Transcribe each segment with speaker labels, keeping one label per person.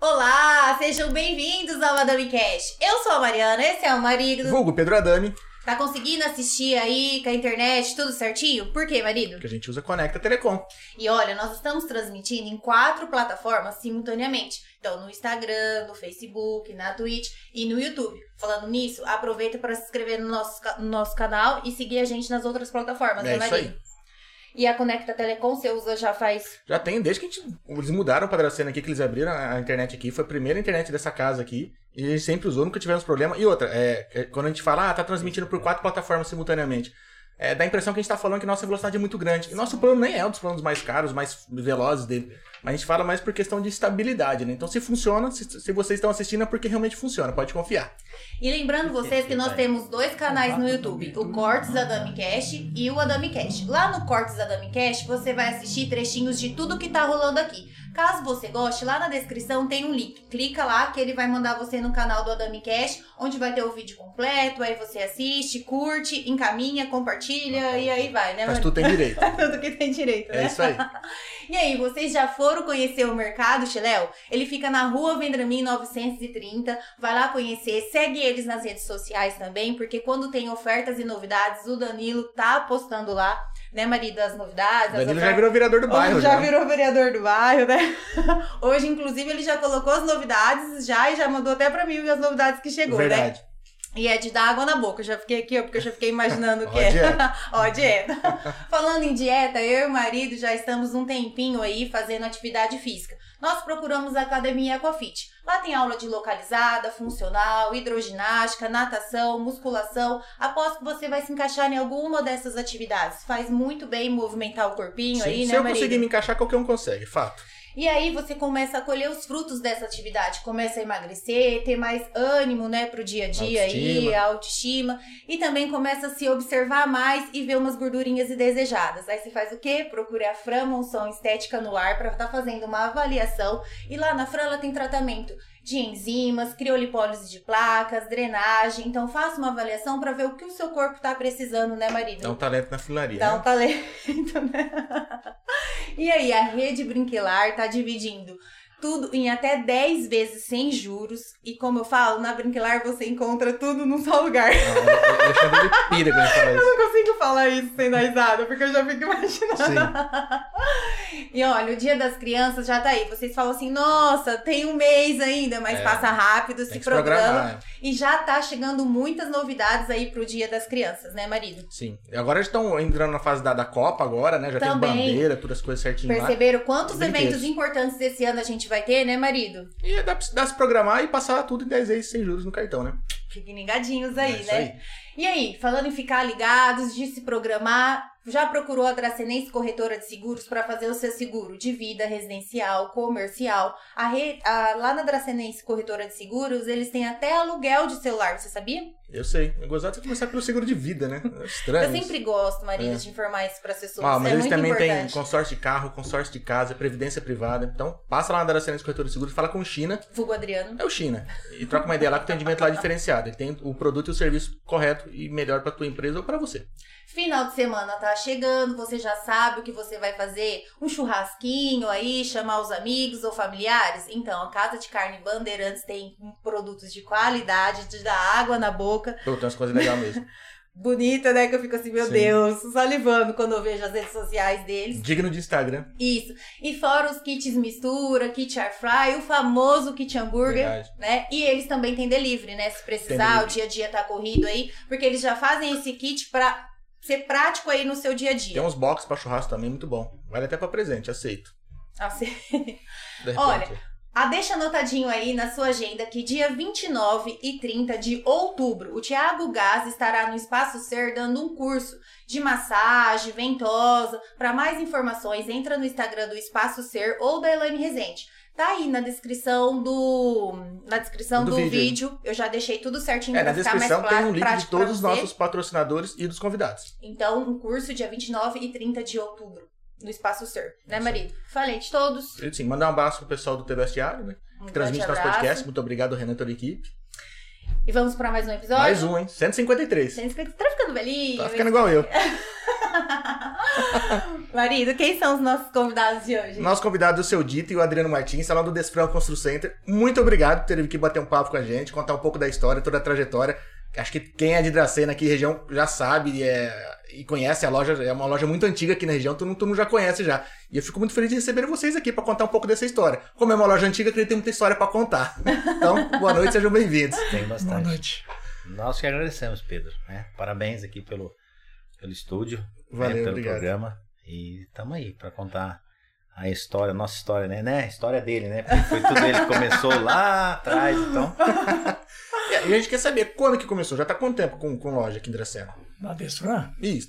Speaker 1: Olá, sejam bem-vindos ao Adami Cash. Eu sou a Mariana, esse é o marido.
Speaker 2: Vulgo Pedro Adami,
Speaker 1: Tá conseguindo assistir aí com a internet, tudo certinho? Por quê, marido?
Speaker 2: que a gente usa Conecta Telecom.
Speaker 1: E olha, nós estamos transmitindo em quatro plataformas simultaneamente. Então, no Instagram, no Facebook, na Twitch e no YouTube. Falando nisso, aproveita para se inscrever no nosso, ca- no nosso canal e seguir a gente nas outras plataformas,
Speaker 2: É
Speaker 1: né,
Speaker 2: isso aí.
Speaker 1: marido? E a Conecta Telecom você usa já faz.
Speaker 2: Já tem, desde que a gente, eles mudaram o padraceno aqui, que eles abriram a a internet aqui, foi a primeira internet dessa casa aqui, e a gente sempre usou, nunca tivemos problema. E outra, é, é, quando a gente fala, ah, tá transmitindo por quatro plataformas simultaneamente, é, dá a impressão que a gente tá falando que nossa velocidade é muito grande. E nosso plano nem é um dos planos mais caros, mais velozes dele, mas a gente fala mais por questão de estabilidade, né? Então se funciona, se, se vocês estão assistindo é porque realmente funciona, pode confiar.
Speaker 1: E lembrando vocês que nós temos dois canais no YouTube: o Cortes Adami Cash e o Adami Cash. Lá no Cortes Adami Cash você vai assistir trechinhos de tudo que tá rolando aqui. Caso você goste, lá na descrição tem um link. Clica lá que ele vai mandar você no canal do Adami Cash, onde vai ter o vídeo completo. Aí você assiste, curte, encaminha, compartilha e aí vai, né?
Speaker 2: Mas
Speaker 1: Mari?
Speaker 2: tudo tem direito.
Speaker 1: Tudo que tem direito, né?
Speaker 2: É isso aí.
Speaker 1: E aí, vocês já foram conhecer o Mercado Chiléu? Ele fica na rua Vendramin 930. Vai lá conhecer, segue eles nas redes sociais também, porque quando tem ofertas e novidades, o Danilo tá postando lá, né, marido, as novidades. as
Speaker 2: Danilo já
Speaker 1: ofertas.
Speaker 2: virou vereador do bairro.
Speaker 1: Hoje já
Speaker 2: né?
Speaker 1: virou vereador do bairro, né? Hoje, inclusive, ele já colocou as novidades já e já mandou até pra mim as novidades que chegou, né?
Speaker 2: Verdade.
Speaker 1: E é de dar água na boca. Eu já fiquei aqui, ó, porque eu já fiquei imaginando o que
Speaker 2: Ó a
Speaker 1: é.
Speaker 2: dieta.
Speaker 1: Ó, dieta. Falando em dieta, eu e o marido já estamos um tempinho aí fazendo atividade física. Nós procuramos a Academia Aquafit. Lá tem aula de localizada, funcional, hidroginástica, natação, musculação. Aposto que você vai se encaixar em alguma dessas atividades. Faz muito bem movimentar o corpinho
Speaker 2: Sim,
Speaker 1: aí,
Speaker 2: se
Speaker 1: né,
Speaker 2: eu
Speaker 1: marido?
Speaker 2: conseguir me encaixar, qualquer um consegue, fato.
Speaker 1: E aí você começa a colher os frutos dessa atividade, começa a emagrecer, ter mais ânimo, né, pro dia a dia aí,
Speaker 2: Autoestima.
Speaker 1: a autoestima, e também começa a se observar mais e ver umas gordurinhas indesejadas. Aí você faz o quê? Procura a Fran Monção Estética no ar para estar fazendo uma avaliação e lá na Fran ela tem tratamento de enzimas, criolipólise de placas, drenagem. Então faça uma avaliação para ver o que o seu corpo tá precisando, né, marido?
Speaker 2: Dá um talento na filaria.
Speaker 1: Dá um
Speaker 2: né?
Speaker 1: talento, né? E aí, a rede brinquelar tá dividindo tudo em até 10 vezes sem juros. E como eu falo, na brinquelar você encontra tudo num só lugar.
Speaker 2: Não, o É um Alexandre ele pira quando ele fala
Speaker 1: Eu
Speaker 2: isso.
Speaker 1: não consigo falar isso sem dar risada, porque eu já fico imaginando.
Speaker 2: Sim.
Speaker 1: E olha, o dia das crianças já tá aí. Vocês falam assim, nossa, tem um mês ainda, mas
Speaker 2: É,
Speaker 1: passa rápido,
Speaker 2: Tem
Speaker 1: se
Speaker 2: que se
Speaker 1: programa.
Speaker 2: programar.
Speaker 1: E já tá chegando muitas novidades aí pro dia das crianças, né, marido?
Speaker 2: Sim. E Agora eles estão entrando na fase da, da Copa agora, né? Já
Speaker 1: Também.
Speaker 2: tem bandeira, todas as coisas certinho lá.
Speaker 1: Perceberam quantos
Speaker 2: Brinquedos.
Speaker 1: eventos importantes esse ano a gente vai ter, né, marido?
Speaker 2: E dá pra, se- dá pra se programar e passar tudo em 10 vezes sem juros no cartão, né?
Speaker 1: Fiquem ligadinhos aí,
Speaker 2: É isso
Speaker 1: né? E aí, falando em ficar ligados, de se programar, já procurou a Dracenense Corretora de Seguros para fazer o seu seguro de vida, residencial, comercial? A re- a- lá na Dracenense Corretora de Seguros, eles têm até aluguel de celular, você sabia?
Speaker 2: Eu sei. Eu gostava de começar pelo seguro de vida, né? É
Speaker 1: Eu
Speaker 2: estranho. isso.
Speaker 1: sempre gosto, Marina,
Speaker 2: É.
Speaker 1: de informar isso para as pessoas.
Speaker 2: Ah,
Speaker 1: isso
Speaker 2: mas
Speaker 1: é
Speaker 2: eles
Speaker 1: muito
Speaker 2: também têm
Speaker 1: importante.
Speaker 2: consórcio de carro, consórcio de casa, previdência privada. Então, passa lá na Daracenense Corretora de Seguros, fala com o China.
Speaker 1: Vulgo Adriano.
Speaker 2: É o China. E troca uma ideia lá que o atendimento lá é diferenciado. Ele tem o produto e o serviço correto e melhor pra tua empresa ou pra você.
Speaker 1: Final de semana tá chegando, você já sabe o que você vai fazer? Um churrasquinho aí, chamar os amigos ou familiares? Então, a Casa de Carne Bandeirantes tem produtos de qualidade, de dar água na boca.
Speaker 2: Pô, tem umas coisas legais mesmo.
Speaker 1: Bonita, né? Que eu fico assim, meu
Speaker 2: Sim.
Speaker 1: Deus, salivando quando eu vejo as redes sociais deles.
Speaker 2: Digno de Instagram.
Speaker 1: Isso. E fora os kits mistura, kit air fry, o famoso kit hambúrguer.
Speaker 2: Verdade.
Speaker 1: né? E eles também têm delivery, né? Se
Speaker 2: Tem
Speaker 1: precisar,
Speaker 2: delivery.
Speaker 1: o dia a dia tá corrido aí, porque eles já fazem esse kit pra ser prático aí no seu dia a
Speaker 2: Tem
Speaker 1: dia.
Speaker 2: uns box pra churrasco também, muito bom. Vale até pra presente, aceito.
Speaker 1: Assim.
Speaker 2: De repente.
Speaker 1: Olha. Ah, deixa anotadinho aí na sua agenda que dia 29 e 30 de outubro, o Thiago Gás estará no Espaço Ser dando um curso de massagem, ventosa. Para mais informações, entra no Instagram do Espaço Ser ou da Elaine Rezende. Tá aí na descrição do na descrição do,
Speaker 2: Do
Speaker 1: vídeo.
Speaker 2: vídeo.
Speaker 1: Eu já deixei tudo certinho
Speaker 2: É,
Speaker 1: pra
Speaker 2: na
Speaker 1: ficar tá mais
Speaker 2: descrição tem
Speaker 1: plá-
Speaker 2: um link de
Speaker 1: prático pra
Speaker 2: todos os
Speaker 1: você.
Speaker 2: nossos patrocinadores e dos convidados.
Speaker 1: Então, um curso dia 29 e 30 de outubro no Espaço Ser, né,
Speaker 2: Isso.
Speaker 1: marido? Falei de todos.
Speaker 2: E, assim, Sim, mandar um abraço pro pessoal do TV Diário, né?
Speaker 1: Um
Speaker 2: Que
Speaker 1: grande
Speaker 2: transmite nosso
Speaker 1: abraço.
Speaker 2: podcast. Muito obrigado, Renan, e toda a equipe.
Speaker 1: E vamos pra mais um episódio?
Speaker 2: Mais um, hein? 153.
Speaker 1: 150. Tá ficando velhinho.
Speaker 2: Tá ficando igual eu.
Speaker 1: Marido, quem são os nossos convidados de hoje?
Speaker 2: Nosso convidado é o seu Dito e o Adriano Martins, lá do Desprão Constru Center. Muito obrigado por ter vindo aqui bater um papo com a gente, contar um pouco da história, toda a trajetória. Acho que quem é de Dracena aqui, região, já sabe e, é, e conhece a loja. É uma loja muito antiga aqui na região, todo mundo, todo mundo já conhece já. E eu fico muito feliz de receber vocês aqui para contar um pouco dessa história. Como é uma loja antiga, acredito que tem muita história para contar. Então, boa noite, sejam bem-vindos.
Speaker 3: Tem bastante.
Speaker 2: Boa noite.
Speaker 3: Nós que agradecemos, Pedro. né? Parabéns aqui pelo, pelo estúdio,
Speaker 2: Valeu,
Speaker 3: né, pelo
Speaker 2: obrigado.
Speaker 3: programa. E tamo aí para contar a história, a nossa história, né? né? A história dele, né? Porque foi tudo ele que começou lá atrás, então.
Speaker 2: E a gente quer saber quando que começou. Já tá quanto tempo com, com loja aqui em Dracena?
Speaker 4: na Desfran,
Speaker 2: Isso.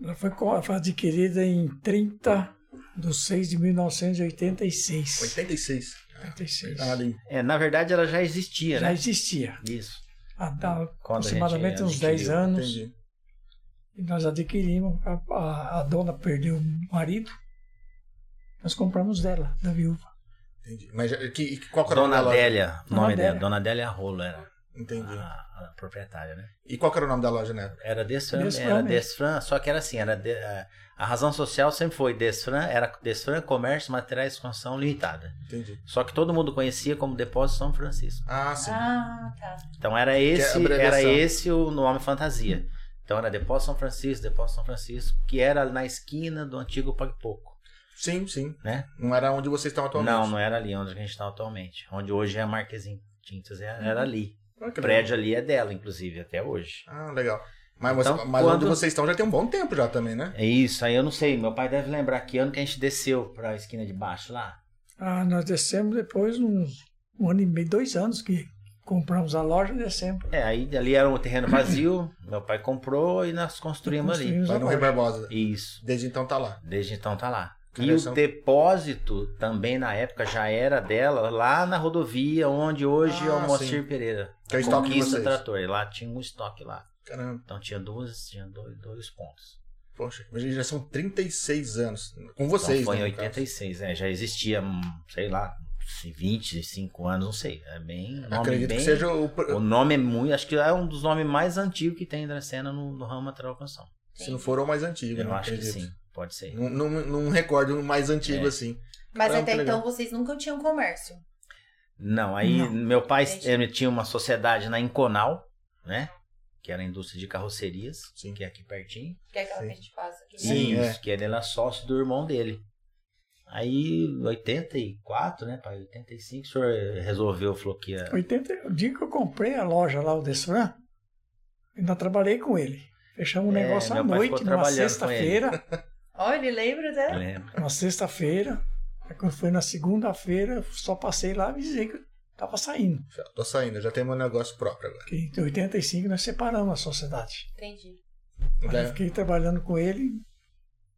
Speaker 4: né? ela foi, co- foi adquirida em 30 de 6 de 1986.
Speaker 2: 86.
Speaker 4: 86.
Speaker 2: Nada, hein?
Speaker 3: É, na verdade ela já existia,
Speaker 4: Já
Speaker 3: né?
Speaker 4: existia.
Speaker 3: Isso.
Speaker 4: Há, há
Speaker 3: Quando a gente
Speaker 4: aproximadamente uns 10
Speaker 3: adquiriu,
Speaker 4: anos.
Speaker 2: Entendi.
Speaker 4: E nós adquirimos. A, a- a dona perdeu o marido. Nós compramos dela, da viúva.
Speaker 2: Entendi. Mas já- que, que- qual que era o nome
Speaker 3: Dona
Speaker 2: da loja?
Speaker 3: Adélia, Ah. o
Speaker 4: Dona
Speaker 3: nome dela.
Speaker 4: Adélia.
Speaker 3: Dona Adélia Rolo era
Speaker 2: Entendi.
Speaker 3: a, a proprietária, né?
Speaker 2: E qual que era o nome da loja, né?
Speaker 3: Era Desfran,
Speaker 4: Desfran
Speaker 3: era
Speaker 4: mesmo.
Speaker 3: Desfran, só que era assim, era de- a, a razão social sempre foi Desfran, era Desfran Comércio Materiais de Construção Limitada.
Speaker 2: Entendi.
Speaker 3: Só que todo mundo conhecia como Depósito São Francisco.
Speaker 2: Ah, sim.
Speaker 1: Ah, tá.
Speaker 3: Então era esse, era
Speaker 2: é abreviação.
Speaker 3: esse o nome fantasia. Então era Depósito São Francisco, Depósito São Francisco, que era na esquina do antigo Pague Pouco,
Speaker 2: Sim, sim.
Speaker 3: né?
Speaker 2: Não era onde vocês estão atualmente.
Speaker 3: Não, não era ali onde a gente está atualmente, onde hoje é a Marquezinho Tintas, era,
Speaker 2: Uhum.
Speaker 3: era ali.
Speaker 2: Olha Ah, que legal.
Speaker 3: O prédio ali é dela, inclusive, até hoje.
Speaker 2: Ah, legal. Mas,
Speaker 3: Então,
Speaker 2: você, mas
Speaker 3: quando-
Speaker 2: onde vocês estão já tem um bom tempo já também, né?
Speaker 3: É isso, aí eu não sei, meu pai deve lembrar que ano que a gente desceu pra esquina de baixo lá.
Speaker 4: Ah, nós descemos depois, uns um ano e meio, dois anos que compramos a loja e descemos.
Speaker 3: É, aí ali era um terreno vazio, meu pai comprou e nós construímos ali.
Speaker 4: Construímos
Speaker 2: Lá
Speaker 4: a
Speaker 2: no Rio
Speaker 4: loja.
Speaker 2: Barbosa.
Speaker 3: Isso.
Speaker 2: Desde então tá lá.
Speaker 3: Desde então tá lá. E
Speaker 2: Olha só.
Speaker 3: o depósito também na época já era dela, lá na rodovia, onde hoje é
Speaker 2: Ah,
Speaker 3: o Moacir Pereira.
Speaker 2: Que é o
Speaker 3: A
Speaker 2: estoque de
Speaker 3: Conquista
Speaker 2: vocês.
Speaker 3: Trator. E Lá tinha um estoque lá.
Speaker 2: Caramba,
Speaker 3: Então tinha duas, tinha dois, dois pontos.
Speaker 2: poxa, mas já são 36 anos. Com
Speaker 3: Então
Speaker 2: vocês,
Speaker 3: foi em
Speaker 2: né? no caso.
Speaker 3: 86, né? Já existia, hum, sei lá, 25 anos, não sei. É bem. nome
Speaker 2: Acredito
Speaker 3: bem-
Speaker 2: que seja o.
Speaker 3: O nome é muito. Acho que é um dos nomes mais antigos que tem em Dracena no, no ramo material de construção.
Speaker 2: Se não for o mais antigo,
Speaker 3: Eu
Speaker 2: né?
Speaker 3: acho que
Speaker 2: Acredito.
Speaker 3: sim, pode ser.
Speaker 2: Não, não, não recordo um mais antigo
Speaker 3: É.
Speaker 2: assim.
Speaker 1: Mas
Speaker 2: Caramba,
Speaker 1: até
Speaker 2: que
Speaker 1: então
Speaker 2: legal.
Speaker 1: vocês nunca tinham comércio.
Speaker 3: Não, aí
Speaker 4: Não.
Speaker 3: meu pai
Speaker 1: Entendi.
Speaker 3: ele tinha uma sociedade na Inconal, né? Que era a indústria de carrocerias,
Speaker 2: Sim.
Speaker 3: que é aqui pertinho.
Speaker 1: Que é aquela
Speaker 2: Sim.
Speaker 1: que a gente faz aqui. né?
Speaker 2: Sim,
Speaker 3: Isso,
Speaker 2: é.
Speaker 3: que ele era sócio do irmão dele. Aí, em 84, né, pai? 85, o senhor resolveu, falou que ia.
Speaker 4: 80, o dia que eu comprei a loja lá, o Desfran, ainda trabalhei com ele. Fechamos um
Speaker 3: É,
Speaker 4: negócio à
Speaker 3: meu pai ficou
Speaker 4: noite, numa
Speaker 3: trabalhando com
Speaker 4: sexta-feira.
Speaker 1: Ó, ele lembra,
Speaker 4: É?
Speaker 1: né?
Speaker 3: Lembra?
Speaker 4: Uma sexta-feira. Aí quando foi na segunda-feira, eu só passei lá e avisei que eu tava saindo.
Speaker 2: Já Tô saindo, já tem meu negócio próprio agora.
Speaker 4: Porque em 85 nós separamos a sociedade.
Speaker 1: Entendi.
Speaker 3: Né?
Speaker 4: Aí eu
Speaker 2: Já-
Speaker 4: fiquei trabalhando com ele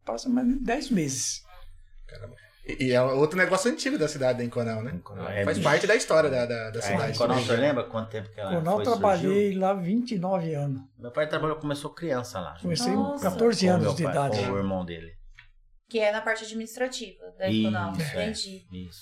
Speaker 4: passa mais de 10 meses.
Speaker 2: Caramba. E, e é outro negócio antigo da cidade da Inconel, né?
Speaker 3: Inconel, é,
Speaker 2: Faz
Speaker 3: bicho. É,
Speaker 2: parte da história da, da, da
Speaker 3: Aí,
Speaker 2: cidade. né?
Speaker 3: Inconal, o senhor lembra quanto tempo que ela
Speaker 4: Quando eu
Speaker 3: Ah, foi,
Speaker 4: trabalhei
Speaker 3: surgiu?
Speaker 4: lá 29 anos.
Speaker 3: Meu pai trabalhou, começou criança lá.
Speaker 4: Comecei
Speaker 1: Nossa.
Speaker 4: com 14
Speaker 3: Com
Speaker 4: anos
Speaker 3: meu
Speaker 4: de
Speaker 3: pai,
Speaker 4: idade.
Speaker 3: Com o irmão dele.
Speaker 1: Que é na parte administrativa da
Speaker 3: Isso,
Speaker 1: Econal.
Speaker 3: é.
Speaker 1: Entendi.
Speaker 3: Isso.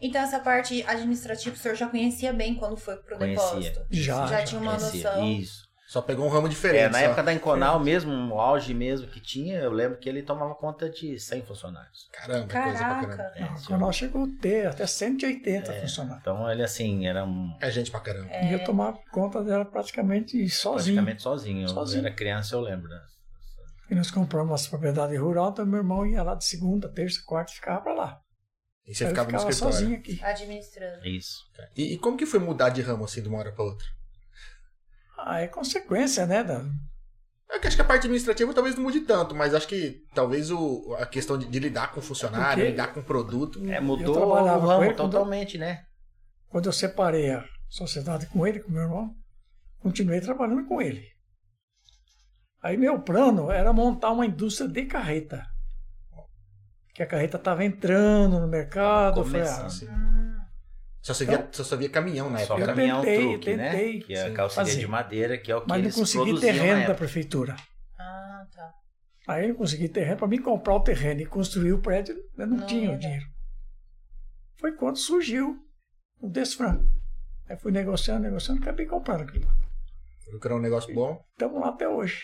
Speaker 1: Então essa parte administrativa o senhor já conhecia bem quando foi pro
Speaker 3: Conhecia.
Speaker 1: depósito.
Speaker 4: Já,
Speaker 1: Já tinha uma
Speaker 3: Conhecia.
Speaker 1: noção.
Speaker 3: Isso.
Speaker 2: Só pegou um ramo diferente.
Speaker 3: É, na
Speaker 2: só.
Speaker 3: época da Inconal mesmo, o auge mesmo que tinha, eu lembro que ele tomava conta de 100 funcionários.
Speaker 2: Caramba, coisa pra caramba.
Speaker 1: Caraca.
Speaker 3: É,
Speaker 4: Não,
Speaker 3: senhor.
Speaker 4: quando nós chegou a ter até 180 funcionários.
Speaker 3: Então ele assim, era um,
Speaker 2: É gente pra caramba.
Speaker 4: E eu tomava conta dela praticamente sozinho.
Speaker 3: praticamente sozinho.
Speaker 4: Sozinho.
Speaker 3: Eu era criança, eu lembro. né?
Speaker 4: E nós compramos nossa propriedade rural, então meu irmão ia lá de segunda, terça, quarta, ficava pra lá.
Speaker 2: E você
Speaker 4: Aí eu
Speaker 2: ficava,
Speaker 4: ficava
Speaker 2: no escritório.
Speaker 4: sozinho aqui.
Speaker 1: Administrando.
Speaker 3: É Isso.
Speaker 2: E, e como que foi mudar de ramo assim de uma hora pra outra?
Speaker 4: Ah, é consequência, né? Da...
Speaker 2: É que acho que a parte administrativa talvez não mude tanto, mas acho que talvez o, a questão de, de lidar com o funcionário,
Speaker 4: porque-
Speaker 2: lidar com o produto.
Speaker 3: É,
Speaker 4: Eu
Speaker 3: mudou o
Speaker 4: trabalhava com
Speaker 3: ramo
Speaker 4: ele quando-
Speaker 3: totalmente, né?
Speaker 4: Quando eu separei a sociedade com ele, com meu irmão, continuei trabalhando com ele. Aí meu plano era montar uma indústria de carreta. Que a carreta estava entrando no mercado. eu falei, ah, Então-
Speaker 3: Começando.
Speaker 2: assim. Só você via, só você via caminhão na
Speaker 3: Só
Speaker 2: época.
Speaker 4: eu
Speaker 2: Era-
Speaker 3: caminhão
Speaker 4: tentei,
Speaker 3: truque, né?
Speaker 4: tentei,
Speaker 3: Que é a
Speaker 2: sim,
Speaker 3: calçaria
Speaker 4: fazer.
Speaker 3: de madeira, que é o que
Speaker 4: mas não
Speaker 3: eles
Speaker 4: consegui
Speaker 3: produziam na
Speaker 4: terreno da
Speaker 3: época.
Speaker 4: prefeitura.
Speaker 1: Ah, tá.
Speaker 4: Aí eu consegui terreno, para mim comprar o terreno e construir o prédio, eu não,
Speaker 1: Não
Speaker 4: tinha o
Speaker 1: era.
Speaker 4: dinheiro. Foi quando surgiu o Desfran. Aí fui negociando, negociando, acabei comprando aquilo lá.
Speaker 2: Viu que era um negócio bom.
Speaker 4: Estamos lá até hoje.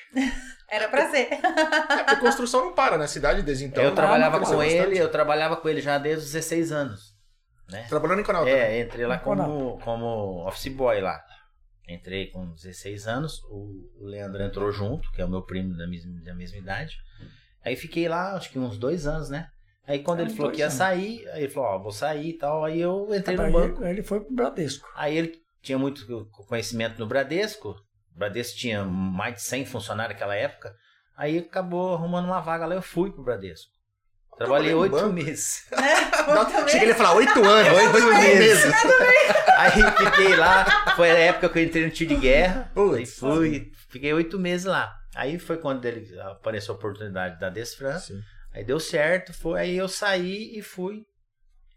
Speaker 1: Era pra ser.
Speaker 2: É, porque construção não para na cidade desde então.
Speaker 3: eu trabalhava
Speaker 2: Cresceu
Speaker 3: com ele,
Speaker 2: bastante.
Speaker 3: eu trabalhava com ele já desde os 16 anos. Né?
Speaker 2: Trabalhando em Conalta.
Speaker 3: É, entrei lá
Speaker 4: Não foi
Speaker 3: como, como office boy lá. Entrei com 16 anos, o Leandro entrou junto, que é o meu primo da mesma, da mesma idade. Aí fiquei lá, acho que uns dois anos, né? Aí quando
Speaker 4: É,
Speaker 3: ele
Speaker 4: uns
Speaker 3: falou
Speaker 4: dois
Speaker 3: que ia
Speaker 4: anos. Tá
Speaker 3: sair, aí ele falou, ó, vou sair e tal. Tá Aí eu entrei no
Speaker 4: Daí
Speaker 3: banco.
Speaker 4: ele foi pro Bradesco.
Speaker 3: Aí ele tinha muito conhecimento no Bradesco. O Bradesco tinha mais de 100 funcionários naquela época. Aí acabou arrumando uma vaga lá, eu fui pro Bradesco. Trabalhei
Speaker 2: no
Speaker 3: oito
Speaker 2: banco?
Speaker 3: meses.
Speaker 1: Muito
Speaker 2: Cheguei
Speaker 1: bem.
Speaker 2: ele ia falar oito anos, oito meses.
Speaker 3: Aí fiquei lá, foi a época que eu entrei no tiro de guerra.
Speaker 2: Putz.
Speaker 3: Aí fui, fiquei oito meses lá. Aí foi quando ele apareceu a oportunidade da Desfran.
Speaker 2: Sim.
Speaker 3: Aí deu certo, foi, aí eu saí e fui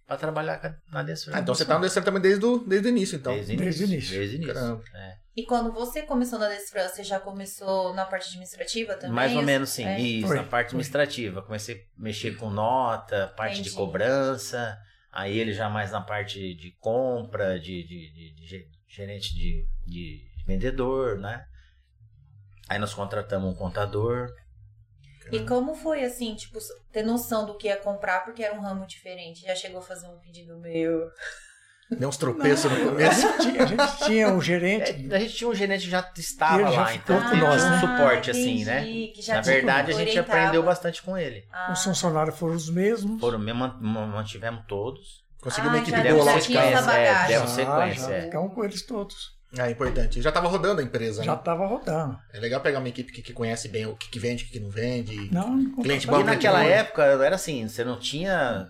Speaker 3: pra trabalhar ca- na Desfran.
Speaker 2: Ah, então você tá no Descer também desde, o- desde o início, então.
Speaker 3: desde,
Speaker 4: Desde o início.
Speaker 3: Desde o início.
Speaker 2: Caramba.
Speaker 3: é.
Speaker 1: E quando você começou na Desfran, você já começou na parte administrativa também?
Speaker 3: Mais ou
Speaker 1: Isso?
Speaker 3: menos sim,
Speaker 1: É.
Speaker 3: isso,
Speaker 4: Foi,
Speaker 3: na parte
Speaker 4: foi.
Speaker 3: administrativa. Comecei a mexer com nota, parte
Speaker 1: Entendi.
Speaker 3: de cobrança, aí ele já mais na parte de compra, de, de- de- de ge- gerente de, de vendedor, né? Aí nós contratamos um contador. É.
Speaker 1: E como foi, assim, tipo, ter noção do que ia comprar, porque era um ramo diferente? Já chegou a fazer um pedido meu?
Speaker 2: Deu uns tropeços no
Speaker 4: A
Speaker 2: começo.
Speaker 4: gente tinha, a gente tinha um
Speaker 3: É,
Speaker 4: gerente.
Speaker 3: a gente tinha um gerente que já estava
Speaker 4: E ele já
Speaker 3: lá,
Speaker 4: ficou
Speaker 3: então
Speaker 4: com
Speaker 3: teve
Speaker 4: nós,
Speaker 3: um
Speaker 4: né?
Speaker 3: suporte assim, né?
Speaker 1: entendi, Ah, que já
Speaker 3: Na
Speaker 1: te
Speaker 3: verdade, a gente
Speaker 1: orientava.
Speaker 3: aprendeu bastante com ele.
Speaker 1: Ah,
Speaker 4: Os funcionários um foram os mesmos.
Speaker 3: Foram, mesmo- mantivemos todos.
Speaker 2: Conseguiu
Speaker 1: Ah,
Speaker 2: uma equipe
Speaker 1: já-
Speaker 2: boa
Speaker 1: já
Speaker 2: lá de
Speaker 1: tinha essa
Speaker 2: casa.
Speaker 3: é,
Speaker 1: bagagem.
Speaker 3: deram sequência.
Speaker 4: Ah, já,
Speaker 3: é.
Speaker 4: já. Ficamos com eles todos.
Speaker 2: É importante. Já tava rodando a empresa,
Speaker 4: Já
Speaker 2: né?
Speaker 4: estava rodando.
Speaker 2: É legal pegar uma equipe que, que conhece bem o que, que vende, o que, que não vende.
Speaker 4: Não, não
Speaker 2: Cliente
Speaker 4: comprava
Speaker 2: bom,
Speaker 3: E
Speaker 4: nada.
Speaker 3: naquela
Speaker 2: Bom,
Speaker 3: época era assim, você não tinha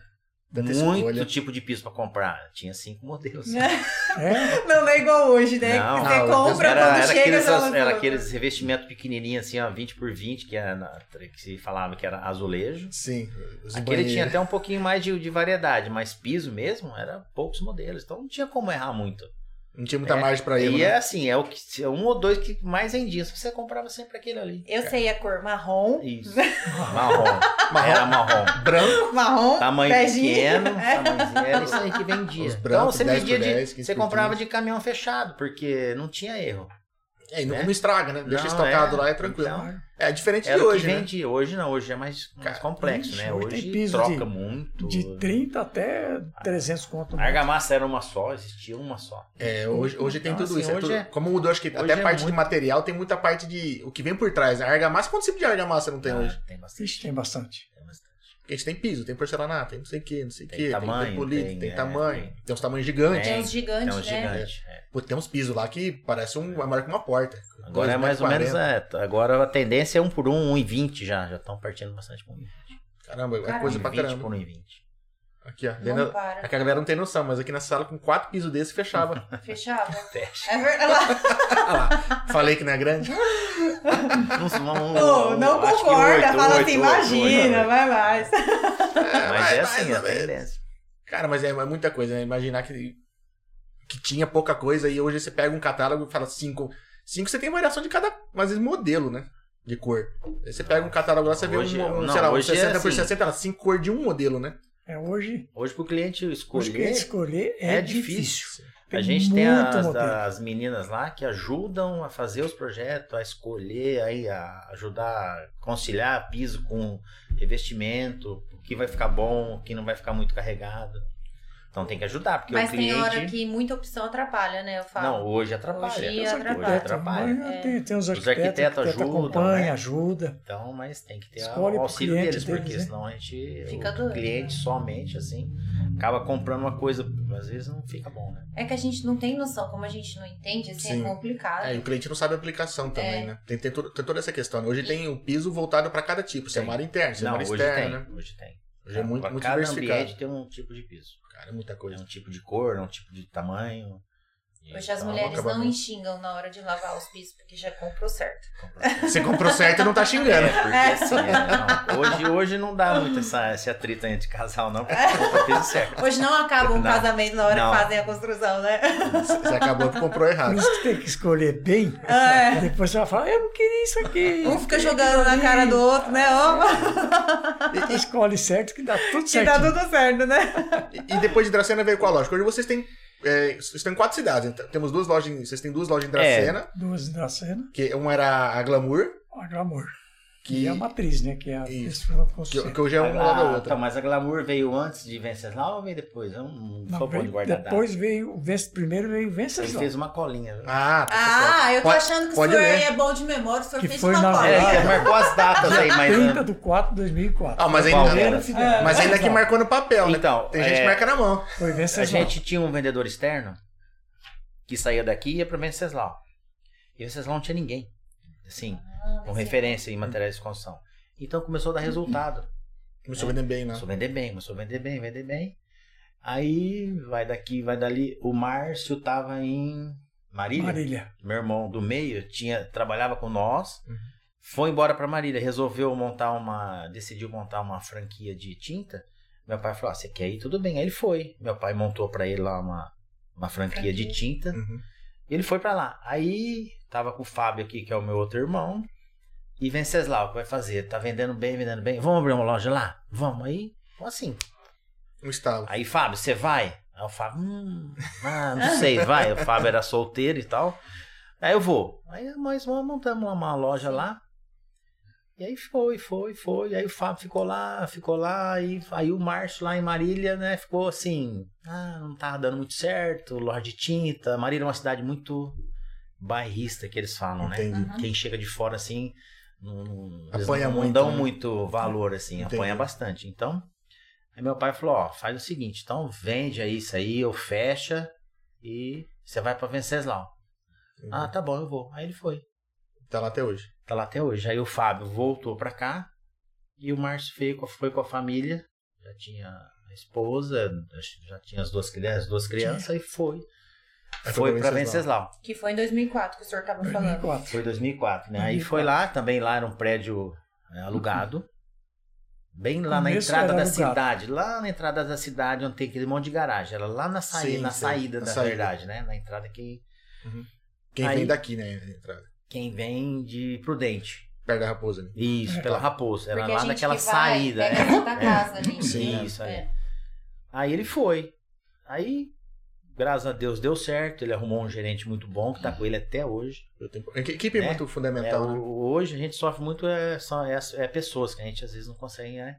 Speaker 2: Tanta
Speaker 3: muito
Speaker 2: escolha.
Speaker 3: tipo de piso pra comprar. Tinha cinco modelos.
Speaker 4: É,
Speaker 1: Não, não é igual hoje, né?
Speaker 3: Não,
Speaker 1: que você
Speaker 2: não,
Speaker 1: compra
Speaker 3: era,
Speaker 1: quando
Speaker 3: era
Speaker 1: chega.
Speaker 3: aqueles,
Speaker 1: você lança
Speaker 3: era
Speaker 1: outro.
Speaker 3: aqueles revestimentos pequenininhos assim, ó, 20 por 20, que, era na- que se falava que era azulejo.
Speaker 2: Sim. Os
Speaker 3: Aquele
Speaker 2: banheiros.
Speaker 3: tinha até um pouquinho mais de, de variedade, mas piso mesmo era poucos modelos, então não tinha como errar muito.
Speaker 2: Não tinha muita
Speaker 3: É.
Speaker 2: margem pra né? ele.
Speaker 3: e é assim, é o que é um ou dois que mais vendia, se você comprava sempre aquele ali.
Speaker 1: Eu sei a cor marrom.
Speaker 3: Isso. marrom. Era marrom.
Speaker 2: Branco.
Speaker 1: Marrom. É.
Speaker 3: Tamanho
Speaker 1: beijinho.
Speaker 3: pequeno, tamanhozinho, era isso aí que vendia.
Speaker 2: Os
Speaker 3: então
Speaker 2: brancos,
Speaker 3: você
Speaker 2: 10
Speaker 3: vendia
Speaker 2: por
Speaker 3: de.
Speaker 2: 10, 15
Speaker 3: você
Speaker 2: por
Speaker 3: comprava de caminhão fechado, porque não tinha erro.
Speaker 2: É, e não,
Speaker 3: né?
Speaker 2: não estraga, né? Deixa
Speaker 3: Não,
Speaker 2: estocado
Speaker 3: é.
Speaker 2: lá, é tranquilo.
Speaker 3: Então,
Speaker 2: é diferente de
Speaker 3: era
Speaker 2: hoje,
Speaker 3: o que
Speaker 2: né?
Speaker 3: vendia. Hoje não, hoje é mais, mais
Speaker 2: Cara,
Speaker 3: complexo,
Speaker 4: ixi,
Speaker 3: né?
Speaker 4: hoje tem
Speaker 3: Hoje
Speaker 4: piso
Speaker 3: troca
Speaker 4: de-
Speaker 3: muito.
Speaker 4: de 30 até 300 conto.
Speaker 3: A argamassa era uma só, existia uma só.
Speaker 2: É, hoje, hoje tem
Speaker 3: Então,
Speaker 2: tudo
Speaker 3: assim,
Speaker 2: isso. é
Speaker 3: hoje
Speaker 2: tudo-
Speaker 3: é-
Speaker 2: como mudou, acho que até
Speaker 3: é
Speaker 2: parte de
Speaker 3: muito-
Speaker 2: material, tem muita parte de o que vem por trás. né? A argamassa, quanto tipo de argamassa não tem hoje?
Speaker 3: Ah, tem bastante.
Speaker 4: Ixi, tem bastante.
Speaker 3: tem um bastante.
Speaker 2: Porque a gente tem piso, tem porcelanato, tem não sei o que, não sei o que,
Speaker 3: Tem
Speaker 2: tem,
Speaker 3: tamanho,
Speaker 2: tem polido, tem,
Speaker 3: tem, é,
Speaker 2: tamanho, tem,
Speaker 3: tem. É.
Speaker 2: uns tamanhos gigantes.
Speaker 1: Tem uns
Speaker 3: Tem
Speaker 1: gigantes,
Speaker 3: uns
Speaker 1: né?
Speaker 3: gigantes. é.
Speaker 2: Pô, tem uns pisos lá que parece um, é maior que uma porta.
Speaker 3: Agora é mais ou menos.
Speaker 2: 2,40.
Speaker 3: É, agora a tendência é um por um, um e vinte já. Já estão partindo bastante com um.
Speaker 2: Caramba, é
Speaker 1: Caramba.
Speaker 2: coisa pra
Speaker 3: 20
Speaker 2: caramba.
Speaker 3: por um e vinte.
Speaker 2: Aqui, ó.
Speaker 1: Não
Speaker 2: dentro da-
Speaker 1: para.
Speaker 2: É que a galera não tem noção, mas aqui na sala com quatro pisos desse fechava.
Speaker 1: Fechava.
Speaker 3: Fecha.
Speaker 1: É verdade.
Speaker 2: Ah lá, falei que não é grande.
Speaker 3: Não,
Speaker 1: Pô, não concorda. fala assim, imagina,
Speaker 3: imagina,
Speaker 1: vai mais.
Speaker 3: Mas é assim,
Speaker 2: mais
Speaker 3: a
Speaker 2: ou menos.
Speaker 3: tendência.
Speaker 2: Cara, mas é, é muita coisa, né? Imaginar que, que tinha pouca coisa e hoje você pega um catálogo e fala cinco. Cinco você tem variação de cada, às vezes, modelo, né? De cor. Aí você pega um catálogo lá, você
Speaker 3: Hoje-
Speaker 2: vê um, um
Speaker 3: não,
Speaker 2: sei lá, um
Speaker 3: hoje é
Speaker 2: 60 por
Speaker 3: assim.
Speaker 2: 60, ela, cinco cores de um modelo, né?
Speaker 4: É, hoje,
Speaker 3: Hoje pro cliente
Speaker 4: hoje que
Speaker 3: escolher,
Speaker 4: escolher é,
Speaker 3: é
Speaker 4: difícil.
Speaker 3: difícil.
Speaker 4: Tem
Speaker 3: a gente tem
Speaker 4: muito
Speaker 3: as,
Speaker 4: modelo.
Speaker 3: as meninas lá que ajudam a fazer os projetos, a escolher, aí a ajudar a conciliar piso com revestimento, o que vai ficar bom, o que não vai ficar muito carregado. Então tem que ajudar, porque
Speaker 1: Mas
Speaker 3: o
Speaker 1: tem
Speaker 3: cliente.
Speaker 1: hora que muita opção atrapalha, né? Eu falo.
Speaker 3: Não, hoje atrapalha.
Speaker 1: Hoje
Speaker 3: Hoje
Speaker 1: atrapalha. É.
Speaker 3: atrapalha.
Speaker 4: Mas Tem, tem os
Speaker 3: Os
Speaker 4: arquitetos,
Speaker 3: arquitetos
Speaker 4: arquiteto
Speaker 3: ajudam,
Speaker 4: acompanha,
Speaker 3: né?
Speaker 4: ajuda.
Speaker 3: Então, mas tem que ter
Speaker 4: Escolhe
Speaker 3: o auxílio
Speaker 4: pro cliente
Speaker 3: deles,
Speaker 4: deles,
Speaker 3: porque
Speaker 4: né?
Speaker 3: senão a gente.
Speaker 1: Fica
Speaker 3: o
Speaker 1: doido, né?
Speaker 3: cliente somente, assim, acaba comprando uma coisa, às vezes não fica bom, né?
Speaker 1: É que a gente não tem noção, como a gente não entende, assim,
Speaker 2: Sim.
Speaker 1: é complicado.
Speaker 2: É, e o cliente não sabe a aplicação também,
Speaker 1: É.
Speaker 2: né? Tem, tem, todo- tem toda essa questão. né? Hoje tem o piso voltado pra cada tipo. Se é
Speaker 3: Tem.
Speaker 2: uma área interna, se é
Speaker 3: não,
Speaker 2: uma área
Speaker 3: hoje
Speaker 2: externa,
Speaker 3: tem,
Speaker 2: né?
Speaker 3: hoje tem.
Speaker 2: Hoje é muito,
Speaker 3: Pra
Speaker 2: muito
Speaker 3: cada
Speaker 2: diversificado.
Speaker 3: ambiente tem um tipo de piso.
Speaker 2: Cara, é muita
Speaker 3: É
Speaker 2: coisa.
Speaker 3: um tipo de cor, é um tipo de tamanho. E
Speaker 1: Hoje as
Speaker 3: então,
Speaker 1: mulheres não
Speaker 2: acabamento.
Speaker 1: enxingam na hora de lavar os pisos, porque já comprou certo.
Speaker 2: Você comprou certo e não tá
Speaker 3: É,
Speaker 2: xingando.
Speaker 3: porque assim, é, não, hoje, hoje não dá muito essa, esse atrito entre casal, não, porque eu fiz certo.
Speaker 1: Hoje não acaba um
Speaker 3: Não.
Speaker 1: casamento na hora
Speaker 3: Não.
Speaker 1: que fazem a construção, né?
Speaker 2: Você acabou que comprou
Speaker 4: Por
Speaker 2: errado.
Speaker 4: isso que tem que escolher bem.
Speaker 1: É.
Speaker 4: Depois você vai falar, eu não queria isso aqui.
Speaker 1: Um fica jogando na cara do outro, né? Ó,
Speaker 4: E escolhe certo que dá tudo
Speaker 1: que
Speaker 4: certo.
Speaker 1: dá tudo certo, né?
Speaker 2: E, e depois de Dracena veio qual lógica? Hoje vocês têm é, estão em quatro cidades. Então, temos duas lojas. em- Vocês têm duas lojas em Dracena,
Speaker 4: Duas da
Speaker 3: É.
Speaker 4: cena,
Speaker 2: que uma era a Glamour,
Speaker 4: a Glamour. Que
Speaker 2: que,
Speaker 4: é a matriz, né? Que é a
Speaker 2: Isso.
Speaker 4: que ela fosse
Speaker 2: que,
Speaker 4: ser.
Speaker 2: que hoje é
Speaker 3: Ah,
Speaker 2: uma da outra.
Speaker 3: tá, mas a Glamour veio antes de Venceslau ou veio depois? Eu não
Speaker 4: Não,
Speaker 3: sou bom de
Speaker 4: veio-
Speaker 3: guardar data.
Speaker 4: depois veio, o Vence- primeiro veio o
Speaker 3: Ele
Speaker 4: Venceslau.
Speaker 3: fez uma colinha. né?
Speaker 2: Ah, tá certo.
Speaker 1: Ah, eu tô
Speaker 2: Pode-
Speaker 1: achando que o
Speaker 2: pode
Speaker 1: senhor
Speaker 2: ler.
Speaker 1: aí é bom de memória, o senhor
Speaker 4: Que
Speaker 1: fez
Speaker 4: foi
Speaker 1: uma
Speaker 4: na
Speaker 1: cola.
Speaker 3: É, ele marcou as datas aí, mas... né,
Speaker 4: 30 de 4 de 2004.
Speaker 2: Ah, mas
Speaker 3: O
Speaker 2: ainda,
Speaker 3: Palmeiras.
Speaker 4: É,
Speaker 2: mas ainda que
Speaker 4: exato.
Speaker 2: marcou no papel, né?
Speaker 3: Então,
Speaker 2: Tem gente
Speaker 3: é,
Speaker 2: que marca na mão.
Speaker 4: Foi
Speaker 3: A
Speaker 4: Venceslau.
Speaker 3: gente tinha um vendedor externo que saía daqui e ia para Venceslau. E Venceslau não tinha ninguém, assim,
Speaker 1: Ah,
Speaker 3: com referência em materiais de construção. Então começou a dar resultado.
Speaker 2: Uhum. Começou vendendo bem, né?
Speaker 3: Começou a vender bem, começou a vender bem, vender bem. Aí vai daqui, vai dali. O Márcio tava em Marília.
Speaker 4: Marília.
Speaker 3: Meu irmão do meio tinha trabalhava com nós. Foi embora para Marília, resolveu montar uma, decidiu montar uma franquia de tinta. Meu pai falou: ah, "Você quer ir? Tudo bem". Aí ele foi. Meu pai montou para ele lá uma uma franquia, de tinta.
Speaker 2: Uhum.
Speaker 3: E ele foi para lá. Aí tava com o Fábio aqui, que é o meu outro irmão. E Venceslau, que vai fazer? Tá vendendo bem, vendendo bem. Vamos abrir uma loja lá? Vamos aí. Como assim?
Speaker 2: Um estalo.
Speaker 3: Aí, Fábio, você vai? Aí o Fábio, hum, ah, não sei, vai. O Fábio era solteiro e tal. Aí eu vou. Aí nós vamos- montamos uma- uma loja lá. E aí foi, foi, foi. Aí o Fábio ficou lá, ficou lá. E aí o Márcio lá em Marília, né, ficou assim, ah, não tá dando muito certo, Lorde Tinta. Marília é uma cidade muito bairrista, que eles falam, né?
Speaker 2: Entendi.
Speaker 3: Quem chega de fora assim, não, não, eles
Speaker 2: Apanha
Speaker 3: não
Speaker 2: muito,
Speaker 3: dão
Speaker 2: né?
Speaker 3: muito valor assim,
Speaker 2: Entendi.
Speaker 3: apanha bastante. Então, aí meu pai falou, ó, faz o seguinte, então vende aí isso aí, eu fecha e você vai para Venceslau. Ah, tá bom, eu vou. Aí ele foi.
Speaker 2: Tá lá até hoje.
Speaker 3: Tá lá até hoje. Aí o Fábio voltou para cá e o Márcio foi com, a- foi com a família, já tinha a esposa, acho que já tinha as duas crianças, as duas crianças e foi.
Speaker 2: Aí foi
Speaker 3: Foi
Speaker 2: pra
Speaker 3: para
Speaker 2: Venceslau.
Speaker 3: Venceslau.
Speaker 1: Que foi em 2004 que o senhor tava falando.
Speaker 4: 2004.
Speaker 3: Foi 2004, né? Aí foi lá, também lá era um prédio é, alugado.
Speaker 2: Uhum.
Speaker 3: Bem lá na
Speaker 4: Começo
Speaker 3: entrada
Speaker 4: era
Speaker 3: da
Speaker 4: alugado.
Speaker 3: cidade, lá na entrada da cidade onde tem aquele monte de garagem. Era lá na saída,
Speaker 2: Sim,
Speaker 3: na
Speaker 2: sim,
Speaker 3: saída
Speaker 2: na
Speaker 3: da
Speaker 2: saída.
Speaker 3: verdade, né? Na entrada que
Speaker 2: Quem
Speaker 3: Aí-
Speaker 2: vem daqui, né? entrada.
Speaker 3: quem vem de Prudente.
Speaker 2: Perto da raposa ali.
Speaker 3: Isso, pela Raposa. Era
Speaker 1: Porque a
Speaker 3: lá
Speaker 1: gente
Speaker 3: naquela
Speaker 1: que vai,
Speaker 3: saída,
Speaker 1: pega
Speaker 3: né?
Speaker 1: Santa Casa ali.
Speaker 2: Sim,
Speaker 3: Isso,
Speaker 1: é.
Speaker 3: aí. Aí ele foi. Aí, graças a Deus, deu certo. Ele arrumou um gerente muito bom, que tá com ele até hoje.
Speaker 2: Eu tenho- Equi- Equipe
Speaker 3: É.
Speaker 2: muito
Speaker 3: É,
Speaker 2: fundamental, né?
Speaker 3: o- o- hoje a gente sofre muito é, são, é, as- é pessoas que a gente às vezes não consegue, né?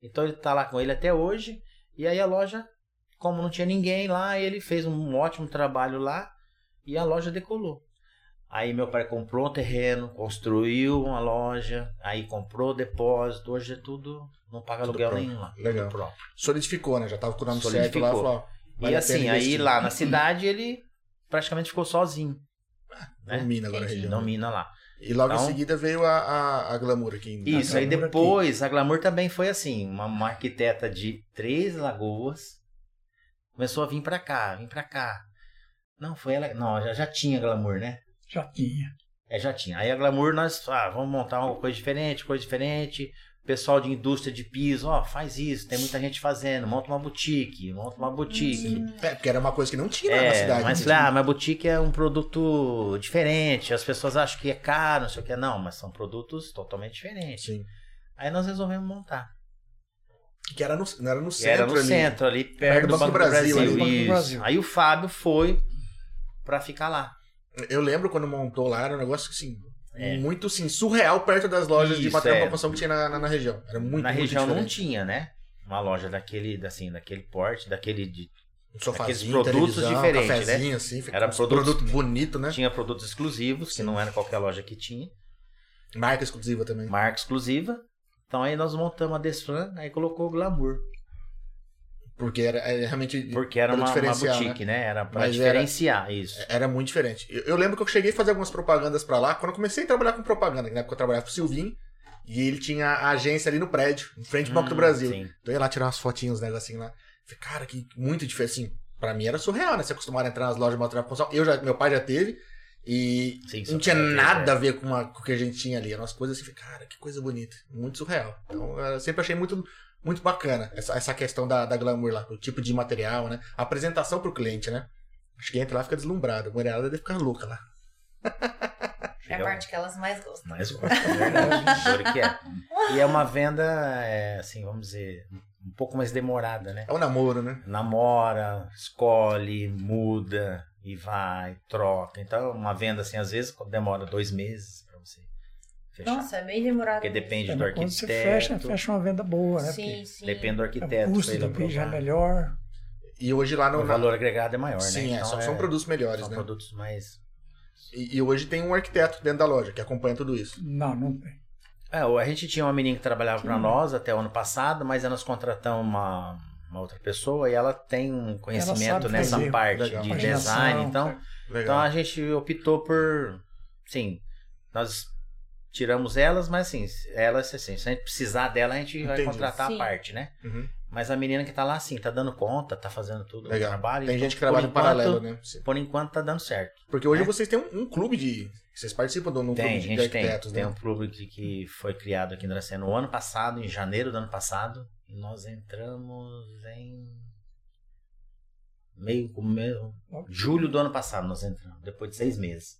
Speaker 3: Então ele tá lá com ele até hoje. E aí a loja, como não tinha ninguém lá, ele fez um ótimo trabalho lá e a loja decolou. Aí meu pai comprou um terreno, construiu uma loja, aí comprou depósito, hoje é tudo, não paga
Speaker 2: Tudo
Speaker 3: aluguel
Speaker 2: pronto.
Speaker 3: nenhum lá. tudo
Speaker 2: Legal.
Speaker 3: próprio.
Speaker 2: Solidificou, né? Já tava com o nome certo lá.
Speaker 3: Solidificou.
Speaker 2: Falou, ó, vale
Speaker 3: E
Speaker 2: a pena
Speaker 3: assim, aí
Speaker 2: investir.
Speaker 3: lá na cidade ele praticamente ficou sozinho, né?
Speaker 2: Domina agora a
Speaker 1: Entendi.
Speaker 2: região.
Speaker 3: domina lá.
Speaker 2: E logo
Speaker 3: Então-
Speaker 2: em seguida veio a, a, a Glamour aqui. em-
Speaker 3: Isso,
Speaker 4: A
Speaker 3: aí
Speaker 4: Glamour aqui.
Speaker 3: depois a Glamour também foi assim, uma, uma arquiteta de Três Lagoas começou a vir pra cá, vir pra cá. Não, foi ela, não, já, já tinha Glamour, né?
Speaker 4: Já tinha.
Speaker 3: É, já tinha. Aí a Glamour nós, ah, vamos montar uma coisa diferente, coisa diferente. Pessoal de indústria de piso, ó, faz isso, tem muita gente fazendo, monta uma boutique, monta uma boutique.
Speaker 2: É, porque era uma coisa que não tinha lá na
Speaker 3: É,
Speaker 2: cidade.
Speaker 3: mas
Speaker 2: né?
Speaker 3: falei, ah, mas boutique é um produto diferente, as pessoas acham que é caro, não sei o que. Não, mas são produtos totalmente diferentes.
Speaker 2: Sim.
Speaker 3: Aí nós resolvemos montar.
Speaker 2: Que era no, não era no
Speaker 3: Que
Speaker 2: centro
Speaker 3: era no
Speaker 2: ali.
Speaker 3: centro, ali
Speaker 2: do
Speaker 3: perto do
Speaker 2: Banco
Speaker 3: Banco
Speaker 2: do
Speaker 3: do
Speaker 2: Brasil,
Speaker 3: Brasil.
Speaker 2: ali
Speaker 4: do Banco do
Speaker 3: isso.
Speaker 4: Brasil.
Speaker 3: Aí o Fábio foi pra ficar lá.
Speaker 2: Eu lembro quando montou lá, era um negócio assim,
Speaker 3: É.
Speaker 2: muito assim, surreal perto das lojas de
Speaker 3: Isso,
Speaker 2: material
Speaker 3: é.
Speaker 2: para construção que tinha na, na, na região. Era muito,
Speaker 3: Na
Speaker 2: muito
Speaker 3: região não
Speaker 2: diferente.
Speaker 3: tinha, né? Uma loja daquele, assim, daquele porte, daquele de-
Speaker 2: Um sofazinho,
Speaker 3: Aqueles produtos
Speaker 2: televisão,
Speaker 3: diferentes, né?
Speaker 2: cafezinho, assim, fica
Speaker 3: Era
Speaker 2: um
Speaker 3: produtos-
Speaker 2: produto bonito, né?
Speaker 3: tinha produtos exclusivos, que não era qualquer loja que tinha,
Speaker 2: Marca exclusiva também.
Speaker 3: marca exclusiva. Então aí nós montamos a Desfran, aí colocou o Glamour,
Speaker 2: Porque era, era realmente.
Speaker 3: porque era
Speaker 2: Pra
Speaker 3: uma, uma
Speaker 2: diferenciar,
Speaker 3: boutique, né? Era pra
Speaker 2: Mas era- É,
Speaker 3: diferenciar isso.
Speaker 2: Era muito diferente. Eu, eu lembro que eu cheguei a fazer algumas propagandas pra lá. Quando eu comecei a trabalhar com propaganda, que na época eu trabalhava pro Silvinho, e ele tinha a agência ali no prédio, em frente ao Banco do
Speaker 3: Hum,
Speaker 2: Brasil.
Speaker 3: sim.
Speaker 2: Então eu ia lá tirar umas fotinhas, uns negocinhos lá. Falei, cara, que muito diferente. Assim, pra mim era surreal, né? Se acostumar a entrar nas lojas de material de construção. Eu já, meu pai já teve. E
Speaker 3: Sim,
Speaker 2: não
Speaker 3: só
Speaker 2: tinha
Speaker 3: pra ter,
Speaker 2: nada a ver com, uma- com o que a gente tinha ali. Eram as coisas assim, falei, cara, que coisa bonita. Muito surreal. Então eu sempre achei muito, muito bacana essa, essa questão da, da glamour lá, o tipo de material, né? A apresentação pro cliente, né? Acho que entra lá e fica deslumbrado. A mulherada deve ficar louca lá.
Speaker 1: É a
Speaker 3: Legal.
Speaker 1: parte que elas mais gostam.
Speaker 3: Mas gosto, é verdade, juro que é. E é uma venda, é, assim, vamos dizer, um pouco mais demorada, né?
Speaker 2: É um namoro, né?
Speaker 3: Namora, escolhe, muda e vai, troca. Então, uma venda assim, às vezes demora dois meses pra você fechar.
Speaker 1: Nossa, é bem demorado.
Speaker 3: Porque
Speaker 1: mesmo.
Speaker 3: depende
Speaker 4: Quando
Speaker 3: do
Speaker 4: você fecha,
Speaker 3: arquiteto.
Speaker 4: fecha uma venda boa, né?
Speaker 1: Sim, sim.
Speaker 3: Depende do
Speaker 2: É,
Speaker 4: Porque
Speaker 3: arquiteto.
Speaker 4: o
Speaker 3: pra
Speaker 4: custo
Speaker 3: ele
Speaker 4: do PIN já é
Speaker 3: aprovar.
Speaker 4: melhor.
Speaker 2: E hoje lá no.
Speaker 3: O valor agregado é maior, né?
Speaker 2: Sim, é,
Speaker 3: Então,
Speaker 2: são, são produtos melhores,
Speaker 3: são
Speaker 2: né?
Speaker 3: produtos mais.
Speaker 2: E, e hoje tem um arquiteto dentro da loja que acompanha tudo isso.
Speaker 4: Não, não tem.
Speaker 3: É, a gente tinha uma menina que trabalhava para nós até o ano passado, mas aí nós contratamos uma, uma outra pessoa e ela tem um conhecimento
Speaker 4: sabe
Speaker 3: nessa
Speaker 4: fazer.
Speaker 3: parte
Speaker 2: Legal.
Speaker 3: de
Speaker 4: Imaginação,
Speaker 3: design. Então, Então
Speaker 2: Legal.
Speaker 3: a gente optou por. Sim, nós tiramos elas, mas assim, elas, assim, se a gente precisar dela, a gente vai
Speaker 2: Entendi.
Speaker 3: contratar
Speaker 1: Sim.
Speaker 3: a parte, né?
Speaker 2: Uhum.
Speaker 3: Mas a menina que tá lá, sim, tá dando conta, tá fazendo tudo o
Speaker 2: Legal.
Speaker 3: trabalho.
Speaker 2: Tem
Speaker 3: então,
Speaker 2: gente que trabalha
Speaker 3: por
Speaker 2: em
Speaker 3: enquanto-
Speaker 2: paralelo, né? Sim.
Speaker 3: Por enquanto tá dando certo.
Speaker 2: Porque hoje
Speaker 3: É.
Speaker 2: vocês têm um, um clube de. Vocês participam de um
Speaker 3: Tem, a
Speaker 2: clube de
Speaker 3: gente tem.
Speaker 2: arquitetos,
Speaker 3: Tem
Speaker 2: né?
Speaker 3: um clube que- que foi criado aqui em Dracena no ano passado, em janeiro do ano passado. E nós entramos em. Meio, meio. Julho do ano passado nós entramos, depois de seis meses.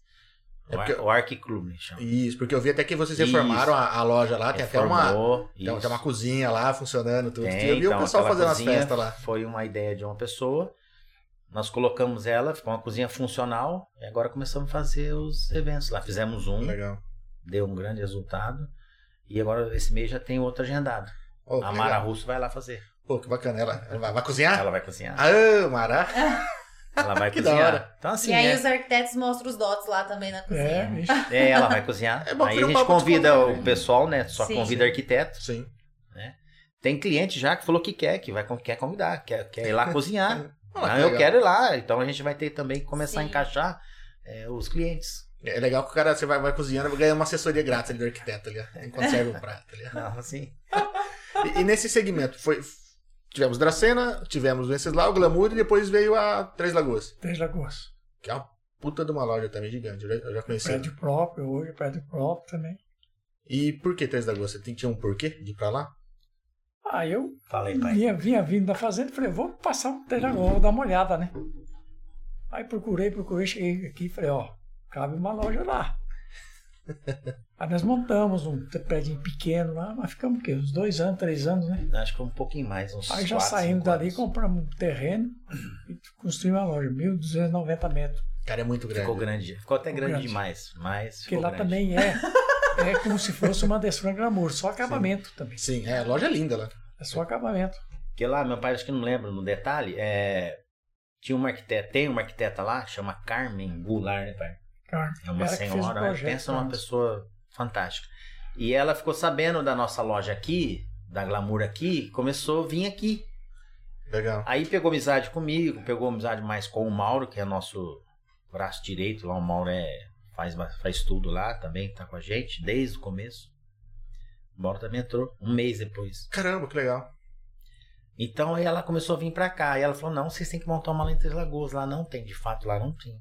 Speaker 2: É
Speaker 3: O, Ar-
Speaker 2: porque-
Speaker 3: o Arc Clube chama.
Speaker 2: Isso, porque eu vi até que vocês
Speaker 3: Isso.
Speaker 2: reformaram a, a loja lá, Ah, tem até uma.
Speaker 3: Reformou,
Speaker 2: Tem, tem
Speaker 3: É, isso.
Speaker 2: uma cozinha lá funcionando tudo.
Speaker 3: Tem,
Speaker 2: eu vi
Speaker 3: então,
Speaker 2: o pessoal
Speaker 3: aquela
Speaker 2: fazendo as
Speaker 3: cozinha
Speaker 2: festas lá.
Speaker 3: Foi uma ideia de uma pessoa. Nós colocamos ela, ficou uma cozinha funcional e agora começamos a fazer os eventos lá. Fizemos um,
Speaker 2: Legal.
Speaker 3: deu um grande resultado. E agora esse mês já tem outro agendado.
Speaker 2: Oh,
Speaker 3: a
Speaker 2: legal.
Speaker 3: Mara Russo vai lá fazer.
Speaker 2: Pô, que bacana. Ela, ela vai, vai cozinhar?
Speaker 3: Ela vai cozinhar.
Speaker 2: Ah, Mara.
Speaker 3: Ela vai
Speaker 2: Que da
Speaker 3: cozinhar. Então assim,
Speaker 1: e aí
Speaker 3: é,
Speaker 1: os arquitetos mostram os dotes lá também na
Speaker 4: É,
Speaker 1: cozinha.
Speaker 4: vixe.
Speaker 3: é, ela vai cozinhar.
Speaker 2: É bom
Speaker 3: aí
Speaker 2: virar
Speaker 3: a
Speaker 2: um
Speaker 3: gente
Speaker 2: papo de
Speaker 3: convida
Speaker 2: cozinha,
Speaker 3: o
Speaker 2: né?
Speaker 3: pessoal, né? Só
Speaker 1: Sim.
Speaker 3: convida arquiteto.
Speaker 2: Sim.
Speaker 3: Tem cliente já que falou que quer, que vai quer convidar, quer, quer ir lá cozinhar.
Speaker 2: Ah,
Speaker 3: Não,
Speaker 2: que
Speaker 3: eu
Speaker 2: legal.
Speaker 3: quero ir lá. Então a gente vai ter também que começar a
Speaker 1: Sim.
Speaker 3: encaixar é, os clientes.
Speaker 2: É legal que o cara, você vai, vai cozinhando, vai ganhar uma assessoria grátis ali do arquiteto ali, ó, enquanto serve o prato ali. ó.
Speaker 3: Não, assim.
Speaker 2: E, e nesse segmento, foi, tivemos Dracena, tivemos Venceslau, Glamour e depois veio a Três Lagoas.
Speaker 4: Três Lagoas.
Speaker 2: Que é uma puta de uma loja também gigante, eu já, eu já conheci.
Speaker 4: Prédio próprio, hoje prédio próprio também.
Speaker 2: E por que Três Lagoas? Você tem- tinha um porquê de ir pra lá?
Speaker 4: Aí eu
Speaker 3: Fala aí, pai.
Speaker 4: vinha, vinha vindo da fazenda e falei, vou passar por Três Lagoas, vou dar uma olhada, né? Aí procurei, procurei, cheguei aqui e falei, ó, cabe uma loja lá. Aí nós montamos um prédio pequeno lá, mas ficamos o quê? Uns dois anos, três anos, né?
Speaker 3: Acho que um pouquinho mais, uns
Speaker 4: Aí já
Speaker 3: quatro,
Speaker 4: saímos
Speaker 3: cinco
Speaker 4: dali,
Speaker 3: anos.
Speaker 4: compramos um terreno e construímos uma loja, 1.290 metros.
Speaker 2: Cara, é muito grande.
Speaker 3: Ficou grande. Ficou até
Speaker 4: Ficou
Speaker 3: grande,
Speaker 4: grande.
Speaker 3: demais. Mas
Speaker 4: Porque
Speaker 3: ficou
Speaker 4: lá
Speaker 3: grande.
Speaker 4: também é, é como se fosse uma Desfran Glamour, só acabamento também.
Speaker 2: Sim, é, a loja é linda lá.
Speaker 4: É só acabamento.
Speaker 3: Porque lá, meu pai, acho que não lembro no detalhe, é... Tinha uma arquiteta, tem uma arquiteta lá, chama Carmen Goulart, né, pai?
Speaker 4: Cara,
Speaker 3: É uma
Speaker 4: ela que fez o
Speaker 3: senhora,
Speaker 4: projeto né?
Speaker 3: pensa
Speaker 4: pra
Speaker 3: numa
Speaker 4: nós.
Speaker 3: pessoa fantástica. E ela ficou sabendo da nossa loja aqui, da Glamour aqui, começou a vir aqui.
Speaker 2: Legal.
Speaker 3: Aí pegou amizade comigo, pegou amizade mais com o Mauro, que é nosso braço direito lá. O Mauro é, faz, faz tudo lá também, tá com a gente desde o começo. O Mauro também entrou um mês depois.
Speaker 2: Caramba, que legal.
Speaker 3: Então aí ela começou a vir pra cá. E ela falou: não, vocês têm que montar uma lá em Três Lagoas. Lá não tem, de fato, lá não tem.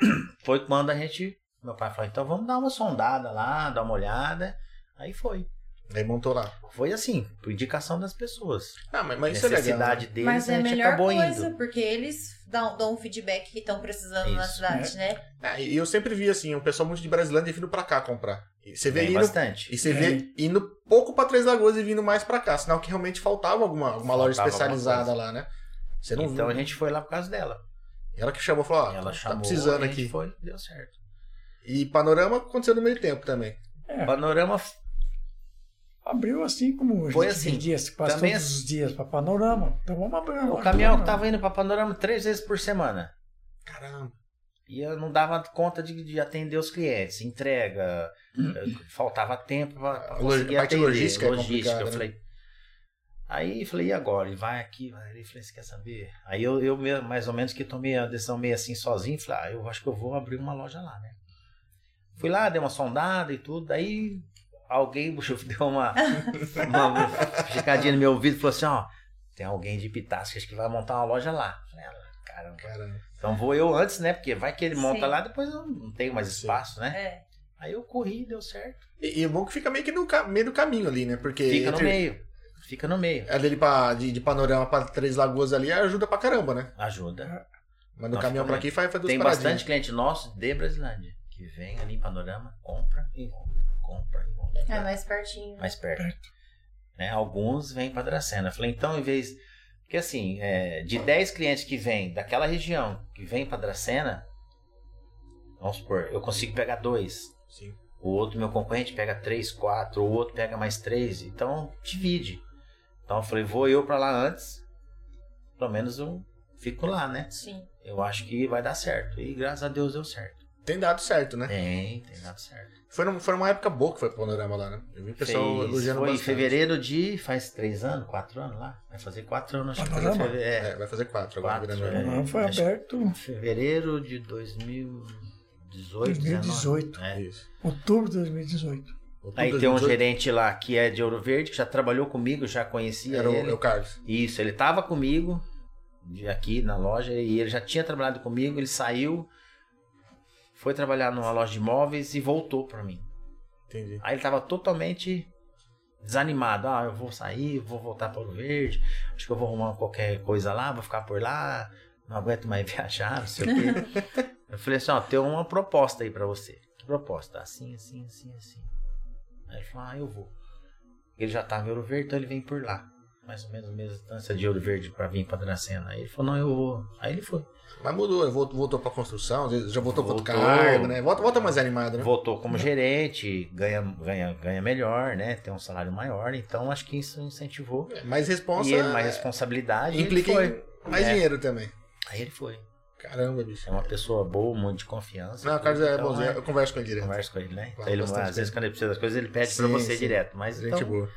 Speaker 3: Foi quando a gente. Meu pai falou: então vamos dar uma sondada lá, dar uma olhada. Aí foi.
Speaker 2: Aí montou lá.
Speaker 3: Foi assim, por indicação das pessoas.
Speaker 2: Ah, mas, mas isso é legal. né?
Speaker 3: necessidade deles,
Speaker 1: Mas
Speaker 3: a
Speaker 1: é a
Speaker 3: gente
Speaker 1: melhor
Speaker 3: acabou
Speaker 1: coisa,
Speaker 3: indo.
Speaker 1: porque eles dão, dão o feedback que estão precisando na
Speaker 3: Isso.
Speaker 1: cidade, né?
Speaker 2: É, e eu sempre vi assim, um pessoal muito de Brasilândia vindo pra cá comprar. E você vê
Speaker 3: Tem
Speaker 2: indo,
Speaker 3: bastante.
Speaker 2: e você vê indo pouco pra Três Lagoas e vindo mais pra cá, sinal que realmente faltava alguma, alguma loja
Speaker 3: Faltava
Speaker 2: especializada
Speaker 3: alguma
Speaker 2: lá, né? Você não
Speaker 3: Então a
Speaker 2: viu.
Speaker 3: gente foi lá por causa dela.
Speaker 2: Ela que chamou e falou, ó,
Speaker 3: ela
Speaker 2: tá
Speaker 3: chamou,
Speaker 2: precisando
Speaker 3: a gente
Speaker 2: aqui.
Speaker 3: foi, deu certo.
Speaker 2: E Panorama aconteceu no meio tempo também.
Speaker 4: É.
Speaker 3: Panorama
Speaker 4: Abriu assim como
Speaker 3: Foi
Speaker 4: a gente
Speaker 3: assim.
Speaker 4: pedia, se passa
Speaker 3: Também
Speaker 4: todos
Speaker 3: assim.
Speaker 4: os dias para panorama. Então vamos abrir
Speaker 3: o
Speaker 4: agora
Speaker 3: caminhão que
Speaker 4: Panorama.
Speaker 3: tava indo pra Panorama três vezes por semana.
Speaker 2: Caramba.
Speaker 3: E eu não dava conta de, de atender os clientes, entrega, eh, faltava tempo pra, pra
Speaker 2: A lo-
Speaker 3: conseguir
Speaker 2: a parte
Speaker 3: atender.
Speaker 2: logística é complicada,
Speaker 3: eu
Speaker 2: né?
Speaker 3: falei. Aí eu falei, e agora? Ele vai aqui, vai ali. Eu falei, você quer saber? Aí eu, eu mesmo, mais ou menos que tomei a decisão meio assim sozinho, falei, ah, eu acho que eu vou abrir uma loja lá, né? Fui lá, dei uma sondada e tudo, aí alguém puxa, deu uma, uma chicadinha no meu ouvido e falou assim, ó, tem alguém de Pitasca acho que vai montar uma loja lá. Eu falei, ah, caramba.
Speaker 2: Caramba.
Speaker 3: Então vou eu antes, né? Porque vai que ele monta
Speaker 1: Sim.
Speaker 3: lá, depois eu não tenho mais
Speaker 2: Sim.
Speaker 3: espaço, né?
Speaker 1: É.
Speaker 3: Aí eu corri, deu certo.
Speaker 2: E, e é bom que fica meio que no ca- meio do caminho ali, né? Porque
Speaker 3: Fica no
Speaker 2: entre-
Speaker 3: meio. Fica no meio.
Speaker 2: ali de pa- de, de Panorama pra Três Lagoas ali ajuda pra caramba, né?
Speaker 3: Ajuda.
Speaker 2: Mas no
Speaker 3: Nossa,
Speaker 2: caminhão pra
Speaker 3: também.
Speaker 2: aqui faz, faz duas
Speaker 3: Tem
Speaker 2: paradinhas.
Speaker 3: bastante cliente nosso de Brasilândia que vem
Speaker 1: Ah,
Speaker 3: ali em Panorama, compra e compra, compra e compra.
Speaker 1: É mais pertinho.
Speaker 3: Mais perto. Né? Alguns vêm para Dracena. Eu falei, então, em vez. Porque assim, é, de 10 clientes que vêm daquela região, que vêm para Dracena, vamos supor, eu consigo pegar dois.
Speaker 2: Sim.
Speaker 3: O outro, meu concorrente, pega três, quatro, o outro pega mais três. Então, divide. Então eu falei, vou eu para lá antes. Pelo menos eu fico lá, né?
Speaker 1: Sim.
Speaker 3: Eu acho que vai dar certo. E graças a Deus deu certo.
Speaker 2: Tem dado certo, né?
Speaker 3: Tem, tem dado certo.
Speaker 2: Foi, num- foi uma época boa que foi pro Panorama lá, né? Eu vi o pessoal
Speaker 3: Fez-
Speaker 2: elogiando
Speaker 3: foi em
Speaker 2: bastante.
Speaker 3: fevereiro de. faz três anos, quatro anos lá. Vai fazer quatro anos, acho que foi em
Speaker 4: Panorama?
Speaker 3: fevereiro.
Speaker 2: É, vai fazer quatro agora.
Speaker 3: Quatro,
Speaker 2: virando-
Speaker 3: é.
Speaker 4: Não, foi
Speaker 3: acho-
Speaker 4: aberto
Speaker 3: É, fevereiro de 2018,
Speaker 4: 2018.
Speaker 3: 2019. É.
Speaker 2: Isso.
Speaker 4: outubro de 2018.
Speaker 2: Outubro
Speaker 3: Aí
Speaker 2: de
Speaker 3: tem um
Speaker 2: 2018,
Speaker 3: gerente lá que é de Ouro Verde, que já trabalhou comigo, já conhecia
Speaker 2: Era o,
Speaker 3: ele.
Speaker 2: é o Carlos.
Speaker 3: Isso, ele estava comigo de- aqui na loja e ele já tinha trabalhado comigo, ele saiu, foi trabalhar numa loja de imóveis e voltou para mim.
Speaker 2: Entendi.
Speaker 3: Aí ele estava totalmente desanimado. Ah, eu vou sair, vou voltar para o Verde, acho que eu vou arrumar qualquer coisa lá, vou ficar por lá, não aguento mais viajar, não sei o quê. eu falei assim, ó, tem uma proposta aí para você. Que proposta? Assim, assim, assim, assim. Aí ele falou, ah, eu vou. Ele já estava em Ouro Verde, então ele vem por lá. Mais ou menos a mesma distância de Ouro Verde para vir para Dracena. Aí ele falou, não, eu vou. Aí ele foi.
Speaker 2: Mas mudou, voltou, voltou pra construção, às vezes já voltou,
Speaker 3: Voltou.
Speaker 2: pra outro cargo, né? Volta, volta mais animado, né?
Speaker 3: Voltou como gerente, ganha, ganha, ganha melhor, né? Tem um salário maior, então acho que isso incentivou.
Speaker 2: É, Mais responsa.
Speaker 3: E ele, mais responsabilidade.
Speaker 2: implica
Speaker 3: ele
Speaker 2: em
Speaker 3: foi.
Speaker 2: mais
Speaker 3: É.
Speaker 2: dinheiro também.
Speaker 3: Aí ele foi.
Speaker 2: Caramba, bicho.
Speaker 3: É uma pessoa boa, muito de confiança.
Speaker 2: Não, o Carlos é
Speaker 3: Então,
Speaker 2: bonzinho,
Speaker 3: é,
Speaker 2: eu converso com ele direto.
Speaker 3: Converso com ele, né?
Speaker 2: Fala
Speaker 3: Então, ele, às
Speaker 2: bastante com
Speaker 3: vezes,
Speaker 2: ele.
Speaker 3: quando ele precisa das coisas, ele pede pra
Speaker 2: Sim,
Speaker 3: você
Speaker 2: sim.
Speaker 3: direto. Mas
Speaker 2: Gente
Speaker 3: então,
Speaker 2: boa.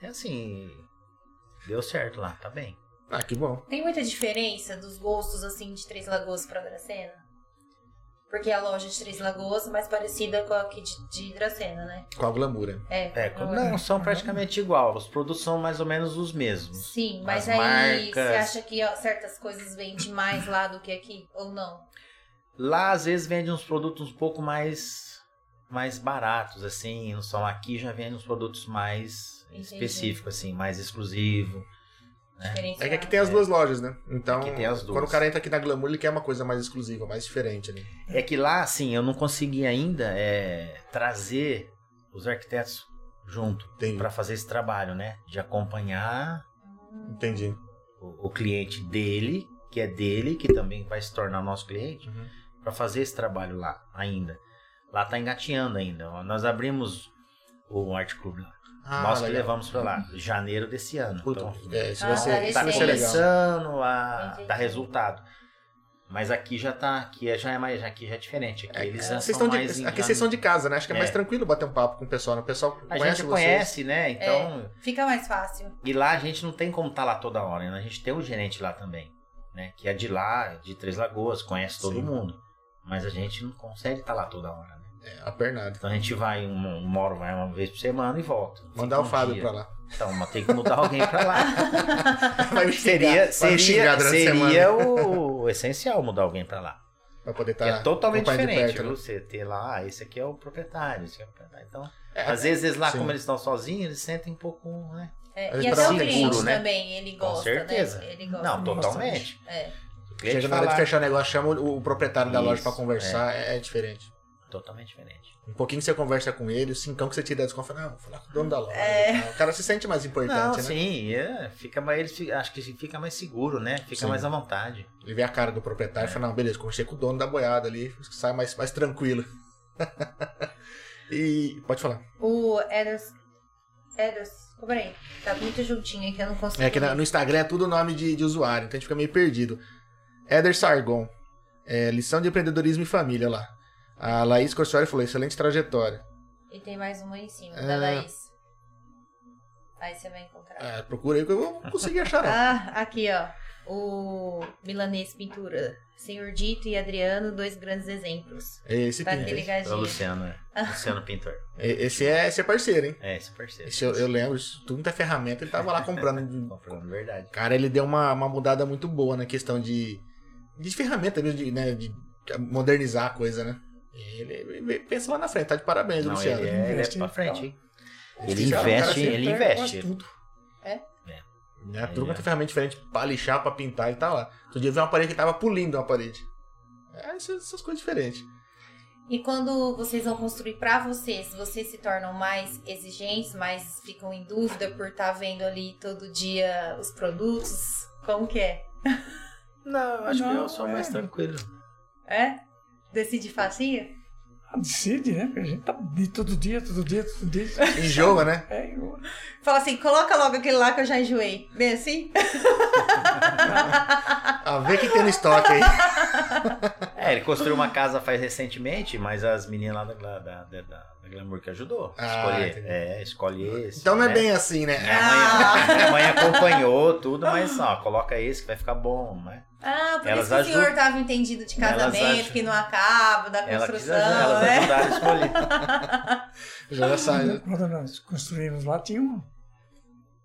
Speaker 3: é assim. Deu certo lá, tá bem.
Speaker 2: Ah, que bom.
Speaker 1: Tem muita diferença dos gostos, assim, de Três Lagoas pra Dracena? Porque a loja de Três Lagoas é mais parecida com a aqui de, de Dracena, né?
Speaker 2: Com a glamoura.
Speaker 1: É.
Speaker 3: É,
Speaker 1: não
Speaker 3: não,
Speaker 2: Uhum.
Speaker 3: são praticamente igual. Os produtos são mais ou menos os mesmos.
Speaker 1: Sim,
Speaker 3: As
Speaker 1: mas aí você
Speaker 3: marcas.
Speaker 1: acha que ó, certas coisas vendem mais lá do que aqui? Ou não?
Speaker 3: Lá, às vezes, vende uns produtos um pouco mais mais baratos, assim, não são aqui, já vende uns produtos mais
Speaker 1: Entendi.
Speaker 3: específicos, assim, mais exclusivo.
Speaker 2: É
Speaker 3: né?
Speaker 1: Diferenciado.
Speaker 2: que
Speaker 3: É
Speaker 2: aqui tem as duas lojas, né? Então,
Speaker 3: Aqui tem as duas.
Speaker 2: quando o cara entra aqui na Glamour, ele quer uma coisa mais exclusiva, mais diferente ali.
Speaker 3: É que lá, assim, eu não consegui ainda é, trazer os arquitetos junto
Speaker 2: Entendi.
Speaker 3: para fazer esse trabalho, né? De acompanhar
Speaker 2: Entendi.
Speaker 3: o, o cliente dele, que é dele, que também vai se tornar nosso cliente,
Speaker 2: Uhum.
Speaker 3: para fazer esse trabalho lá ainda. Lá tá engatinhando ainda. ó. Nós abrimos o Arte Club lá.
Speaker 2: Ah,
Speaker 3: Nós que
Speaker 2: legal.
Speaker 3: levamos para lá, janeiro desse ano.
Speaker 2: Puta,
Speaker 3: Então,
Speaker 2: é, isso
Speaker 1: Ah,
Speaker 2: vai ser,
Speaker 1: tá
Speaker 2: isso
Speaker 3: tá
Speaker 2: vai ser legal.
Speaker 3: começando a
Speaker 1: Entendi.
Speaker 3: dar resultado. Mas aqui já tá, aqui é- já é mais, aqui já é diferente. Aqui
Speaker 2: É,
Speaker 3: eles já
Speaker 2: vocês
Speaker 3: são
Speaker 2: estão de-
Speaker 3: mais
Speaker 2: aqui
Speaker 3: enganados.
Speaker 2: vocês são de casa, né? Acho que é, mais
Speaker 3: É.
Speaker 2: tranquilo bater um papo com o pessoal, né? O pessoal
Speaker 3: A
Speaker 2: conhece
Speaker 3: gente
Speaker 2: vocês. É.
Speaker 3: conhece, né? Então,
Speaker 1: Fica mais fácil.
Speaker 3: e lá a gente não tem como estar lá toda hora, né? A gente tem um gerente lá também, né? Que é de lá, de Três Lagoas, conhece todo
Speaker 2: Sim.
Speaker 3: mundo. Mas a gente não consegue estar lá toda hora, né?
Speaker 2: É, a pernada.
Speaker 3: Então a gente vai, uma, uma hora vai uma vez por semana e volta.
Speaker 2: Mandar o
Speaker 3: Fica um
Speaker 2: Fábio
Speaker 3: dia.
Speaker 2: pra lá.
Speaker 3: Então, mas tem que mudar alguém pra lá.
Speaker 2: Vai me
Speaker 3: seria
Speaker 2: xingar, vai me xingar
Speaker 3: seria,
Speaker 2: durante a
Speaker 3: seria
Speaker 2: semana.
Speaker 3: o, o essencial mudar alguém pra lá.
Speaker 2: Pra poder tá
Speaker 3: Que
Speaker 2: estar
Speaker 3: é totalmente diferente.
Speaker 2: Perto, né?
Speaker 3: Você ter lá, ah, esse aqui é o proprietário, esse aqui é o proprietário. Então,
Speaker 2: É,
Speaker 3: às vezes eles lá,
Speaker 2: sim.
Speaker 3: como eles estão sozinhos, eles sentem um pouco, né?
Speaker 1: É,
Speaker 2: Mas
Speaker 1: E
Speaker 2: pra
Speaker 1: até o
Speaker 2: seguro,
Speaker 1: cliente
Speaker 3: né?
Speaker 1: também, ele gosta,
Speaker 3: certeza.
Speaker 1: né? Ele gosta.
Speaker 3: Não,
Speaker 1: muito.
Speaker 3: totalmente.
Speaker 1: É.
Speaker 3: O cliente
Speaker 2: Chega na hora de
Speaker 3: fala,
Speaker 2: fechar o negócio, chama o, o proprietário da loja pra
Speaker 3: Isso,
Speaker 2: conversar, é, é diferente.
Speaker 3: Totalmente diferente.
Speaker 2: Um pouquio que você conversa com ele, o cincão que você tira da desconfa, não, vou falar com o dono da loja. e tal. O cara se sente mais
Speaker 3: Não,
Speaker 2: importante, né?
Speaker 3: sim, é, fica mais, eles fi- acho que fica mais seguro, né? Fica
Speaker 2: Sim.
Speaker 3: mais à vontade.
Speaker 2: Ele vê a cara do proprietário e fala, não, beleza, conversei com o dono da boiada ali, sai mais, mais tranquilo. e pode falar.
Speaker 1: O Eders... Eders... Ô, Peraí, tá muito juntinho aqui, eu não consigo...
Speaker 2: É que na- no Instagram é tudo nome de, de usuário, então a gente fica meio perdido. Éder Sargon, é, lição de empreendedorismo e família lá. A Laís Corsori falou, excelente trajetória.
Speaker 1: E tem mais uma aí em cima,
Speaker 2: É.
Speaker 1: da Laís. Aí você vai encontrar.
Speaker 2: É, procura aí que eu vou conseguir achar, não.
Speaker 1: Ah, aqui, ó. O Milanês Pintura. Senhor Dito e Adriano, dois grandes exemplos.
Speaker 2: Esse,
Speaker 1: Tá
Speaker 2: pinta.
Speaker 1: aqui
Speaker 3: Pra
Speaker 1: ligadinho.
Speaker 3: Luciano, né? Luciano Pintor.
Speaker 2: E- esse, é, esse é parceiro, hein?
Speaker 3: É, esse parceiro.
Speaker 2: Esse eu, eu lembro, isso tudo muita ferramenta, ele tava lá comprando.
Speaker 3: Comprando verdade.
Speaker 2: Cara, ele deu uma, uma mudada muito boa na questão de, de ferramenta mesmo, de, né, de modernizar a coisa, né? Ele, ele pensa lá na frente, tá de parabéns,
Speaker 3: Não,
Speaker 2: Luciano.
Speaker 3: ele é, ele é
Speaker 4: Investe,
Speaker 3: pra frente,
Speaker 4: então.
Speaker 3: hein? Ele
Speaker 2: Esse cara é um
Speaker 3: investe,
Speaker 2: cara
Speaker 3: ele
Speaker 4: Pega
Speaker 3: investe.
Speaker 4: assim, quase tudo.
Speaker 2: Né? Tudo
Speaker 3: É.
Speaker 2: quanto é ferramenta diferente pra lixar, pra pintar, ele tá lá. Outro dia eu vi uma parede que tava pulindo uma parede. É, essas, essas coisas diferentes.
Speaker 1: E quando vocês vão construir para vocês, vocês se tornam mais exigentes, mais ficam em dúvida por estar vendo ali todo dia os produtos? Como que é?
Speaker 3: Não, acho que
Speaker 4: Não,
Speaker 3: eu sou
Speaker 4: é.
Speaker 3: mais tranquilo.
Speaker 1: É? Decide facinho?
Speaker 4: Ah, Decide, né? Porque a gente tá de todo dia, todo dia, todo dia.
Speaker 2: Enjoa, né?
Speaker 4: É, eu-
Speaker 1: Fala assim, coloca logo aquele lá que eu já enjoei. Bem assim?
Speaker 2: Ah, vê que tem no estoque aí.
Speaker 3: É, ele construiu uma casa faz recentemente, mas as meninas lá da, Gla- da, da, da- da Glamour que ajudou.
Speaker 2: Ah,
Speaker 3: escolher.
Speaker 2: entendi.
Speaker 3: É, escolhe esse.
Speaker 2: Então não é
Speaker 3: né?
Speaker 2: bem assim, né?
Speaker 3: É, a mãe-
Speaker 1: Ah.
Speaker 3: a mãe acompanhou tudo, mas ó, coloca esse que vai ficar bom, né?
Speaker 1: Ah, por
Speaker 3: Elas
Speaker 1: isso que o
Speaker 3: ajudam.
Speaker 1: senhor tava entendido de
Speaker 3: Elas
Speaker 1: casamento,
Speaker 3: ajudam.
Speaker 1: que não acaba, da
Speaker 3: Ela quis
Speaker 1: construção,
Speaker 3: ajudar, elas
Speaker 1: Tá né?
Speaker 3: ajudaram a escolher.
Speaker 2: Já sai, né?
Speaker 4: Quando nós construímos lá, tinha um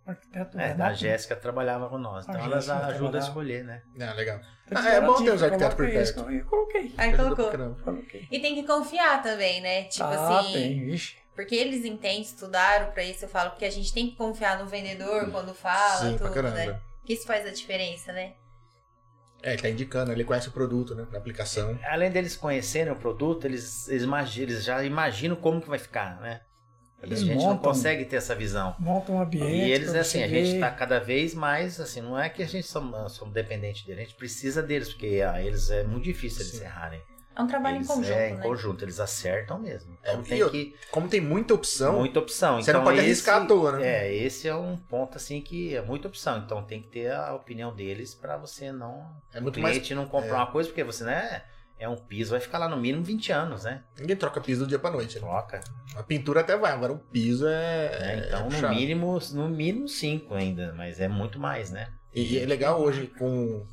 Speaker 4: arquiteto. né?
Speaker 3: É,
Speaker 4: Renato,
Speaker 3: a Jéssica trabalhava com nós, então
Speaker 4: A
Speaker 3: elas
Speaker 4: Jéssica
Speaker 3: ajudam a
Speaker 4: trabalhava.
Speaker 3: escolher, né?
Speaker 2: Ah, legal.
Speaker 4: ele
Speaker 2: Ah, é bom
Speaker 4: falou,
Speaker 2: ter os arquitetos por
Speaker 4: "Coloca esse". Eu coloquei.
Speaker 1: Aí
Speaker 2: Ajuda pra
Speaker 1: colocou.
Speaker 2: caramba.
Speaker 4: coloquei.
Speaker 1: E tem que confiar também, né? Tipo
Speaker 4: ah,
Speaker 1: assim,
Speaker 4: tem, vixe.
Speaker 1: porque eles entendem, estudaram pra isso, eu falo, porque a gente tem que confiar no vendedor quando fala,
Speaker 2: Sim, pra
Speaker 1: tudo,
Speaker 2: caramba.
Speaker 1: né? Que isso faz a diferença, né?
Speaker 2: É, ele tá indicando, ele conhece o produto, né? Da aplicação.
Speaker 3: Além deles conhecerem o produto, eles, eles, imagi- eles já imaginam como que vai ficar, né?
Speaker 4: Eles
Speaker 3: a gente não
Speaker 4: montam.
Speaker 3: consegue ter essa visão.
Speaker 4: Monta um ambiente.
Speaker 3: E eles,
Speaker 4: pra
Speaker 3: assim,
Speaker 4: você
Speaker 3: a gente
Speaker 4: ver.
Speaker 3: tá cada vez mais, assim, não é que a gente somos, somos dependente deles, a gente precisa deles, porque ah, eles é muito difícil eles
Speaker 2: Sim.
Speaker 3: errarem.
Speaker 1: É um trabalho
Speaker 3: Eles,
Speaker 1: em conjunto,
Speaker 3: é, em
Speaker 1: né?
Speaker 3: conjunto, eles acertam mesmo. Então
Speaker 2: É, e
Speaker 3: tem
Speaker 2: eu-
Speaker 3: que
Speaker 2: Como tem muita opção,
Speaker 3: muita opção.
Speaker 2: você
Speaker 3: então,
Speaker 2: não pode
Speaker 3: esse,
Speaker 2: arriscar à toa, né?
Speaker 3: É, esse é um ponto assim que é muita opção. Então tem que ter a opinião deles pra você não.
Speaker 2: É,
Speaker 3: O
Speaker 2: muito mais.
Speaker 3: cliente não comprar uma coisa, porque você, né? É um piso, vai ficar lá no mínimo 20 anos, né?
Speaker 2: Ninguém troca piso do dia pra noite. Né?
Speaker 3: Troca.
Speaker 2: A pintura até vai, agora o piso é.
Speaker 3: né?
Speaker 2: é
Speaker 3: Então, no
Speaker 2: puxado.
Speaker 3: mínimo, no mínimo 5 ainda, mas é muito mais, né?
Speaker 2: E, e é legal hoje, com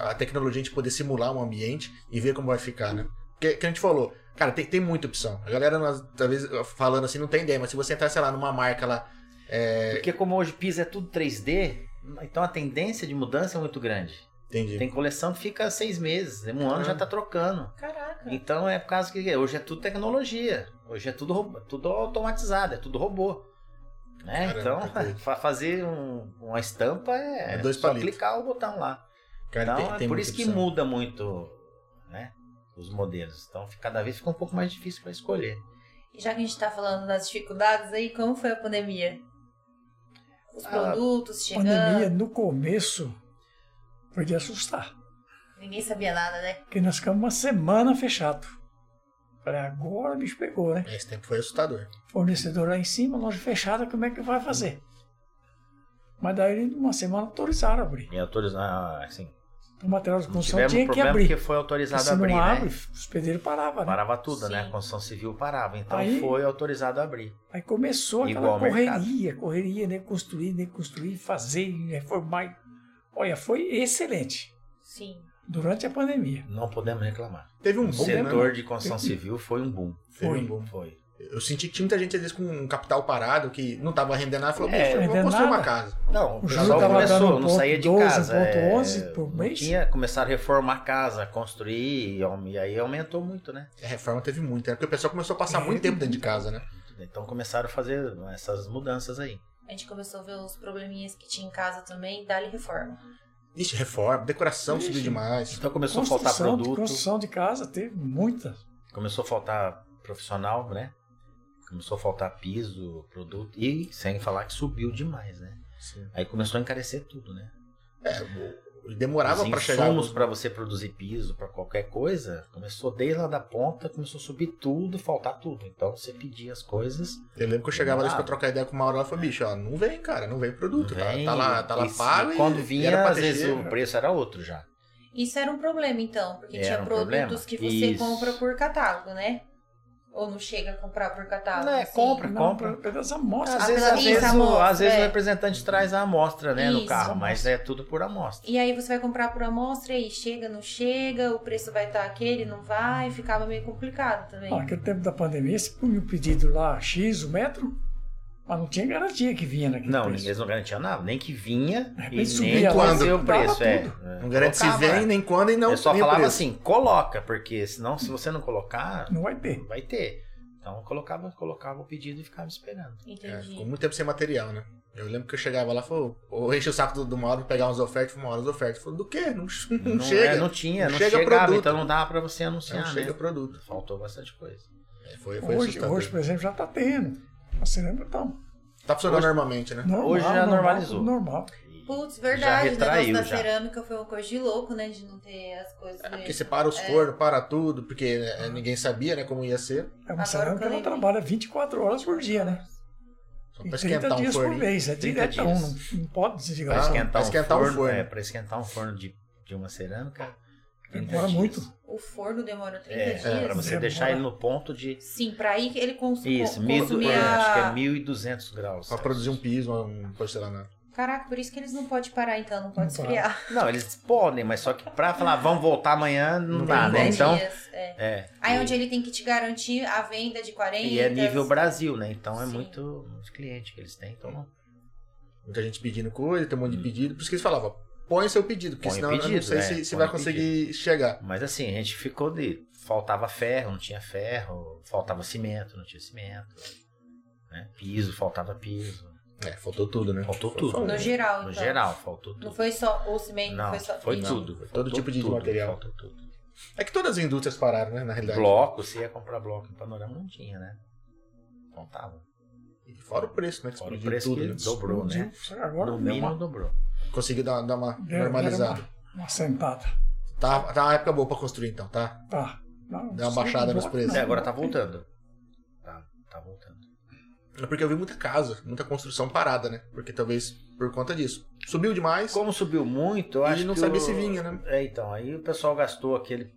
Speaker 2: a a tecnologia, a gente poder simular um ambiente e ver como vai ficar, né? Porque que a gente falou, cara, tem, tem muita opção. A galera, nós, talvez, falando assim, não tem ideia, mas se você entrar, sei lá, numa marca lá. É...
Speaker 3: Porque como hoje piso é tudo 3D, então a tendência de mudança é muito grande.
Speaker 2: Entendi.
Speaker 3: Tem coleção que fica seis meses, um ano
Speaker 2: Ah.
Speaker 3: já tá trocando.
Speaker 1: Caraca.
Speaker 3: Então é por causa que hoje é tudo tecnologia, hoje é tudo, ro- tudo automatizado, é tudo robô. Né?
Speaker 2: Caramba,
Speaker 3: então,
Speaker 2: perfeito.
Speaker 3: fa- fazer um- uma estampa é,
Speaker 2: É dois
Speaker 3: só
Speaker 2: palitos.
Speaker 3: clicar o botão lá.
Speaker 2: Cara,
Speaker 3: Então,
Speaker 2: tem- tem
Speaker 3: é por
Speaker 2: muita
Speaker 3: isso que
Speaker 2: opção.
Speaker 3: muda muito né, os modelos. Então, fica- cada vez fica um pouco mais difícil para escolher.
Speaker 1: E já que a gente tá falando das dificuldades aí, como foi a pandemia? Os
Speaker 3: Ah,
Speaker 1: produtos
Speaker 4: A
Speaker 1: chegando,
Speaker 4: pandemia, no começo, foi de assustar.
Speaker 1: ninguém sabia nada, né?
Speaker 4: Porque nós ficamos uma semana fechado. Falei, agora o bicho pegou, né?
Speaker 2: Esse tempo foi assustador.
Speaker 4: Fornecedor lá em cima, loja fechada, como é que vai fazer? Mas daí, uma semana, autorizaram a abrir.
Speaker 3: E autorizar, ah, assim,
Speaker 4: O material de construção
Speaker 3: tivemos um
Speaker 4: tinha que
Speaker 3: problema
Speaker 4: abrir.
Speaker 3: porque foi autorizado
Speaker 4: se
Speaker 3: a abrir,
Speaker 4: não
Speaker 3: né?
Speaker 4: abre, o hospedeiro parava, né?
Speaker 3: Parava tudo, né?
Speaker 1: Sim.
Speaker 3: A construção civil parava. Então,
Speaker 4: Aí-
Speaker 3: foi autorizado a abrir.
Speaker 4: Aí começou
Speaker 3: Igual
Speaker 4: aquela
Speaker 3: ao mercado.
Speaker 4: correria, correria, né? Construir, né? Construir, fazer, reformar. Olha, foi excelente
Speaker 1: Sim.
Speaker 4: durante a pandemia.
Speaker 3: Não podemos reclamar.
Speaker 2: Teve um
Speaker 3: O
Speaker 2: boom,
Speaker 3: setor
Speaker 2: né?
Speaker 3: de construção civil foi um boom.
Speaker 2: Teve
Speaker 4: Foi.
Speaker 2: um boom.
Speaker 3: Foi.
Speaker 2: Eu senti que tinha muita gente, às vezes, com um capital parado, que não tava rendendo nada, falou,
Speaker 3: É,
Speaker 2: bicho, eu vou
Speaker 4: rendendo
Speaker 2: construir uma
Speaker 4: nada.
Speaker 2: casa.
Speaker 3: Não, o
Speaker 4: O
Speaker 3: pessoal
Speaker 4: juro tava dando
Speaker 3: começou, não
Speaker 4: ponto
Speaker 3: saía de
Speaker 4: 12,
Speaker 3: casa.
Speaker 4: ponto
Speaker 3: é,
Speaker 4: 11 por
Speaker 3: não
Speaker 4: mês?
Speaker 3: Tinha, começaram a reformar a casa, construir, e aum- e aí aumentou muito, né?
Speaker 2: A reforma teve muito, né? Porque o pessoal começou a passar
Speaker 4: É.
Speaker 2: muito tempo dentro de casa, né?
Speaker 3: Então começaram a fazer essas mudanças aí.
Speaker 1: A gente começou a ver os probleminhas que tinha em casa também, dá-lhe reforma.
Speaker 2: Ixi, reforma, decoração
Speaker 4: Ixi.
Speaker 2: subiu demais.
Speaker 3: Então começou a faltar
Speaker 4: Construção de-
Speaker 3: produto,
Speaker 4: Construção de casa teve muita.
Speaker 3: começou a faltar profissional, né? Começou a faltar piso, produto, e sem falar que subiu demais, né?
Speaker 2: Sim.
Speaker 3: Aí começou a encarecer tudo, né?
Speaker 2: É, o- demorava
Speaker 3: Os
Speaker 2: pra chegar.
Speaker 3: insumos para você produzir piso, para qualquer coisa, começou desde lá da ponta, começou a subir tudo, faltar tudo. Então você pedia as coisas,
Speaker 2: Eu lembro que eu chegava lá pra
Speaker 3: Demorava.
Speaker 2: trocar ideia com o Mauro, ela falou, bicho, ó, não vem, cara, não vem produto, tá,
Speaker 3: Vem,
Speaker 2: tá lá, tá lá
Speaker 3: e
Speaker 2: pago e
Speaker 3: Quando
Speaker 2: e
Speaker 3: vinha,
Speaker 2: era pra
Speaker 3: às
Speaker 2: ter
Speaker 3: vezes
Speaker 2: cheiro.
Speaker 3: o preço era outro já.
Speaker 1: Isso era um problema, então, porque
Speaker 3: Era
Speaker 1: tinha
Speaker 3: um
Speaker 1: produtos
Speaker 3: problema?
Speaker 1: que você
Speaker 3: Isso.
Speaker 1: compra por catálogo, né? Ou não chega a comprar por catálogo.
Speaker 3: Não, é
Speaker 1: assim.
Speaker 3: compra.
Speaker 4: Não,
Speaker 3: compra.
Speaker 4: Pelas
Speaker 1: Ah,
Speaker 4: amostras.
Speaker 3: Às vezes,
Speaker 1: pela
Speaker 3: às
Speaker 1: vista,
Speaker 3: vezes, o,
Speaker 1: amostra,
Speaker 3: às vezes
Speaker 1: é.
Speaker 3: o representante traz a amostra né,
Speaker 1: Isso,
Speaker 3: no carro, mas
Speaker 4: amostra.
Speaker 3: é tudo por amostra.
Speaker 1: E aí você vai comprar por amostra e aí chega, não chega, o preço vai estar aquele, não vai, ficava meio complicado também.
Speaker 4: Ah, Naquele tempo da pandemia, você punha um pedido lá, X, o metro, mas não tinha garantia que vinha naquele
Speaker 3: Não,
Speaker 4: preço.
Speaker 3: eles não garantiam nada, nem que vinha
Speaker 4: De repente
Speaker 3: e nem
Speaker 4: subia
Speaker 2: lá,
Speaker 3: quando o
Speaker 4: dava
Speaker 3: preço. É,
Speaker 4: tudo.
Speaker 3: É,
Speaker 2: Não garante se
Speaker 3: colocava,
Speaker 2: vem,
Speaker 3: né?
Speaker 2: nem quando e não
Speaker 3: Eu só
Speaker 2: nem o
Speaker 3: falava
Speaker 2: preço.
Speaker 3: assim, coloca, porque senão se você não colocar,
Speaker 4: Não vai ter.
Speaker 3: não vai ter. Então eu colocava, colocava o pedido e ficava esperando.
Speaker 2: É,
Speaker 1: Entendi.
Speaker 2: ficou muito tempo sem material, né? Eu lembro que eu chegava lá e falava, eu enchi o saco do, do Mauro pra pegar umas ofertas, uma hora as ofertas. Falou, do quê? Não, não,
Speaker 3: Não,
Speaker 2: chega.
Speaker 3: é,
Speaker 2: não,
Speaker 3: não tinha, não,
Speaker 2: Não chega
Speaker 3: chegava,
Speaker 2: produto.
Speaker 3: então não dava pra você anunciar, né?
Speaker 2: chega produto.
Speaker 3: Faltou bastante coisa.
Speaker 2: É, foi foi
Speaker 4: Hoje,
Speaker 2: assustador.
Speaker 4: hoje, por exemplo, já está tendo. A cerâmica está
Speaker 2: Tá funcionando
Speaker 3: hoje-
Speaker 2: normalmente, né?
Speaker 4: normal.
Speaker 3: Hoje já
Speaker 4: normal,
Speaker 3: normalizou.
Speaker 4: tudo Normal. É
Speaker 1: Putz,
Speaker 3: Já
Speaker 1: verdade, o negócio
Speaker 3: retraiu,
Speaker 1: da
Speaker 3: já.
Speaker 1: cerâmica foi uma coisa de louco, né? De não ter as coisas.
Speaker 2: É porque
Speaker 1: mesmo.
Speaker 2: você para os fornos, para tudo, porque né, ninguém sabia, né, como ia ser.
Speaker 4: É uma
Speaker 1: Agora
Speaker 4: cerâmica que
Speaker 1: eu
Speaker 4: ela
Speaker 1: lembrei.
Speaker 4: trabalha 24 horas por dia, né?
Speaker 2: Só
Speaker 4: E
Speaker 2: pra
Speaker 4: 30
Speaker 2: esquentar um
Speaker 4: dias por
Speaker 2: forno.
Speaker 4: mês. É
Speaker 3: 30
Speaker 4: diretão. Não,
Speaker 3: dias.
Speaker 4: não pode
Speaker 3: Pra
Speaker 2: Ah,
Speaker 4: desligar.
Speaker 3: esquentar,
Speaker 2: pra esquentar
Speaker 3: um
Speaker 2: um
Speaker 3: forno,
Speaker 2: forno.
Speaker 3: É, pra esquentar um forno de, de uma cerâmica. 30
Speaker 4: Demora
Speaker 3: dias.
Speaker 4: muito.
Speaker 1: O forno demora 30
Speaker 3: É,
Speaker 1: dias.
Speaker 2: é,
Speaker 3: pra você
Speaker 4: Demora.
Speaker 3: deixar ele no ponto de.
Speaker 1: Sim, pra aí que ele cons
Speaker 3: Isso,
Speaker 1: con-
Speaker 3: mil,
Speaker 1: consumir
Speaker 3: é,
Speaker 1: a-
Speaker 3: acho que é 1200 graus. tá?
Speaker 2: Pra produzir um piso, um porcelanato.
Speaker 1: Caraca, por isso que eles não podem parar então, não
Speaker 4: Não
Speaker 1: pode esfriar.
Speaker 3: Não, eles podem, mas só que pra falar, vamos voltar amanhã, não,
Speaker 2: Não tem
Speaker 3: dá, né?
Speaker 2: como.
Speaker 3: Então.
Speaker 1: dias, é.
Speaker 3: É.
Speaker 1: Aí
Speaker 3: e,
Speaker 1: onde ele tem que te garantir a venda de 40.
Speaker 3: e é nível Brasil, né? Então é
Speaker 1: Sim.
Speaker 3: muito muito cliente que eles têm. Então não
Speaker 2: Muita gente pedindo coisa, tem um monte de pedido. Por isso que eles falavam, põe seu pedido, porque
Speaker 3: Hum. Põe o
Speaker 2: senão eu não
Speaker 3: pedido,
Speaker 2: sei
Speaker 3: né?
Speaker 2: se, se
Speaker 3: Põe
Speaker 2: vai
Speaker 3: o
Speaker 2: conseguir chegar.
Speaker 3: Mas assim, a gente ficou de. Faltava ferro, não tinha ferro, faltava cimento, não tinha cimento. né? Piso, faltava piso.
Speaker 2: É, faltou tudo, né?
Speaker 3: Faltou tudo.
Speaker 1: No geral,
Speaker 3: No
Speaker 1: então.
Speaker 3: geral, faltou tudo.
Speaker 1: Não foi só o cimento,
Speaker 3: Não,
Speaker 1: foi só.
Speaker 3: foi
Speaker 1: Entendi.
Speaker 3: tudo.
Speaker 2: Todo
Speaker 3: faltou
Speaker 2: tipo de
Speaker 3: tudo,
Speaker 2: material.
Speaker 3: Faltou tudo.
Speaker 2: É que todas as indústrias pararam, né, na realidade.
Speaker 3: Bloco, você ia comprar bloco em panorama, não tinha, né? Contava.
Speaker 2: E fora o preço, né, que
Speaker 3: Fora o
Speaker 2: explodiu
Speaker 3: preço
Speaker 2: tudo,
Speaker 3: que
Speaker 2: né? Então,
Speaker 3: dobrou, né?
Speaker 4: Explodiu. Agora
Speaker 3: no
Speaker 4: deu
Speaker 3: mínimo
Speaker 4: uma,
Speaker 3: dobrou. É,
Speaker 2: Conseguiu dar, dar uma
Speaker 4: deu-
Speaker 2: normalizada.
Speaker 4: deu uma- uma sentada.
Speaker 2: Tá, tá uma época boa pra construir, então, tá?
Speaker 4: Tá. Não,
Speaker 2: Deu uma baixada nos
Speaker 4: não,
Speaker 2: preços.
Speaker 3: É, agora tá
Speaker 4: não tem.
Speaker 3: voltando. Tá, tá voltando.
Speaker 2: É porque eu vi muita casa, muita construção parada, né? Porque talvez por conta disso. Subiu demais
Speaker 3: Como subiu muito, eu
Speaker 2: E
Speaker 3: acho
Speaker 2: não
Speaker 3: que
Speaker 2: sabia
Speaker 3: o-
Speaker 2: se vinha, né?
Speaker 3: É, então, aí o pessoal gastou aquele.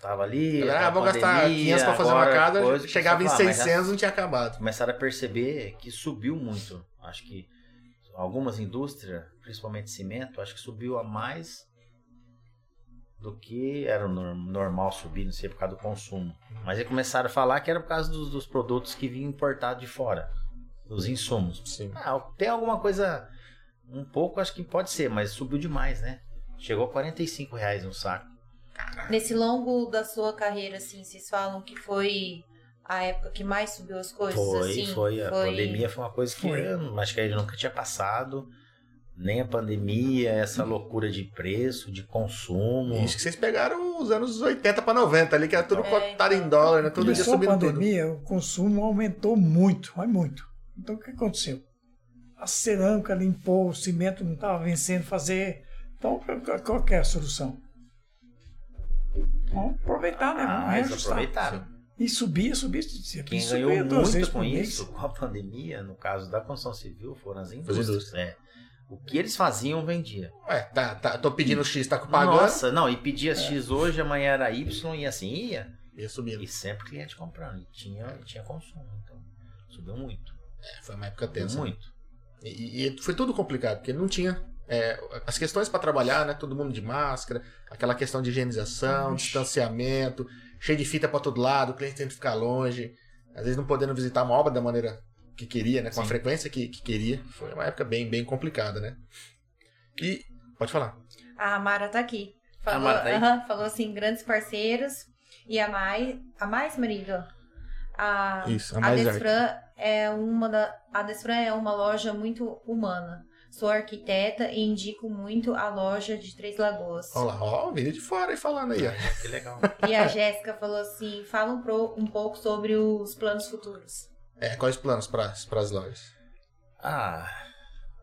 Speaker 3: Tava ali.
Speaker 2: Galera,
Speaker 3: tava
Speaker 2: ah, vou gastar
Speaker 3: pandemia,
Speaker 2: 500 pra fazer
Speaker 3: agora
Speaker 2: uma casa,
Speaker 3: coisa,
Speaker 2: chegava em
Speaker 3: pessoal, ah, mas
Speaker 2: 600 não tinha acabado.
Speaker 3: começaram a perceber que subiu muito. Acho que algumas indústrias, principalmente cimento, acho que subiu a mais do que era o nor- normal subir, não sei, por causa do consumo. Mas aí começaram a falar que era por causa dos, dos produtos que vinham importados de fora, os insumos.
Speaker 2: Sim.
Speaker 3: Ah, tem alguma coisa, um pouco acho que pode ser, mas subiu demais, né? Chegou a 45 reais um saco.
Speaker 1: Nesse longo da sua carreira, assim, vocês falam que foi a época que mais subiu as coisas?
Speaker 3: Foi,
Speaker 1: assim,
Speaker 3: foi. A pandemia foi uma coisa que
Speaker 4: Foi.
Speaker 3: eu acho que a gente nunca tinha passado. Nem a pandemia, essa loucura de preço, de consumo.
Speaker 2: Isso que vocês pegaram os anos 80 pra 90 ali, que era tudo
Speaker 1: É,
Speaker 2: cotado
Speaker 1: então.
Speaker 2: em dólar, né? Todo dia
Speaker 4: Começou a
Speaker 2: subindo tudo.
Speaker 4: pandemia, o consumo aumentou muito, mas muito. Então o que aconteceu? A cerâmica limpou, o cimento não estava vencendo fazer. Então qual que é a solução? Vamos aproveitar, né? Vamos
Speaker 3: Ah, eles
Speaker 4: reajustar.
Speaker 3: aproveitaram.
Speaker 4: E subia, subia, subia.
Speaker 3: Quem
Speaker 4: subia
Speaker 3: ganhou
Speaker 4: duas
Speaker 3: muito
Speaker 4: vezes por
Speaker 3: com
Speaker 4: mês.
Speaker 3: isso, com a pandemia, no caso da construção civil, foram as indústrias.
Speaker 2: indústrias.
Speaker 3: né? O que eles faziam, vendia.
Speaker 2: Ué, tá, tá, tô pedindo X, tá pagando,
Speaker 3: Hum. Nossa, não, e pedia X hoje, amanhã era Y e assim ia.
Speaker 2: ia subindo.
Speaker 3: E sempre cliente comprando. E tinha, tinha consumo. Então, subiu muito.
Speaker 2: É, foi uma época
Speaker 3: Subiu
Speaker 2: tensa.
Speaker 3: muito.
Speaker 2: E, e foi tudo complicado, porque não tinha é, as questões pra trabalhar, né? Todo mundo de máscara, aquela questão de higienização,
Speaker 4: Ixi.
Speaker 2: distanciamento, cheio de fita pra todo lado, o cliente tendo que ficar longe, às vezes não podendo visitar uma obra da maneira que queria, né? Com a
Speaker 3: Sim.
Speaker 2: frequência que, que queria. Foi uma época bem, bem complicada, né? E. Pode falar.
Speaker 1: A Mara tá aqui. Falou,
Speaker 3: A Mara tá aí?
Speaker 1: aham, falou assim, grandes parceiros. E a mais, a mais, marido? A,
Speaker 2: Isso, a
Speaker 1: a
Speaker 2: mais arte.
Speaker 1: Desfran é uma da, a Desfran é uma loja muito humana. Sou arquiteta e indico muito a loja de Três Lagoas.
Speaker 2: Olha lá, ó, o vídeo de fora e falando aí, ó.
Speaker 3: Que legal.
Speaker 1: E a Jéssica falou assim: fala um, pro- um pouco sobre os planos futuros.
Speaker 2: É, quais planos para as lojas?
Speaker 3: Ah,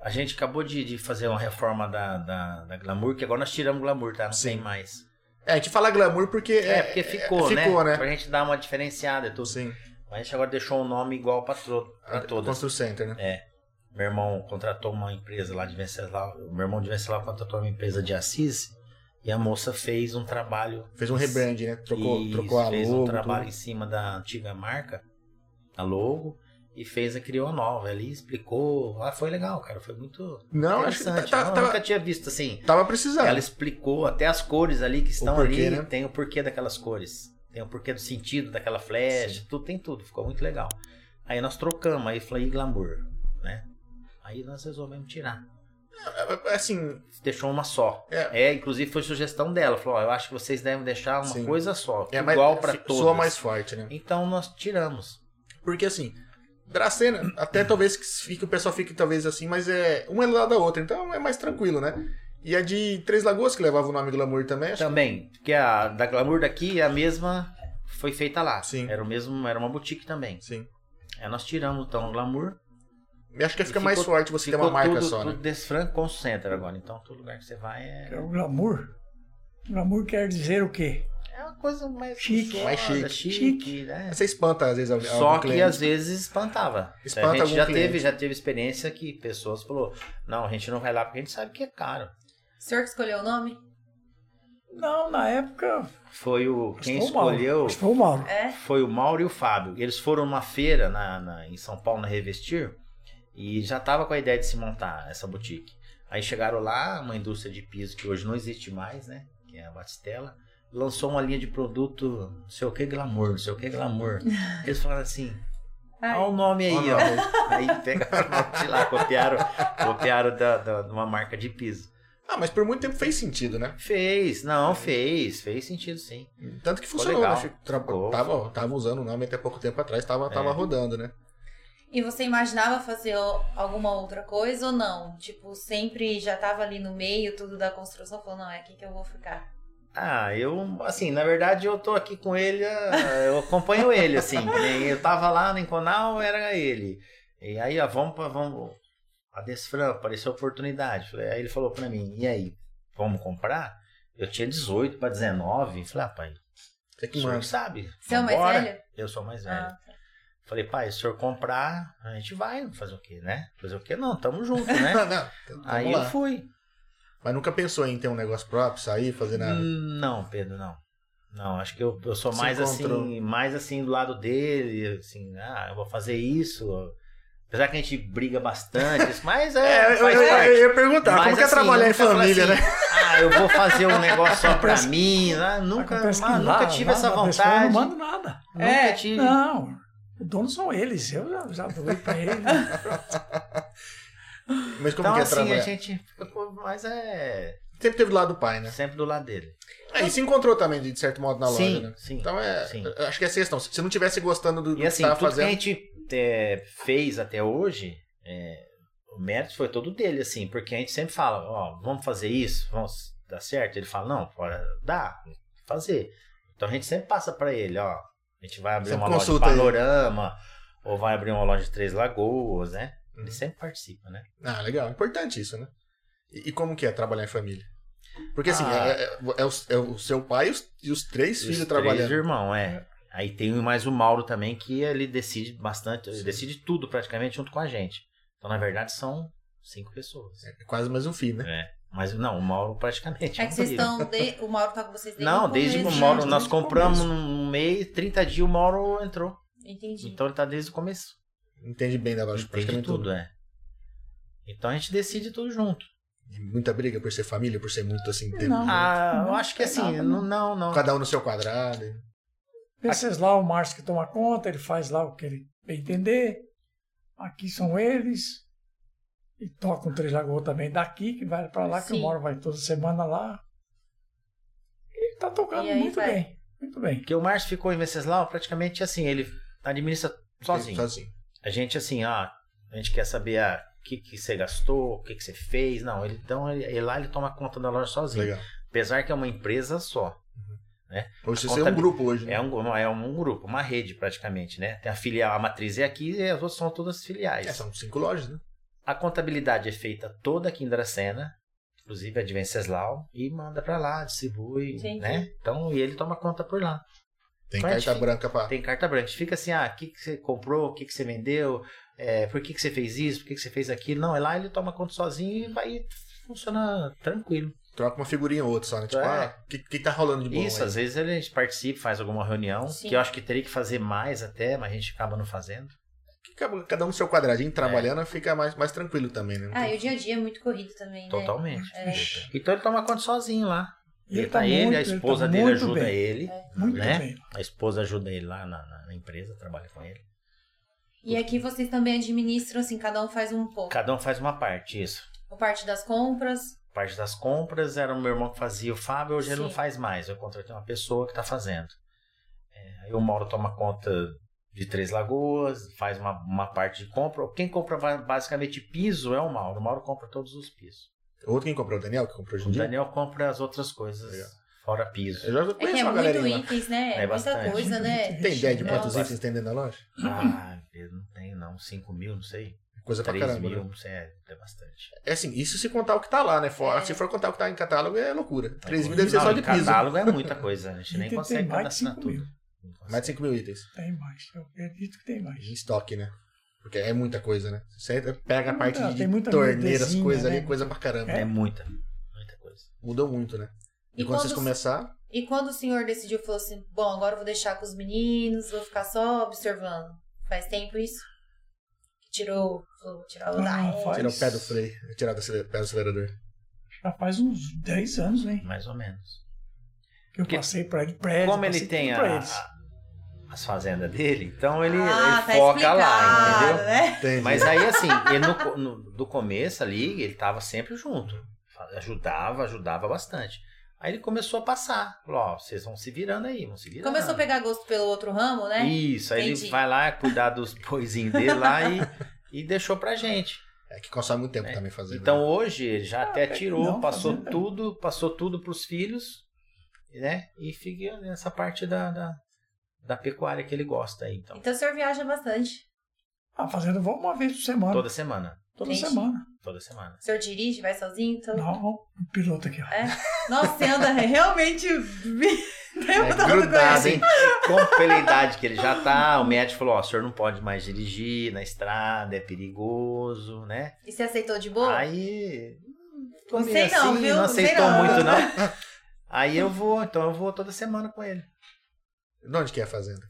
Speaker 3: a gente acabou de, de fazer uma reforma da, da, da Glamour, que agora nós tiramos Glamour, tá? Não
Speaker 2: Sim.
Speaker 3: tem mais.
Speaker 2: É, a gente fala glamour porque.
Speaker 3: É, porque ficou, né?
Speaker 2: Ficou, né?
Speaker 3: Pra gente dar uma diferenciada e tudo.
Speaker 2: Sim.
Speaker 3: Mas a gente agora deixou um nome igual pra, tro-
Speaker 2: Ah,
Speaker 3: pra todas.
Speaker 2: Constru Center, né?
Speaker 3: Meu irmão contratou uma empresa lá de Venceslau. Meu irmão de Venceslau contratou uma empresa de Assis. E a moça fez um trabalho
Speaker 2: Fez um rebrand, né? Trocou,
Speaker 3: Isso,
Speaker 2: trocou a
Speaker 3: fez
Speaker 2: logo.
Speaker 3: um trabalho
Speaker 2: tudo.
Speaker 3: em cima da antiga marca, a logo, e fez a criou a nova ali, explicou. Ah, foi legal, cara, foi muito
Speaker 2: Não, acho que tá,
Speaker 3: interessante.
Speaker 2: tá-
Speaker 3: Não,
Speaker 2: tava,
Speaker 3: Nunca tinha visto assim.
Speaker 2: tava precisando.
Speaker 3: Ela explicou até as cores ali que estão
Speaker 2: porquê,
Speaker 3: ali,
Speaker 2: né?
Speaker 3: tem o porquê daquelas cores, tem o porquê do sentido daquela flecha, tudo tem tudo, ficou muito legal. Aí nós trocamos, aí falei glamour, né? Aí nós resolvemos tirar.
Speaker 2: Assim,
Speaker 3: Deixou uma só.
Speaker 2: é,
Speaker 3: É, inclusive foi sugestão dela. Falou: ó, eu acho que vocês devem deixar uma
Speaker 2: Sim.
Speaker 3: coisa só,
Speaker 2: é mais,
Speaker 3: igual pra
Speaker 2: soa
Speaker 3: todos.
Speaker 2: mais forte, né?
Speaker 3: Então nós tiramos.
Speaker 2: Porque assim, Dracena, até talvez que fique, o pessoal fique talvez assim, mas é uma é do lado da outra, então é mais tranquilo, né? E a de Três Lagoas, que levava o nome Glamour também, acho
Speaker 3: Também, porque a da Glamour daqui é a mesma, foi feita lá.
Speaker 2: Sim.
Speaker 3: Era o mesmo, era uma boutique também.
Speaker 2: que sim.
Speaker 3: Aí nós tiramos então o Glamour.
Speaker 2: E acho que
Speaker 3: E
Speaker 2: fica mais
Speaker 3: ficou-
Speaker 2: forte você ter
Speaker 3: ficou
Speaker 2: uma marca
Speaker 3: tudo,
Speaker 2: só, né?
Speaker 3: tudo Desfran Concentra agora. Então todo lugar que você vai
Speaker 4: É
Speaker 3: é,
Speaker 4: o glamour. Glamour quer dizer o quê?
Speaker 3: é uma coisa mais
Speaker 4: Chique.
Speaker 3: luxuosa,
Speaker 2: Mais chique.
Speaker 3: chique, né?
Speaker 2: Você espanta às vezes alguém.
Speaker 3: Só que às vezes espantava.
Speaker 2: Espanta
Speaker 3: a
Speaker 2: algum
Speaker 3: gente já
Speaker 2: cliente.
Speaker 3: teve, já teve experiência que pessoas falou: "Não, a gente não vai lá porque a gente sabe que é caro".
Speaker 1: O senhor que escolheu o nome?
Speaker 4: Não, na época.
Speaker 3: Foi o quem
Speaker 4: acho que foi o Mauro.
Speaker 3: escolheu
Speaker 4: Acho que Foi o Mauro.
Speaker 1: É?
Speaker 3: foi o Mauro e o Fábio. Eles foram numa feira na, na- em São Paulo, na Revestir, e já tava com a ideia de se montar essa boutique. Aí chegaram lá, uma indústria de piso que hoje não existe mais, né? Que é a Batistela. Lançou uma linha de produto, não sei o que, glamour, não sei o que, glamour. Eles falaram assim,
Speaker 1: Ai.
Speaker 3: olha o nome aí, ó. Aí pegaram o nome de lá, copiaram, copiaram da, da- de uma marca de piso.
Speaker 2: Ah, mas por muito tempo fez sentido, né?
Speaker 3: Fez, não, fez, fez sentido sim.
Speaker 2: Tanto que funcionou,
Speaker 3: legal.
Speaker 2: né? Chico? Tra-
Speaker 3: Ficou. É.
Speaker 2: Tava, tava usando o nome até pouco tempo atrás, tava, tava rodando, né?
Speaker 1: E você imaginava fazer o- alguma outra coisa ou não? Tipo, sempre já tava ali no meio, tudo da construção, falou, não, é aqui que eu vou ficar.
Speaker 3: Ah, eu, assim, na verdade eu tô aqui com ele, ah, eu acompanho ele, assim, que nem eu tava lá no Inconal, era ele. E aí, ó, vamos pra, vamos, a Desfran, apareceu a oportunidade, Falei, aí ele falou pra mim, e aí, vamos comprar? Eu tinha 18 pra 19, falei, ah, pai,
Speaker 2: Você
Speaker 3: o
Speaker 2: que
Speaker 3: senhor
Speaker 2: manda.
Speaker 3: que sabe,
Speaker 1: Você é o mais
Speaker 3: vambora. É,
Speaker 1: velho?
Speaker 3: Eu sou o mais velho.
Speaker 1: Ah,
Speaker 3: Falei, pai, se o senhor comprar, a gente vai, fazer o quê, né? Fazer o quê? Não, tamo junto, né?
Speaker 2: Não, não, então,
Speaker 3: aí
Speaker 2: vamos
Speaker 3: eu
Speaker 2: lá.
Speaker 3: fui.
Speaker 2: Mas nunca pensou em ter um negócio próprio, sair, fazer nada.
Speaker 3: Hum, Não, Pedro, não. Não, acho que eu, eu sou
Speaker 2: Se
Speaker 3: mais
Speaker 2: encontrou.
Speaker 3: assim, mais assim do lado dele, assim, ah, eu vou fazer isso. Apesar que a gente briga bastante, isso, mas é, faz parte.
Speaker 2: ia perguntar, é
Speaker 3: Mas, assim, eu nunca falei
Speaker 2: né?
Speaker 3: assim, Ah, eu vou fazer um negócio só pra
Speaker 4: Acontece-
Speaker 3: mim. Ah, nunca,
Speaker 4: Acontece que
Speaker 3: ah,
Speaker 4: lá-
Speaker 3: nunca tive
Speaker 4: lá
Speaker 3: essa
Speaker 4: na pessoa Eu
Speaker 3: vontade.
Speaker 4: não mando nada.
Speaker 3: Nunca
Speaker 1: É,
Speaker 3: tive.
Speaker 4: Não, o dono são eles. Eu já, já doei pra ele. né?
Speaker 2: Mas como
Speaker 3: Então,
Speaker 2: que é
Speaker 3: assim, a
Speaker 2: trabalhar?
Speaker 3: gente fica, com- mas é
Speaker 2: Sempre teve do lado do pai, né?
Speaker 3: sempre do lado dele.
Speaker 2: É, e se encontrou também, de certo modo, na loja,
Speaker 3: sim,
Speaker 2: né?
Speaker 3: sim.
Speaker 2: Então é.
Speaker 3: Sim.
Speaker 2: eu Acho que essa é a questão. Se se não tivesse gostando do do
Speaker 3: E assim,
Speaker 2: que tava
Speaker 3: tudo que a
Speaker 2: tá fazendo.
Speaker 3: gente é, fez até hoje, é, o mérito foi todo dele, assim, porque a gente sempre fala, ó, vamos fazer isso, vamos dar certo. Ele fala, não, bora, dá, vamos fazer. Então a gente sempre passa pra ele, ó, a gente vai abrir
Speaker 2: Sempre
Speaker 3: uma loja de
Speaker 2: consulta ele.
Speaker 3: panorama, ou vai abrir uma loja de Três Lagoas, né?
Speaker 2: Uhum.
Speaker 3: Ele sempre participa, né?
Speaker 2: Ah, legal. Importante isso, né? E, e como que é trabalhar em família? Porque assim,
Speaker 3: Ah.
Speaker 2: é, é- é o, é o seu pai e os, e os três filhos
Speaker 3: Os três
Speaker 2: trabalhando.
Speaker 3: irmãos, é. Aí tem mais o Mauro também, que ele decide bastante, ele decide tudo praticamente junto com a gente. Então, na verdade, são cinco pessoas.
Speaker 2: É quase mais um filho, né?
Speaker 3: Mas não, o Mauro praticamente.
Speaker 1: é que
Speaker 3: não
Speaker 1: vocês
Speaker 3: liga.
Speaker 1: estão. de- O Mauro tá com vocês desde
Speaker 3: Não, desde que o
Speaker 1: começo,
Speaker 3: Mauro.
Speaker 4: desde
Speaker 1: né?
Speaker 3: Nós
Speaker 4: o começo.
Speaker 3: compramos no mês, 30 dias o Mauro entrou.
Speaker 1: Entendi.
Speaker 3: Então ele tá desde o começo.
Speaker 2: Entende bem da loja,
Speaker 3: Entende
Speaker 2: praticamente tudo.
Speaker 3: tudo, é. Então a gente decide tudo junto.
Speaker 2: E muita briga por ser família, por ser muito assim. ter-
Speaker 4: Não.
Speaker 3: Ah, eu
Speaker 4: não,
Speaker 3: acho que
Speaker 4: não,
Speaker 3: assim,
Speaker 4: não.
Speaker 3: não, não, não.
Speaker 2: Cada um no seu quadrado. e-
Speaker 4: Esses lá, o Márcio que toma conta, ele faz lá o que ele bem entender. Aqui são eles. E toca um Três Lagoas também daqui, que vai pra lá, que
Speaker 1: Sim.
Speaker 4: o Mauro vai toda semana lá. E tá tocando
Speaker 1: E aí
Speaker 4: muito
Speaker 1: vai.
Speaker 4: bem. Muito bem.
Speaker 3: Porque o Márcio ficou em Venceslau praticamente assim, ele administra sozinho.
Speaker 2: Sozinho.
Speaker 3: A gente assim, ah, a gente quer saber ah, o que, que você gastou, o que, que você fez. Não, ele, então ele, ele lá ele toma conta da loja sozinho.
Speaker 2: Legal.
Speaker 3: Apesar que é uma empresa só.
Speaker 2: Hoje você
Speaker 3: Conta-
Speaker 2: é um grupo hoje, né?
Speaker 3: É um, é um grupo, uma rede praticamente, né? Tem a filial, a matriz é aqui e as outras são todas filiais.
Speaker 2: É, são cinco lojas, né?
Speaker 3: A contabilidade é feita toda aqui em Dracena, inclusive a de Venceslau, e manda pra lá, distribui,
Speaker 1: Entendi.
Speaker 3: né? Então, e ele toma conta por lá.
Speaker 2: Tem
Speaker 3: Mas
Speaker 2: carta
Speaker 3: fica-
Speaker 2: branca pra.
Speaker 3: Tem carta branca. Fica assim, ah, o que, que você comprou, o que, que você vendeu, é, por que, que você fez isso, por que, que você fez aquilo. Não, é lá ele toma conta sozinho e vai funciona tranquilo.
Speaker 2: Troca uma figurinha ou outra só, né? Tipo,
Speaker 3: É.
Speaker 2: ah, o que, que tá rolando de bom
Speaker 3: isso,
Speaker 2: aí?
Speaker 3: às vezes ele participa, faz alguma reunião,
Speaker 1: Sim.
Speaker 3: que eu acho que teria que fazer mais até, mas a gente acaba não fazendo.
Speaker 2: Que cada- Cada um no seu quadradinho
Speaker 3: É.
Speaker 2: trabalhando fica mais, mais tranquilo também, né? Não
Speaker 1: Ah,
Speaker 2: tem-
Speaker 1: e o dia a dia é muito corrido também, né?
Speaker 3: Totalmente.
Speaker 1: É.
Speaker 3: Então ele toma conta sozinho lá.
Speaker 4: E
Speaker 3: Ele, tá ele, a
Speaker 4: tá
Speaker 3: esposa dele
Speaker 4: muito
Speaker 3: ajuda
Speaker 4: bem,
Speaker 3: ele.
Speaker 1: É.
Speaker 4: Muito
Speaker 3: né?
Speaker 4: bem.
Speaker 3: A esposa ajuda ele lá na, na- na empresa, trabalha com ele.
Speaker 1: E aqui vocês também administram, assim, cada um faz um pouco.
Speaker 3: Cada um faz uma parte, isso.
Speaker 1: A parte das compras.
Speaker 3: Parte das compras era o meu irmão que fazia, o Fábio hoje ele
Speaker 1: Sim.
Speaker 3: não faz mais. Eu contratei uma pessoa que tá fazendo. É, aí o Mauro toma conta de Três Lagoas, faz uma, uma parte de compra. Quem compra ba- basicamente piso é o Mauro. O Mauro compra todos os pisos.
Speaker 2: Outro quem comprou, o Daniel, que comprou hoje
Speaker 3: O
Speaker 2: em dia.
Speaker 3: Daniel compra as outras coisas
Speaker 2: Legal.
Speaker 3: fora piso.
Speaker 2: Eu já
Speaker 1: É
Speaker 2: conheço
Speaker 1: que é
Speaker 2: uma galerinha
Speaker 1: muito
Speaker 2: lá.
Speaker 1: itens, né?
Speaker 3: É
Speaker 1: É muita
Speaker 3: bastante.
Speaker 1: coisa, né?
Speaker 2: Tem ideia de
Speaker 1: Não.
Speaker 2: quantos itens tem dentro da loja?
Speaker 3: Ah, eu não tenho não. 5 mil, não sei.
Speaker 2: Coisa pra
Speaker 3: 3
Speaker 2: caramba.
Speaker 3: mil,
Speaker 2: né?
Speaker 3: não sei. É, é bastante.
Speaker 2: É assim, isso se contar o que tá lá, né? Fora-
Speaker 1: É.
Speaker 2: Se for contar o que tá em catálogo, é loucura. 3 mil
Speaker 3: Não,
Speaker 2: deve ser só de
Speaker 3: Tá em
Speaker 2: piso.
Speaker 3: catálogo é muita coisa. A gente
Speaker 4: E
Speaker 3: nem
Speaker 4: tem-
Speaker 3: consegue
Speaker 4: tem mais de
Speaker 3: cadastrar
Speaker 4: cinco mil.
Speaker 3: tudo. Não consegue.
Speaker 2: Mais de 5 mil itens.
Speaker 4: Tem mais. Eu acredito que tem mais.
Speaker 2: Em estoque, né? Porque é muita coisa, né? Você entra- pega a parte
Speaker 4: Ah, tem
Speaker 2: de
Speaker 4: muita
Speaker 2: torneiras,
Speaker 4: desenho,
Speaker 2: coisa
Speaker 4: né?
Speaker 2: ali, coisa pra caramba.
Speaker 3: É muita, muita coisa.
Speaker 2: Mudou muito, né? E,
Speaker 1: E
Speaker 2: quando
Speaker 1: quando
Speaker 2: vocês
Speaker 1: os-
Speaker 2: começar,
Speaker 1: E quando o senhor decidiu, falou assim: bom, agora eu vou deixar com os meninos, vou ficar só observando. Faz tempo isso? Que tirou, falou, tirar o
Speaker 4: Ah,
Speaker 1: da
Speaker 4: faz.
Speaker 2: tirar o pé do freio, tirar do acele- pé do acelerador.
Speaker 4: Já faz uns 10 anos, né?
Speaker 3: Mais ou menos.
Speaker 4: Que eu
Speaker 3: Porque
Speaker 4: passei pra ele. Pra eles,
Speaker 3: Como
Speaker 4: eu
Speaker 3: ele
Speaker 4: passei
Speaker 3: tem
Speaker 4: É, tipo, tudo
Speaker 3: a-
Speaker 4: pra eles.
Speaker 3: as fazendas dele, então ele,
Speaker 1: ah,
Speaker 3: ele
Speaker 1: tá
Speaker 3: foca lá,
Speaker 1: explicado,
Speaker 3: entendeu?
Speaker 1: Né?
Speaker 2: Entende?
Speaker 3: Mas aí, assim, ele no, co- no- do começo ali, ele tava sempre junto. Ajudava, ajudava bastante. Aí ele começou a passar. Falou, ó, vocês vão se virando aí, vão se virando.
Speaker 1: Começou a pegar gosto pelo outro ramo, né?
Speaker 3: Isso, aí ele
Speaker 1: Entendi.
Speaker 3: vai lá cuidar dos boizinhos dele lá e, e deixou pra gente.
Speaker 2: É que consome muito tempo
Speaker 3: É.
Speaker 2: também fazer.
Speaker 3: Então
Speaker 2: né?
Speaker 3: hoje ele já até
Speaker 4: até que
Speaker 3: tirou,
Speaker 4: não,
Speaker 3: passou
Speaker 4: fazendo bem.
Speaker 3: tudo, passou tudo pros filhos, né? E fica nessa parte da, da, da pecuária que ele gosta aí, então.
Speaker 1: Então o senhor viaja bastante.
Speaker 4: Ah, fazendo vou uma vez por semana. Toda,
Speaker 3: Toda semana.
Speaker 1: Entendi.
Speaker 4: semana.
Speaker 3: Toda semana.
Speaker 1: O senhor dirige, vai sozinho? Então...
Speaker 4: Não, ó, o piloto aqui, ó.
Speaker 1: É. Nossa, você anda realmente o tempo
Speaker 3: É
Speaker 1: todo com
Speaker 3: grudado,
Speaker 1: ele.
Speaker 3: hein? Com pela idade que ele já tá, o médico falou, ó, o senhor não pode mais dirigir na estrada, é perigoso, né?
Speaker 1: E você aceitou de boa?
Speaker 3: Aí. hum, ficou
Speaker 1: Não
Speaker 3: meio
Speaker 1: sei não, viu?
Speaker 3: Não
Speaker 1: Não sei
Speaker 3: aceitou
Speaker 1: não.
Speaker 3: muito, não. Aí eu vou, então eu vou toda semana com ele.
Speaker 2: De onde que é a fazenda?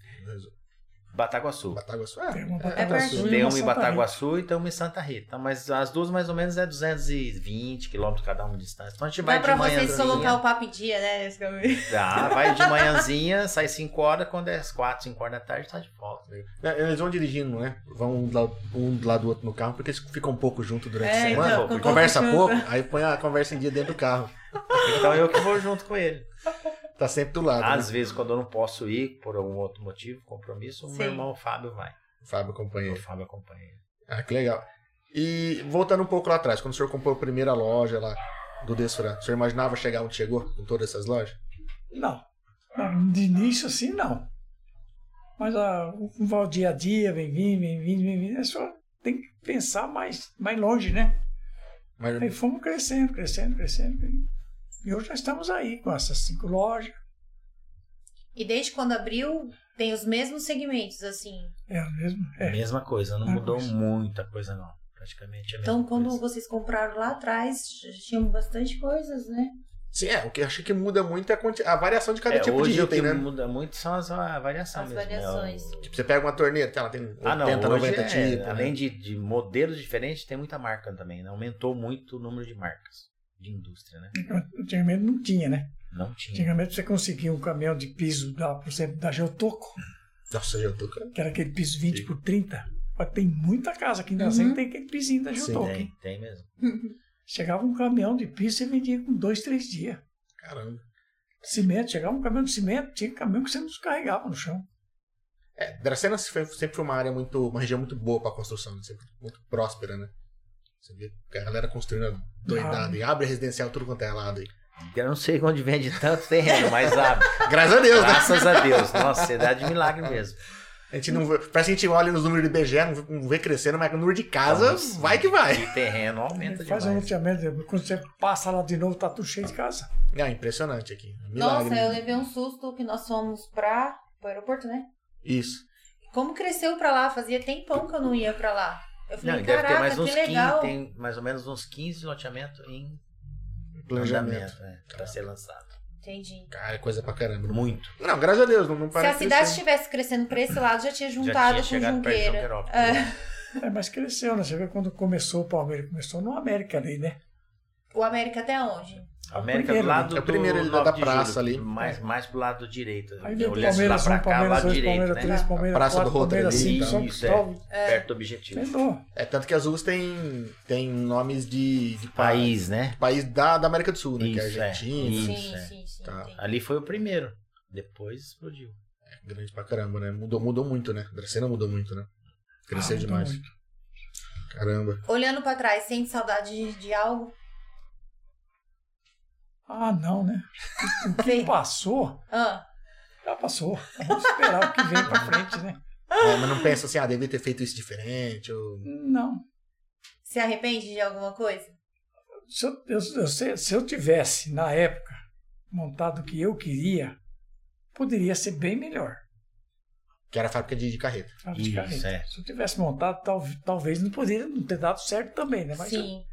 Speaker 3: Bataguaçu.
Speaker 2: Bataguaçu. Ah,
Speaker 4: Tem uma
Speaker 2: é,
Speaker 4: Bataguaçu.
Speaker 2: Bataguaçu.
Speaker 4: e
Speaker 3: Tem
Speaker 4: uma
Speaker 3: uma em
Speaker 4: Santa
Speaker 3: Bataguaçu e tem uma em Santa Rita. Então, Mas as duas mais ou menos é 220 quilômetros cada uma de distância. Então a gente vai
Speaker 1: Dá pra
Speaker 3: de
Speaker 1: vocês colocar
Speaker 3: manhãzinha.
Speaker 1: o papo em dia, né? Esse caminho.
Speaker 3: Dá, vai de manhãzinha, sai 5 horas, quando é 4, 5 horas da tarde, tá de volta.
Speaker 2: É, Eles vão dirigindo, né? Vão um do, lado, um do lado do outro no carro, porque eles ficam um pouco junto durante
Speaker 1: É,
Speaker 2: a semana.
Speaker 1: então,
Speaker 3: pouco,
Speaker 2: conversa
Speaker 1: junto.
Speaker 2: pouco, aí põe a conversa em dia dentro do carro.
Speaker 3: Então eu que vou junto com ele.
Speaker 2: Tá sempre do lado.
Speaker 3: Às
Speaker 2: né?
Speaker 3: vezes, quando eu não posso ir por algum outro motivo, compromisso, o
Speaker 1: Sim.
Speaker 3: meu irmão Fábio vai.
Speaker 2: O Fábio acompanha
Speaker 3: O
Speaker 2: ele.
Speaker 3: Fábio acompanha ele.
Speaker 2: Ah, que legal. E voltando um pouco lá atrás, quando o senhor comprou a primeira loja lá do Desfran, o senhor imaginava chegar onde chegou com todas essas lojas?
Speaker 4: Não. Não, De início assim, não. Mas ah, um vai o dia a dia, vem vindo, vem vindo, vem vindo. É só tem que pensar mais, mais longe, né?
Speaker 2: Mas
Speaker 4: Aí fomos crescendo, crescendo, crescendo. crescendo. E hoje nós estamos aí com essas cinco lojas.
Speaker 1: E desde quando abriu, tem os mesmos segmentos, assim.
Speaker 4: É o mesmo. É.
Speaker 3: Mesma coisa, não
Speaker 4: Ah,
Speaker 3: mudou
Speaker 4: mas-
Speaker 3: muita coisa, não. Praticamente é a mesma
Speaker 1: Então, quando
Speaker 3: coisa.
Speaker 1: vocês compraram lá atrás, já tinham bastante coisas, né?
Speaker 2: sim, é, o que eu acho que muda muito é a, quanti- a variação de cada
Speaker 3: É,
Speaker 2: tipo
Speaker 3: hoje
Speaker 2: de
Speaker 3: o que
Speaker 2: item, né?
Speaker 3: muda muito são as ah, variações
Speaker 1: As
Speaker 3: mesmo. né?
Speaker 1: variações.
Speaker 3: O-
Speaker 2: Tipo, você pega uma torneira, tá, ela tem 80,
Speaker 3: Ah, não. hoje
Speaker 2: 90
Speaker 3: é,
Speaker 2: tipos. né?
Speaker 3: além de, de modelos diferentes, tem muita marca também. né? Aumentou muito o número de marcas de indústria, né?
Speaker 4: Antigamente não tinha, né?
Speaker 3: Não tinha.
Speaker 4: Antigamente você conseguia um caminhão de piso, da, por exemplo, da Geotoco,
Speaker 2: Nossa, eu tô... cara.
Speaker 4: que era aquele piso 20 por 30. Mas tem muita casa aqui em Dazen
Speaker 1: Uhum.
Speaker 4: que tem aquele pisinho da
Speaker 2: Sim,
Speaker 4: Geotoco. hein?
Speaker 3: Tem, tem mesmo.
Speaker 4: Chegava um caminhão de piso e vendia com dois, três dias.
Speaker 2: Caramba.
Speaker 4: Cimento, chegava um caminhão de cimento, tinha caminhão que você não descarregava no chão.
Speaker 2: É, Dracena sempre foi- sempre foi uma área muito, uma região muito boa pra construção, né? sempre muito próspera, né? Você vê que a galera construindo doidada e abre residencial tudo quanto é lado aí.
Speaker 3: Eu não sei onde vende tanto terreno, mas abre.
Speaker 2: Graças a Deus, né?
Speaker 3: Graças a Deus. Nossa, cidade de milagre mesmo.
Speaker 2: A gente não vê, parece que a gente olha nos números do IBGE, não vê, não vê crescendo, mas o número de casa
Speaker 3: Nossa,
Speaker 2: vai que vai.
Speaker 3: Então, E terreno aumenta
Speaker 4: Faz
Speaker 3: demais.
Speaker 4: um loteamento, depois quando você passa lá de novo, tá tudo cheio de casa.
Speaker 2: É impressionante aqui. Milagre.
Speaker 1: Nossa, eu
Speaker 3: né?
Speaker 1: levei um susto que nós fomos pra... pro aeroporto, né?
Speaker 2: Isso.
Speaker 1: Como cresceu pra lá? Fazia tempão que eu não ia pra lá. Eu
Speaker 3: Não,
Speaker 4: assim,
Speaker 1: falei,
Speaker 3: e deve
Speaker 1: caraca,
Speaker 3: ter mais uns
Speaker 1: que legal.
Speaker 3: 15, tem mais ou menos uns 15 loteamentos em
Speaker 2: Planejamento.
Speaker 3: andamento, né? Pra ser lançado.
Speaker 1: Entendi.
Speaker 2: Cara, é coisa pra caramba. Não-
Speaker 3: Muito.
Speaker 2: Não, graças a Deus, não, não
Speaker 1: Se
Speaker 2: para
Speaker 1: a
Speaker 2: de
Speaker 1: cidade
Speaker 2: crescer.
Speaker 1: estivesse crescendo pra esse lado, já tinha
Speaker 3: Já
Speaker 1: juntado
Speaker 3: tinha
Speaker 1: com
Speaker 3: chegado perto de
Speaker 1: Junqueira.
Speaker 3: Junqueirópolis.
Speaker 1: É.
Speaker 4: É, mas cresceu, né? Você vê quando começou o Palmeiras, começou no América ali, né?
Speaker 1: O América até onde?
Speaker 3: América
Speaker 4: primeiro,
Speaker 3: do lado
Speaker 2: né? É o primeiro
Speaker 3: do
Speaker 2: ali
Speaker 3: 9
Speaker 2: da
Speaker 3: de
Speaker 2: praça
Speaker 3: julho,
Speaker 2: ali.
Speaker 3: Mais, mais pro lado direito. né?
Speaker 4: Aí veio
Speaker 3: Olhando
Speaker 4: Palmeiras
Speaker 3: É, lá pra
Speaker 4: 1,
Speaker 3: cá,
Speaker 4: Palmeiras
Speaker 3: lado
Speaker 4: 2,
Speaker 3: direito,
Speaker 4: Palmeiras
Speaker 3: né?
Speaker 4: 3, Palmeiras
Speaker 2: Praça
Speaker 4: 4,
Speaker 2: do Rotterdam,
Speaker 4: Palmeiras 5,
Speaker 3: então.
Speaker 4: São
Speaker 3: Isso, é.
Speaker 4: Cristóvão.
Speaker 3: Perto do objetivo.
Speaker 4: Vendou.
Speaker 2: É, tanto que as ruas têm, têm nomes de, de pa-
Speaker 3: País, né?
Speaker 2: país da, da América do Sul, né? que é
Speaker 3: Isso, é.
Speaker 2: Argentina.
Speaker 3: Isso,
Speaker 1: sim,
Speaker 3: é.
Speaker 1: sim, sim,
Speaker 2: Tá.
Speaker 1: entendi.
Speaker 3: Ali foi o primeiro. Depois explodiu.
Speaker 2: é Grande pra caramba, né? Mudou, mudou muito, né? Dracena mudou muito, né? Cresceu
Speaker 4: Ah, mudou
Speaker 2: demais.
Speaker 4: muito.
Speaker 2: Caramba.
Speaker 1: Olhando pra trás, sente saudade de, de algo?
Speaker 4: Ah, não, né? O que
Speaker 1: Sim.
Speaker 4: passou,
Speaker 1: Ah,
Speaker 4: já passou. Vamos esperar o que vem pra frente, né?
Speaker 2: É, mas não pensa assim, ah, devia ter feito isso diferente. Ou...
Speaker 4: Não.
Speaker 1: se arrepende de alguma coisa?
Speaker 4: Se eu, eu- eu sei- se eu tivesse, na época, montado o que eu queria, poderia ser bem melhor.
Speaker 2: Que era a fábrica de, de carreta.
Speaker 4: praticamente.
Speaker 3: Isso, é.
Speaker 4: Se eu tivesse montado, tal- talvez não poderia não ter dado certo também, né? Mas
Speaker 1: Sim.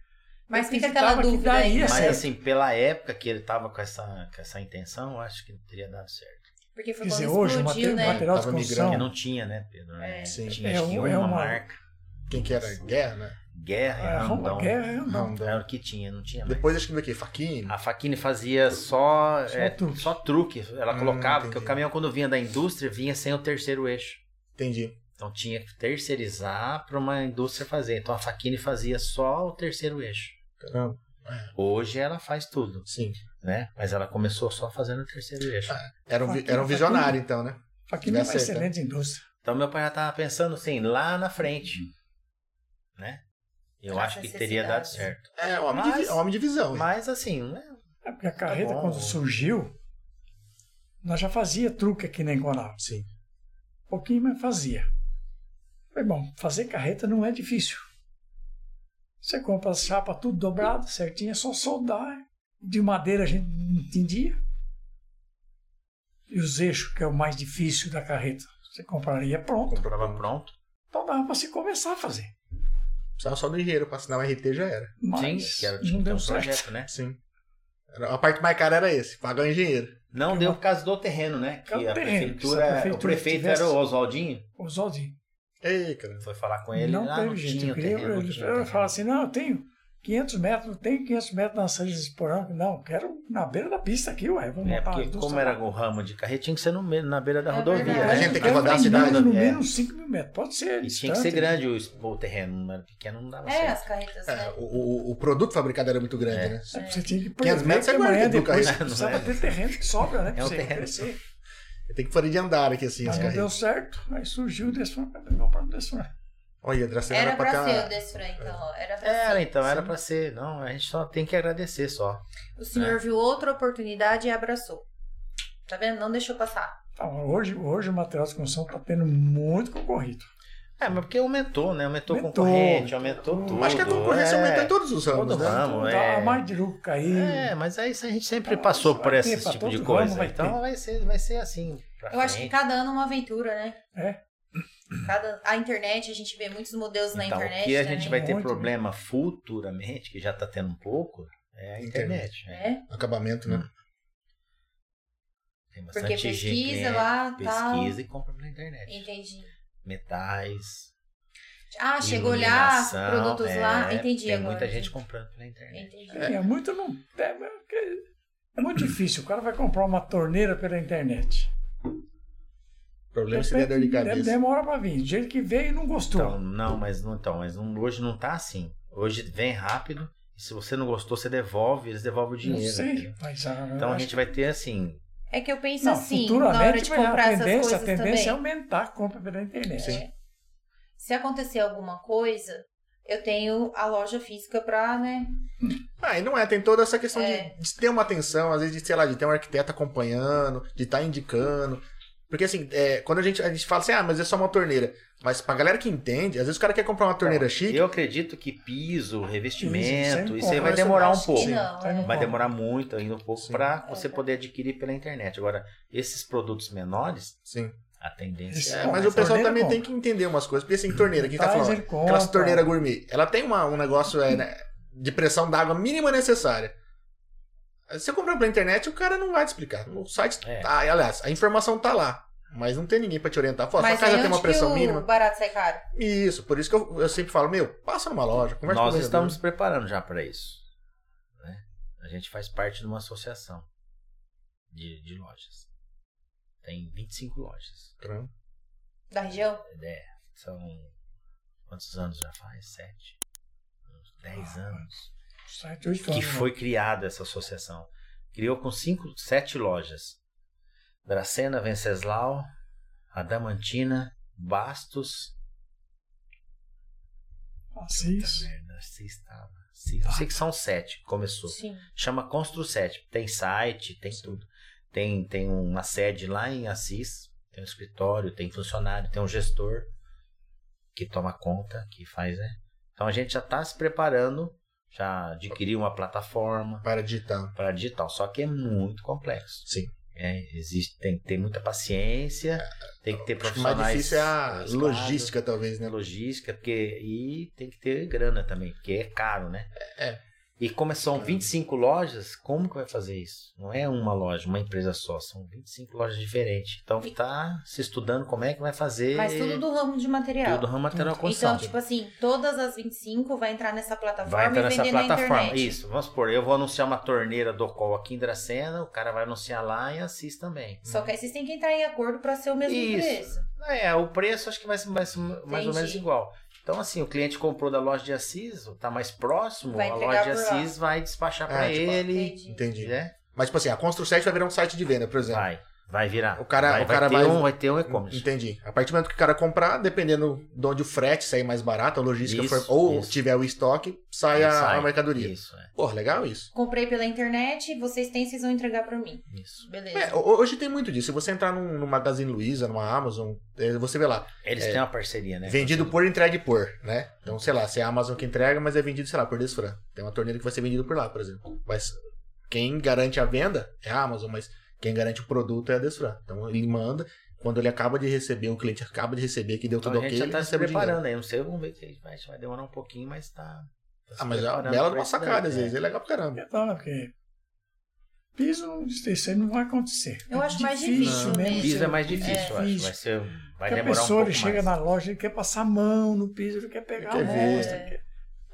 Speaker 1: Mas
Speaker 4: eu
Speaker 1: fica aquela
Speaker 4: acreditava que
Speaker 1: dúvida
Speaker 4: daria
Speaker 1: aí.
Speaker 4: É certo.
Speaker 3: Mas assim, pela época que ele tava com essa, com essa intenção, eu acho que não teria dado certo.
Speaker 1: Porque
Speaker 4: Quer
Speaker 1: foi quando
Speaker 4: dizer, hoje o
Speaker 1: explodiu,
Speaker 4: material,
Speaker 1: né?
Speaker 4: material de
Speaker 2: Tava
Speaker 4: construção.
Speaker 3: Porque não tinha, né, Pedro?
Speaker 1: É.
Speaker 2: Sim.
Speaker 3: Tinha,
Speaker 4: É
Speaker 3: acho que
Speaker 4: um-
Speaker 3: uma,
Speaker 4: é uma-
Speaker 3: marca.
Speaker 2: Quem que era? Guerra, né?
Speaker 3: Guerra,
Speaker 4: É,
Speaker 3: Rondon.
Speaker 4: Rondon, guerra, é Rondon.
Speaker 2: Rondon.
Speaker 3: Era o que tinha, não tinha mais.
Speaker 2: Depois acho que veio o quê? Faquinha?
Speaker 3: A Faquini fazia só,
Speaker 4: Só
Speaker 3: é,
Speaker 4: truque.
Speaker 3: só truque. Ela
Speaker 2: Hum,
Speaker 3: colocava,
Speaker 2: entendi.
Speaker 3: porque o caminhão quando vinha da indústria, vinha sem o terceiro eixo.
Speaker 2: Entendi.
Speaker 3: Então tinha que terceirizar para uma indústria fazer. Então a Faquini fazia só o terceiro eixo.
Speaker 2: Caramba.
Speaker 3: Hoje ela faz tudo,
Speaker 2: Sim.
Speaker 3: né? Mas ela começou só fazendo o terceiro eixo.
Speaker 4: Ah.
Speaker 2: Era um, vi-
Speaker 4: Faquinha,
Speaker 2: era um
Speaker 4: faquinha.
Speaker 2: visionário, então, né?
Speaker 4: Faquinha é uma
Speaker 2: Tivesse certo.
Speaker 4: excelente indústria.
Speaker 3: Então meu pai já tava pensando assim, lá na frente, né? Eu
Speaker 1: As
Speaker 3: acho que teria dado
Speaker 1: necessidades.
Speaker 3: certo.
Speaker 2: É, homem, de, vi-
Speaker 3: Mas-
Speaker 2: homem de visão. né?
Speaker 3: Mas assim, né?
Speaker 4: É porque a carreta,
Speaker 3: bom.
Speaker 4: quando surgiu, nós já fazia truque aqui na Engonal.
Speaker 2: Sim.
Speaker 4: Pouquinho, mas fazia. Foi bom, fazer carreta não é difícil. Você compra as chapas tudo dobrado, certinho, é só soldar. De madeira a gente não entendia. E os eixos, que é o mais difícil da carreta, você compraria pronto.
Speaker 3: Comprava pronto.
Speaker 4: Então dava para se começar a fazer.
Speaker 2: Precisava só do engenheiro pra assinar o RT já era.
Speaker 4: Mas
Speaker 3: Sim, que era
Speaker 4: não
Speaker 3: tinha
Speaker 4: deu
Speaker 3: um
Speaker 4: certo.
Speaker 3: projeto, né?
Speaker 2: Sim. Era- a parte mais cara era esse, pagar o engenheiro.
Speaker 3: Não
Speaker 4: Que
Speaker 3: deu
Speaker 4: É uma-
Speaker 3: por causa do terreno, né? Que
Speaker 4: Por causa
Speaker 3: a
Speaker 4: do terreno, que se a
Speaker 3: prefeitura, o
Speaker 4: prefeitura
Speaker 3: prefeito
Speaker 4: tivesse-
Speaker 3: era o Oswaldinho.
Speaker 4: Oswaldinho.
Speaker 2: Ei, cara.
Speaker 3: Foi falar com ele,
Speaker 4: não
Speaker 3: lá
Speaker 4: teve
Speaker 3: não
Speaker 4: gente.
Speaker 3: tinha
Speaker 4: eu
Speaker 3: o
Speaker 4: queria,
Speaker 3: terreno. não
Speaker 4: eu-
Speaker 3: tinha
Speaker 4: eu
Speaker 3: o terreno.
Speaker 4: falo assim, não, eu tenho 500 metros, eu tenho 500 metros nas saídas por ano. Não, eu quero na beira da pista aqui, ué. Vamos
Speaker 3: É, porque como era o ramo de carreira, tinha que ser no me- na beira da
Speaker 1: É
Speaker 3: rodovia.
Speaker 1: verdade.
Speaker 3: né?
Speaker 2: A gente tem que
Speaker 3: É,
Speaker 2: rodar a
Speaker 3: no
Speaker 2: cidade.
Speaker 3: mínimo,
Speaker 4: No
Speaker 3: é.
Speaker 4: mínimo 5 mil metros, pode ser.
Speaker 3: E tinha que ser
Speaker 4: distante. né?
Speaker 3: grande o, o terreno, não era pequeno, não dava
Speaker 1: É,
Speaker 3: certo.
Speaker 1: as carretas,
Speaker 2: É,
Speaker 1: né?
Speaker 2: o, o- o produto fabricado era muito grande, né?
Speaker 4: É, Você tinha que
Speaker 2: 500
Speaker 4: prever
Speaker 2: metros
Speaker 4: que
Speaker 2: é
Speaker 4: amanhã
Speaker 2: guarda do
Speaker 4: depois
Speaker 2: carro.
Speaker 4: precisava
Speaker 3: Não é.
Speaker 4: ter terreno que sobra, né? pra
Speaker 3: É um
Speaker 4: você
Speaker 3: terreno.
Speaker 4: crescer.
Speaker 2: Tem que fazer de andar aqui, assim, as
Speaker 4: Aí não deu
Speaker 2: carretas.
Speaker 4: certo, aí surgiu o Desfran, meu pai Desfran.
Speaker 2: Olha, a Dracena
Speaker 1: Era
Speaker 2: era,
Speaker 1: pra
Speaker 2: cá.
Speaker 1: ser o Desfran,
Speaker 4: É.
Speaker 1: então. ó, Era
Speaker 2: é,
Speaker 1: pra
Speaker 3: Era,
Speaker 1: ser.
Speaker 3: então, era pra ser. Não, a gente só tem que agradecer só.
Speaker 1: O
Speaker 3: É.
Speaker 1: senhor viu outra oportunidade e abraçou. Tá vendo? Não deixou passar.
Speaker 4: Então, hoje, hoje o material de construção está tendo muito concorrido.
Speaker 3: É, mas porque aumentou, né? Aumentou a
Speaker 4: Aumentou.
Speaker 3: concorrente, aumentou tudo.
Speaker 2: Acho que a concorrência
Speaker 3: é.
Speaker 2: aumentou em todos os ramos,
Speaker 3: Todo
Speaker 2: né?
Speaker 3: ramo,
Speaker 4: Então,
Speaker 3: é.
Speaker 4: A mais de Ruco caiu.
Speaker 3: É, mas é isso, a gente sempre
Speaker 4: Então,
Speaker 3: passou
Speaker 4: vai
Speaker 3: por
Speaker 4: ter
Speaker 3: esse
Speaker 4: pra
Speaker 3: tipo de
Speaker 4: todo
Speaker 3: coisa.
Speaker 4: ramo, vai
Speaker 3: então
Speaker 4: ter.
Speaker 3: vai ser, vai ser assim. pra
Speaker 1: Eu acho que
Speaker 3: frente.
Speaker 1: cada ano é uma aventura, né?
Speaker 4: É.
Speaker 1: Cada... A internet, a gente vê muitos modelos na
Speaker 3: Então,
Speaker 1: internet. né?
Speaker 3: o que a
Speaker 1: também.
Speaker 3: gente vai ter
Speaker 4: Muito.
Speaker 3: problema futuramente, que já tá tendo um pouco, é a internet. né?
Speaker 1: É,
Speaker 2: Acabamento, né?
Speaker 3: Tem bastante
Speaker 1: porque
Speaker 3: gente,
Speaker 1: pesquisa
Speaker 3: né?
Speaker 1: lá, tal.
Speaker 3: pesquisa e compra pela internet.
Speaker 1: Entendi.
Speaker 3: Metais.
Speaker 1: Ah, chegou lá, os
Speaker 3: iluminação,
Speaker 1: produtos
Speaker 3: é,
Speaker 1: lá. Entendi
Speaker 3: Tem
Speaker 1: agora.
Speaker 3: muita gente comprando pela internet.
Speaker 1: Entendi.
Speaker 4: É, muito não. É, porque é muito difícil. O cara vai comprar uma torneira pela internet.
Speaker 2: O problema seria dor de
Speaker 4: Dem-
Speaker 2: cabeça.
Speaker 4: Demora pra vir. Do jeito que veio, não gostou.
Speaker 3: Então, não, mas não, então, mas não- hoje não tá assim. Hoje vem rápido. E se você não gostou, você devolve, eles devolvem o
Speaker 4: não
Speaker 3: dinheiro.
Speaker 4: sei.
Speaker 3: entendeu?
Speaker 4: Mas, ah,
Speaker 3: Então a
Speaker 4: acho-
Speaker 3: gente vai ter assim.
Speaker 1: É que eu penso
Speaker 4: não,
Speaker 1: assim, na hora
Speaker 4: futuramente
Speaker 1: de
Speaker 4: vai-
Speaker 1: comprar
Speaker 4: a
Speaker 1: essas coisas
Speaker 4: tendência, a tendência
Speaker 1: também.
Speaker 4: é aumentar a compra pela internet.
Speaker 1: É. Se acontecer alguma coisa, eu tenho a loja física pra, né?
Speaker 2: Ah, e não é, tem toda essa questão
Speaker 1: É.
Speaker 2: de, de ter uma atenção, às vezes, de, sei lá, de ter um arquiteto acompanhando, de estar indicando. Porque assim, é, quando a gente, a gente fala assim, ah, mas é só uma torneira. Mas pra galera que entende, às vezes o cara quer comprar uma torneira chique,
Speaker 3: Eu acredito que piso, revestimento,
Speaker 4: Isso,
Speaker 3: isso aí
Speaker 4: sempre
Speaker 3: vai
Speaker 4: compra.
Speaker 3: demorar um
Speaker 1: Acho que
Speaker 3: pouco.
Speaker 1: não,
Speaker 4: Tá
Speaker 1: é.
Speaker 4: no-
Speaker 3: Vai demorar muito ainda um pouco
Speaker 2: Sim.
Speaker 3: para você poder adquirir pela internet. Agora, esses produtos menores,
Speaker 2: sim.
Speaker 3: a tendência
Speaker 2: É,
Speaker 4: Bom,
Speaker 2: mas
Speaker 4: mas
Speaker 2: o pessoal
Speaker 4: torneira
Speaker 2: também
Speaker 4: compra.
Speaker 2: tem que entender umas coisas. Porque assim, torneira, quem tá
Speaker 4: Faz,
Speaker 2: falando?
Speaker 4: ele compra.
Speaker 2: Aquelas torneira gourmet. Ela tem uma- um negócio é, né, de pressão d'água mínima necessária. Se eu comprar pela internet, o cara não vai te explicar. O site.
Speaker 3: É.
Speaker 2: Tá, aliás, a informação tá lá. Mas não tem ninguém pra te orientar. Fala, sua
Speaker 1: Mas aí
Speaker 2: casa
Speaker 1: onde
Speaker 2: tem uma pressão
Speaker 1: que o
Speaker 2: mínima.
Speaker 1: barato sai caro?
Speaker 2: E Isso, por isso que eu, eu sempre falo, meu, passa numa loja, conversa
Speaker 3: Nós
Speaker 2: com o vendedor.
Speaker 3: estamos preparando já para isso. né? A gente faz parte de uma associação de, de lojas. Tem 25 lojas.
Speaker 2: Caramba.
Speaker 1: Da região?
Speaker 3: É, são. Quantos anos já faz? Sete? Uns 10 anos.
Speaker 4: Sete, oito
Speaker 3: Que
Speaker 4: anos, né?
Speaker 3: foi criada essa associação. Criou com cinco, sete lojas. Dracena, Venceslau, Adamantina, Bastos.
Speaker 4: Assis.
Speaker 3: Puta merda, Assis tava. Assis. Eu sei que são sete, começou.
Speaker 5: Sim.
Speaker 3: Chama Constru 7. Tem site, tem tudo. Tem, tem uma sede lá em Assis, tem um escritório, tem funcionário, tem um gestor que toma conta, que faz, né? Então a gente já está se preparando, já adquiriu uma plataforma
Speaker 2: Para digital.
Speaker 3: para digital, só que é muito complexo.
Speaker 2: Sim.
Speaker 3: É, existe, tem que ter muita paciência, tem que ter
Speaker 2: Acho que o mais
Speaker 3: profissionais.
Speaker 2: difícil é a
Speaker 3: qualificados,
Speaker 2: logística, talvez, né?
Speaker 3: logística, porque e tem que ter grana também, porque é caro, né?
Speaker 2: É.
Speaker 3: E como são 25 lojas, como que vai fazer isso? Não é uma loja, uma empresa só, são 25 lojas diferentes. Então tá se estudando como é que vai fazer
Speaker 5: Mas tudo do ramo de material.
Speaker 3: tudo ramo material construção.
Speaker 5: Então, tipo assim, todas as 25 vai entrar nessa plataforma
Speaker 3: vai entrar
Speaker 5: e
Speaker 3: nessa
Speaker 5: vender na
Speaker 3: plataforma.
Speaker 5: internet.
Speaker 3: Isso, vamos supor, eu vou anunciar uma torneira do Col aqui em Dracena, o cara vai anunciar lá e assiste também.
Speaker 5: Só que aí vocês têm que entrar em acordo pra ser o mesmo
Speaker 3: Isso.
Speaker 5: preço.
Speaker 3: É, o preço acho que vai ser mais, mais ou
Speaker 5: Entendi.
Speaker 3: menos igual. Então, assim, o cliente comprou da loja de Assis, tá mais próximo,
Speaker 5: Vai
Speaker 3: a
Speaker 5: entregar
Speaker 3: loja de
Speaker 5: por lá.
Speaker 3: Assis vai despachar
Speaker 2: Ah,
Speaker 3: pra
Speaker 2: tipo,
Speaker 3: ele.
Speaker 5: Entendi.
Speaker 2: Entendi.
Speaker 3: Né?
Speaker 2: Mas, tipo assim, a Constru 7 vai virar um site de venda, por exemplo.
Speaker 3: Vai, vai virar.
Speaker 2: O cara-
Speaker 3: vai,
Speaker 2: o cara
Speaker 3: vai ter
Speaker 2: vai-
Speaker 3: um, vai ter um e-commerce.
Speaker 2: Entendi. A partir do momento que o cara comprar, dependendo de onde o frete sair mais barato, a logística
Speaker 3: Isso,
Speaker 2: for- ou
Speaker 3: isso.
Speaker 2: tiver o estoque, sai, a, a mercadoria.
Speaker 3: Isso, é.
Speaker 2: Pô, legal isso.
Speaker 5: Comprei pela internet, vocês têm, vocês vão entregar pra mim.
Speaker 3: Isso.
Speaker 5: Beleza.
Speaker 2: É, ho- hoje tem muito disso. Se você entrar num, num Magazine Luiza, numa Amazon, eh, você vê lá,
Speaker 3: Eles têm uma parceria, né?
Speaker 2: vendido por, entregue por, né? Então, sei lá, se é a Amazon que entrega, mas é vendido, sei lá, por Desfran. Tem uma torneira que vai ser vendida por lá, por exemplo. Mas quem garante a venda é a Amazon, mas quem garante o produto é a Desfran. Então, ele manda, quando ele acaba de receber, o cliente acaba de receber que deu
Speaker 3: Então,
Speaker 2: tudo
Speaker 3: a gente
Speaker 2: ok,
Speaker 3: já tá
Speaker 2: ele
Speaker 3: se
Speaker 2: recebe o dinheiro.
Speaker 3: preparando aí. Não sei, vamos ver se vai, vai demorar um pouquinho, mas tá. tá se
Speaker 2: Ah, mas é uma
Speaker 3: preparando
Speaker 2: bela
Speaker 3: pra
Speaker 2: de uma
Speaker 3: isso
Speaker 2: sacada,
Speaker 3: daí,
Speaker 2: às vezes.
Speaker 3: né?
Speaker 2: É legal pra caramba.
Speaker 4: Então, porque piso não isso aí não vai acontecer. É
Speaker 5: Eu acho mais difícil mesmo.
Speaker 3: Piso é mais
Speaker 4: Você-
Speaker 3: difícil, eu acho. Vai, ser, vai
Speaker 4: Porque a
Speaker 3: demorar um
Speaker 4: pessoa
Speaker 3: pouco
Speaker 4: ele chega
Speaker 3: mais.
Speaker 4: na loja, ele quer passar a mão no piso, ele quer pegar
Speaker 2: Ele
Speaker 4: a
Speaker 2: quer ver.
Speaker 4: amostra. ele quer-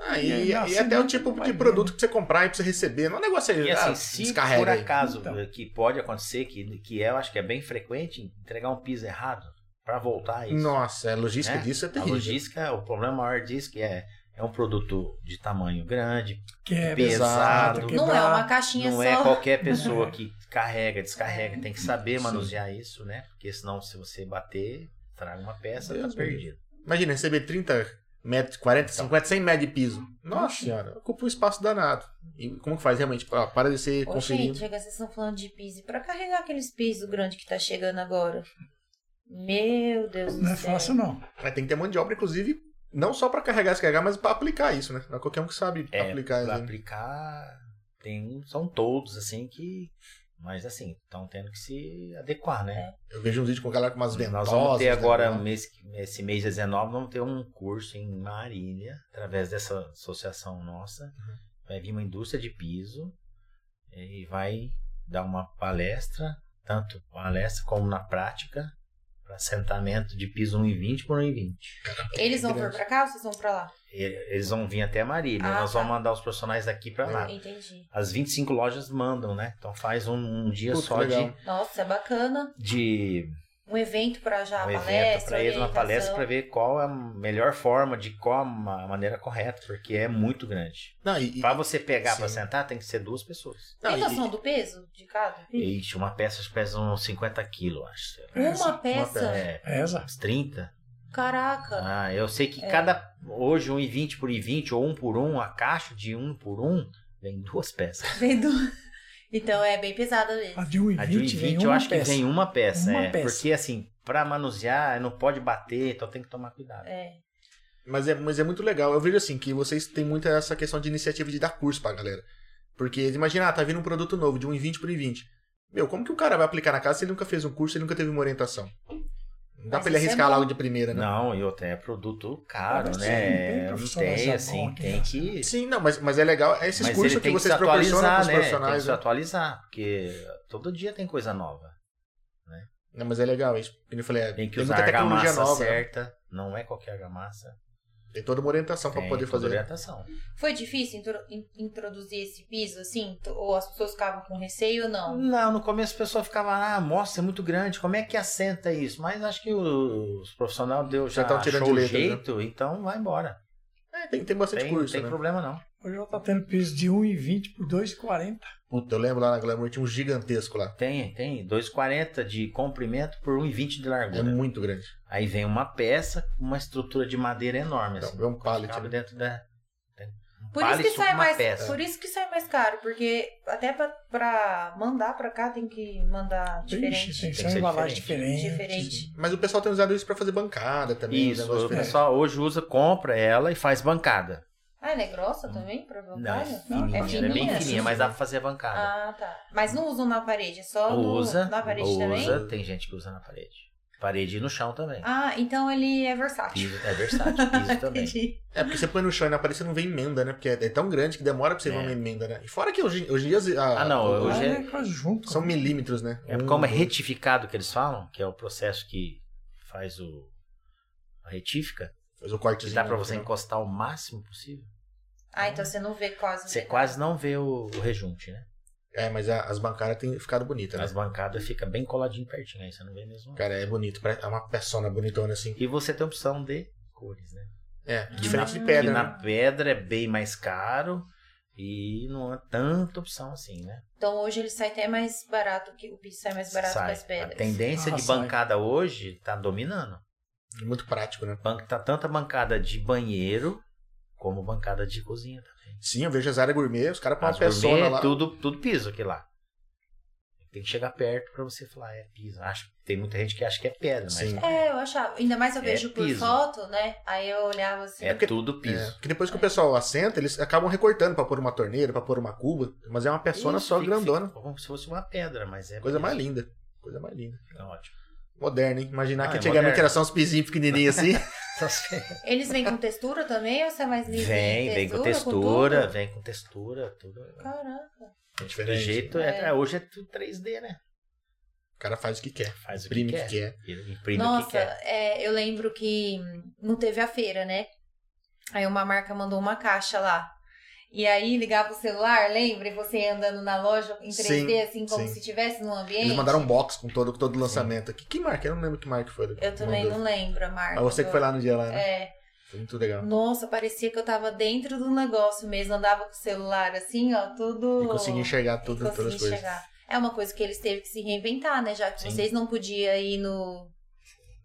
Speaker 2: Ah,
Speaker 4: E
Speaker 2: e,
Speaker 4: aí,
Speaker 2: e-
Speaker 4: não,
Speaker 2: e
Speaker 4: você
Speaker 2: até o
Speaker 4: não
Speaker 2: tipo
Speaker 4: vai
Speaker 2: de
Speaker 4: ver,
Speaker 2: produto que você comprar e pra você receber. Não é um negócio aí,
Speaker 3: assim, E assim,
Speaker 2: ah,
Speaker 3: se por
Speaker 2: descarrega aí.
Speaker 3: acaso,
Speaker 4: Então.
Speaker 3: que pode acontecer, que, que eu acho que é bem frequente, entregar um piso errado pra voltar isso.
Speaker 2: Nossa, a logística
Speaker 3: Né?
Speaker 2: disso é
Speaker 3: A
Speaker 2: terrível.
Speaker 3: logística, o problema maior disso que é, é um produto de tamanho grande,
Speaker 4: Que é
Speaker 3: Pesado.
Speaker 4: pesado.
Speaker 1: Não é uma caixinha
Speaker 3: não
Speaker 1: só.
Speaker 3: é qualquer pessoa que carrega, descarrega, tem que saber manusear isso, né? Porque senão se você bater, traga uma peça,
Speaker 2: Deus
Speaker 3: tá
Speaker 2: me
Speaker 3: perdido.
Speaker 2: Imagina receber 30 metros, 40,
Speaker 3: Então.
Speaker 2: 50, 100 metros de piso. Nossa senhora, ocupa um espaço danado. E como que faz realmente? Ó, para de ser
Speaker 5: Ô, gente,
Speaker 2: conferindo.
Speaker 5: chega, vocês estão falando de piso. E Pra carregar aqueles pisos grandes que tá chegando agora. Meu Deus do
Speaker 4: Não é
Speaker 5: céu.
Speaker 4: fácil, não.
Speaker 2: Mas Tem que ter mão de obra, inclusive, não só pra carregar e descarregar, mas pra aplicar isso, né? Não é qualquer um que sabe
Speaker 3: É,
Speaker 2: aplicar
Speaker 3: Pra
Speaker 2: isso. né?
Speaker 3: aplicar, tem, um, são todos assim que, mas assim, estão tendo que se adequar, né?
Speaker 5: É.
Speaker 2: Eu vejo uns vídeos com galera com umas ventosas.
Speaker 3: Nós vamos ter
Speaker 2: né?
Speaker 3: agora, um mês, esse mês 19, vamos ter um curso em Marília, através dessa associação nossa.
Speaker 5: Uhum.
Speaker 3: Vai vir uma indústria de piso é, e vai dar uma palestra, tanto palestra como na prática, para assentamento de piso 1,20 por 1,20.
Speaker 5: Eles vão vir
Speaker 2: Grande.
Speaker 5: pra cá ou vocês vão pra lá?
Speaker 3: E- Eles vão vir até Marília,
Speaker 5: Ah,
Speaker 3: nós
Speaker 5: tá.
Speaker 3: vamos mandar os profissionais daqui para lá.
Speaker 5: Entendi.
Speaker 3: As 25 lojas mandam, né? Então faz um, um dia
Speaker 2: Puta,
Speaker 3: só
Speaker 2: legal.
Speaker 3: de,
Speaker 5: Nossa, é bacana.
Speaker 3: de
Speaker 5: Um evento pra já,
Speaker 3: um evento
Speaker 5: palestra,
Speaker 3: para eles, uma
Speaker 5: orientação.
Speaker 3: palestra para ver qual é a melhor forma, de qual a ma- maneira correta, porque é muito grande.
Speaker 2: Não, e, e-
Speaker 3: Para você pegar para
Speaker 2: Sim.
Speaker 3: sentar, tem que ser duas pessoas.
Speaker 2: não,
Speaker 5: Tem
Speaker 2: e-
Speaker 5: noção do peso de cada?
Speaker 3: Ixi, uma peça acho que pesa uns 50 quilos, acho.
Speaker 4: É
Speaker 3: sei lá.
Speaker 5: Uma
Speaker 2: peça.
Speaker 5: peça?
Speaker 3: É,
Speaker 4: Pesa.
Speaker 3: uns 30.
Speaker 5: Caraca.
Speaker 3: Ah, eu sei
Speaker 5: É.
Speaker 3: que cada. Hoje, 1,20 por 1,20 ou 1 por 1, a caixa de 1 por 1 vem duas peças.
Speaker 5: Vendo? Então é bem pesada mesmo.
Speaker 4: A de 1,20
Speaker 3: A de 1,20
Speaker 4: vem
Speaker 3: eu
Speaker 4: uma
Speaker 3: acho que
Speaker 4: peça.
Speaker 3: vem uma peça.
Speaker 4: Uma
Speaker 3: é,
Speaker 4: peça.
Speaker 3: Porque assim, para manusear, não pode bater, então tem que tomar cuidado.
Speaker 5: É.
Speaker 2: Mas é, mas é muito legal. Eu vejo assim que vocês têm muita essa questão de iniciativa de dar curso pra galera. Porque imagina, ah, tá vindo um produto novo de 1,20 por 1,20. Meu, como que o cara vai aplicar na casa se ele nunca fez um curso, ele nunca teve uma orientação? Não dá
Speaker 5: Mas
Speaker 2: pra
Speaker 5: isso
Speaker 2: ele
Speaker 5: é
Speaker 2: arriscar
Speaker 5: bom.
Speaker 2: logo de primeira, né?
Speaker 3: Não, e outra, é produto caro,
Speaker 4: Mas tem- tem
Speaker 3: né? Não
Speaker 4: profissionais
Speaker 3: tem,
Speaker 4: já
Speaker 3: assim,
Speaker 4: bom aqui,
Speaker 3: tem
Speaker 4: né?
Speaker 3: que.
Speaker 2: Sim, não, mas, mas é legal. É esses
Speaker 3: Mas
Speaker 2: cursos
Speaker 3: ele
Speaker 2: que
Speaker 3: tem que
Speaker 2: vocês
Speaker 3: se
Speaker 2: proporcionam
Speaker 3: atualizar,
Speaker 2: pros
Speaker 3: né? Tem que
Speaker 2: profissionais.
Speaker 3: se
Speaker 2: né?
Speaker 3: atualizar, porque todo dia tem coisa nova.
Speaker 2: Não, mas é legal isso. Como eu falei, é,
Speaker 3: Tem que
Speaker 2: tem
Speaker 3: usar a
Speaker 2: muita tecnologia
Speaker 3: argamassa
Speaker 2: nova. né?
Speaker 3: certa, não é qualquer argamassa.
Speaker 2: Tem toda uma orientação pra
Speaker 3: tem
Speaker 2: poder
Speaker 3: toda
Speaker 2: fazer.
Speaker 3: orientação.
Speaker 5: Foi difícil intro- in- introduzir esse piso, assim? T- Ou as pessoas ficavam com receio ou não?
Speaker 3: Não, no começo a pessoa ficava, ah, mostra, é muito grande, como é que assenta isso? Mas acho que os profissionais deu,
Speaker 2: Já
Speaker 3: já,
Speaker 2: tão
Speaker 3: achou
Speaker 2: tirando de
Speaker 3: o
Speaker 2: letra, né?
Speaker 3: jeito, então vai embora.
Speaker 2: É, tem, tem bastante
Speaker 3: Tem,
Speaker 2: curso,
Speaker 3: tem
Speaker 2: né?
Speaker 3: problema não.
Speaker 4: Hoje ela tá tendo piso de 1,20 por 2,40.
Speaker 2: Puta, eu lembro lá na Glamour tinha um gigantesco lá.
Speaker 3: Tem, tem. 2,40 de comprimento por 1,20 de
Speaker 2: É
Speaker 3: largura.
Speaker 2: muito grande.
Speaker 3: Aí vem uma peça com uma estrutura de madeira enorme.
Speaker 2: Então,
Speaker 3: assim.
Speaker 2: é um pallet.
Speaker 3: Cabe
Speaker 2: né?
Speaker 3: dentro da.
Speaker 1: Por isso,
Speaker 3: Vale
Speaker 1: que
Speaker 3: isso
Speaker 1: sai
Speaker 3: uma
Speaker 1: mais,
Speaker 3: peça.
Speaker 1: por isso que sai mais caro, porque até pra, pra mandar pra cá tem que mandar diferente.
Speaker 4: Ixi, tem
Speaker 3: que
Speaker 4: que ser
Speaker 3: ser
Speaker 4: embalagem
Speaker 3: diferente.
Speaker 4: diferente.
Speaker 1: Diferente.
Speaker 2: Mas o pessoal tem usado isso pra fazer bancada também. um
Speaker 3: Isso,
Speaker 2: negócio
Speaker 3: o
Speaker 2: diferente.
Speaker 3: pessoal hoje usa, compra ela e faz bancada.
Speaker 1: Ah, ela é grossa também pra
Speaker 3: Não, é
Speaker 1: bancada?
Speaker 3: fininha,
Speaker 1: é
Speaker 3: ela é bem
Speaker 1: fininha?
Speaker 3: fininha, mas dá pra fazer a bancada.
Speaker 1: Ah, tá. Mas não usam na parede, é só no-
Speaker 3: usa,
Speaker 1: na parede também?
Speaker 3: usa, tem gente que usa na parede. Parede e no chão também.
Speaker 1: Ah, então ele é versátil.
Speaker 3: Piso, é versátil, piso também.
Speaker 1: Entendi.
Speaker 2: É porque você põe no chão e na parede você não vê emenda, né? Porque é, é tão grande que demora pra você ver
Speaker 3: É.
Speaker 2: uma emenda, né? E fora que hoje, hoje em dia. a-
Speaker 3: Ah, não,
Speaker 2: o-
Speaker 3: hoje
Speaker 4: Hoje
Speaker 3: é-
Speaker 4: é quase junto.
Speaker 2: São milímetros, né?
Speaker 3: É
Speaker 2: Um,
Speaker 3: como é
Speaker 2: dois.
Speaker 3: retificado que eles falam, que é o processo que faz o a retífica,
Speaker 2: Faz o
Speaker 3: que
Speaker 2: cortezinho. né?
Speaker 3: dá pra
Speaker 2: no
Speaker 3: você
Speaker 2: final.
Speaker 3: encostar o máximo possível.
Speaker 1: Ah, então você não vê quase.
Speaker 3: Você quase não vê o, o rejunte, né?
Speaker 2: É, mas a- as bancadas têm ficado bonitas, né?
Speaker 3: As bancadas ficam bem coladinho pertinho, aí você não vê mesmo.
Speaker 2: Cara, é bonito. pare- É uma persona bonitona, assim.
Speaker 3: E você tem opção de cores, né?
Speaker 2: É,
Speaker 3: Que
Speaker 2: diferente
Speaker 3: na-
Speaker 2: de
Speaker 3: que
Speaker 2: pedra,
Speaker 3: na
Speaker 2: né?
Speaker 3: pedra é bem mais caro e não há tanta opção assim, né?
Speaker 1: Então hoje ele sai até mais barato, que o piso sai mais barato que
Speaker 3: Sai.
Speaker 1: as pedras.
Speaker 3: A tendência
Speaker 4: Ah,
Speaker 3: de
Speaker 4: sai.
Speaker 3: bancada hoje tá dominando.
Speaker 2: Muito prático, né?
Speaker 3: Ban- Tá tanta bancada de banheiro como bancada de cozinha também.
Speaker 2: Sim, eu vejo as áreas gourmet, os caras põem
Speaker 3: As
Speaker 2: uma persona
Speaker 3: gourmet, é
Speaker 2: lá.
Speaker 3: tudo, tudo piso aqui lá. Tem que chegar perto pra você falar, é piso. Acho, tem muita gente que acha que é pedra, mas
Speaker 2: Sim.
Speaker 1: É, eu achava. Ainda mais eu
Speaker 3: É
Speaker 1: vejo por
Speaker 3: piso.
Speaker 1: foto, né? Aí eu olhava assim.
Speaker 3: é,
Speaker 2: porque-
Speaker 3: tudo
Speaker 2: É,
Speaker 3: piso.
Speaker 2: porque depois que o pessoal assenta, eles acabam recortando pra pôr uma torneira, pra pôr uma cuba. Mas é uma persona
Speaker 3: Isso,
Speaker 2: só
Speaker 3: fica-
Speaker 2: grandona.
Speaker 3: fica como se fosse uma pedra, mas é
Speaker 2: Coisa
Speaker 3: piso.
Speaker 2: mais linda. Coisa mais linda.
Speaker 3: Fica ótimo.
Speaker 2: Moderna, hein? Imaginar
Speaker 3: Ah,
Speaker 2: que
Speaker 3: é
Speaker 2: antigamente
Speaker 3: moderno.
Speaker 2: era só uns pizinhos pequenininhos assim.
Speaker 1: Eles vêm com textura também ou você é mais livre?
Speaker 3: Vem,
Speaker 1: em
Speaker 3: vem com
Speaker 1: tudo?
Speaker 3: textura, vem com textura, tudo.
Speaker 1: Caraca.
Speaker 2: É
Speaker 3: Do
Speaker 2: diferente.
Speaker 3: jeito, é-
Speaker 1: É.
Speaker 3: é, hoje é tudo 3D, né?
Speaker 2: O cara faz o que quer.
Speaker 3: Faz o que
Speaker 2: Imprime o
Speaker 3: quer.
Speaker 2: que quer.
Speaker 3: Ele Imprime o
Speaker 1: Nossa,
Speaker 3: que quer.
Speaker 1: é, eu lembro que hum, não teve a feira, né? Aí uma marca mandou uma caixa lá. E aí ligava o celular, lembra? E você ia andando na loja em 3D,
Speaker 2: Sim,
Speaker 1: assim, como
Speaker 2: sim.
Speaker 1: se estivesse num ambiente.
Speaker 2: Eles mandaram um box com todo, com todo o lançamento. Que, que marca? Eu não lembro que marca foi.
Speaker 1: Eu também não lembro a marca.
Speaker 2: Mas você que foi lá no dia lá, né?
Speaker 1: É.
Speaker 2: Foi muito legal.
Speaker 1: Nossa, parecia que eu tava dentro do negócio mesmo. Andava com o celular assim, ó, tudo.
Speaker 2: E consegui enxergar tudo,
Speaker 1: Consegui
Speaker 2: todas as coisas.
Speaker 1: enxergar. É uma coisa que eles teve que se reinventar, né? Já que
Speaker 3: Sim.
Speaker 1: vocês não podiam ir no,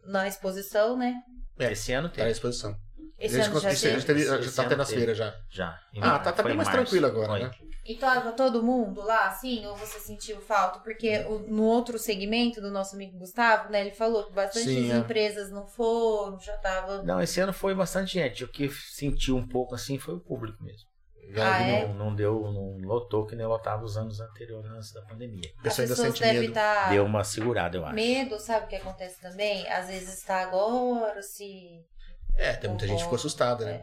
Speaker 1: na exposição, né?
Speaker 2: É.
Speaker 3: Esse ano
Speaker 2: Tá na
Speaker 3: teve.
Speaker 2: exposição.
Speaker 1: Esse
Speaker 2: Eles
Speaker 1: ano já
Speaker 2: conseguiram-
Speaker 1: teve.
Speaker 2: já, teve,
Speaker 3: Esse-
Speaker 2: já
Speaker 3: esse
Speaker 2: tá
Speaker 3: ano
Speaker 2: tendo as
Speaker 3: teve.
Speaker 2: feiras já.
Speaker 3: Já. Em-
Speaker 2: Ah, tá- tá
Speaker 3: foi
Speaker 2: bem
Speaker 3: em
Speaker 2: mais
Speaker 3: março.
Speaker 2: tranquilo agora,
Speaker 3: Foi.
Speaker 2: né?
Speaker 1: E tava todo mundo lá, assim? Ou você sentiu falta? Porque o- no outro segmento do nosso amigo Gustavo, né? Ele falou que bastante
Speaker 2: Sim, é.
Speaker 1: empresas não foram, já tava...
Speaker 3: Não, esse ano foi bastante gente. O que senti um pouco assim foi o público mesmo.
Speaker 2: Já
Speaker 1: Ah,
Speaker 2: de
Speaker 1: é?
Speaker 2: novo.
Speaker 3: Não, não deu, não lotou que nem lotava os anos anteriores antes da pandemia.
Speaker 2: O
Speaker 1: As
Speaker 2: pessoal ainda
Speaker 1: pessoas
Speaker 2: sente
Speaker 1: devem tá
Speaker 2: medo.
Speaker 1: estar...
Speaker 3: Deu uma segurada, eu acho.
Speaker 1: Ah. Medo, sabe o que acontece também? Às vezes tá agora, se...
Speaker 2: É, tem muita gente que ficou assustada, né?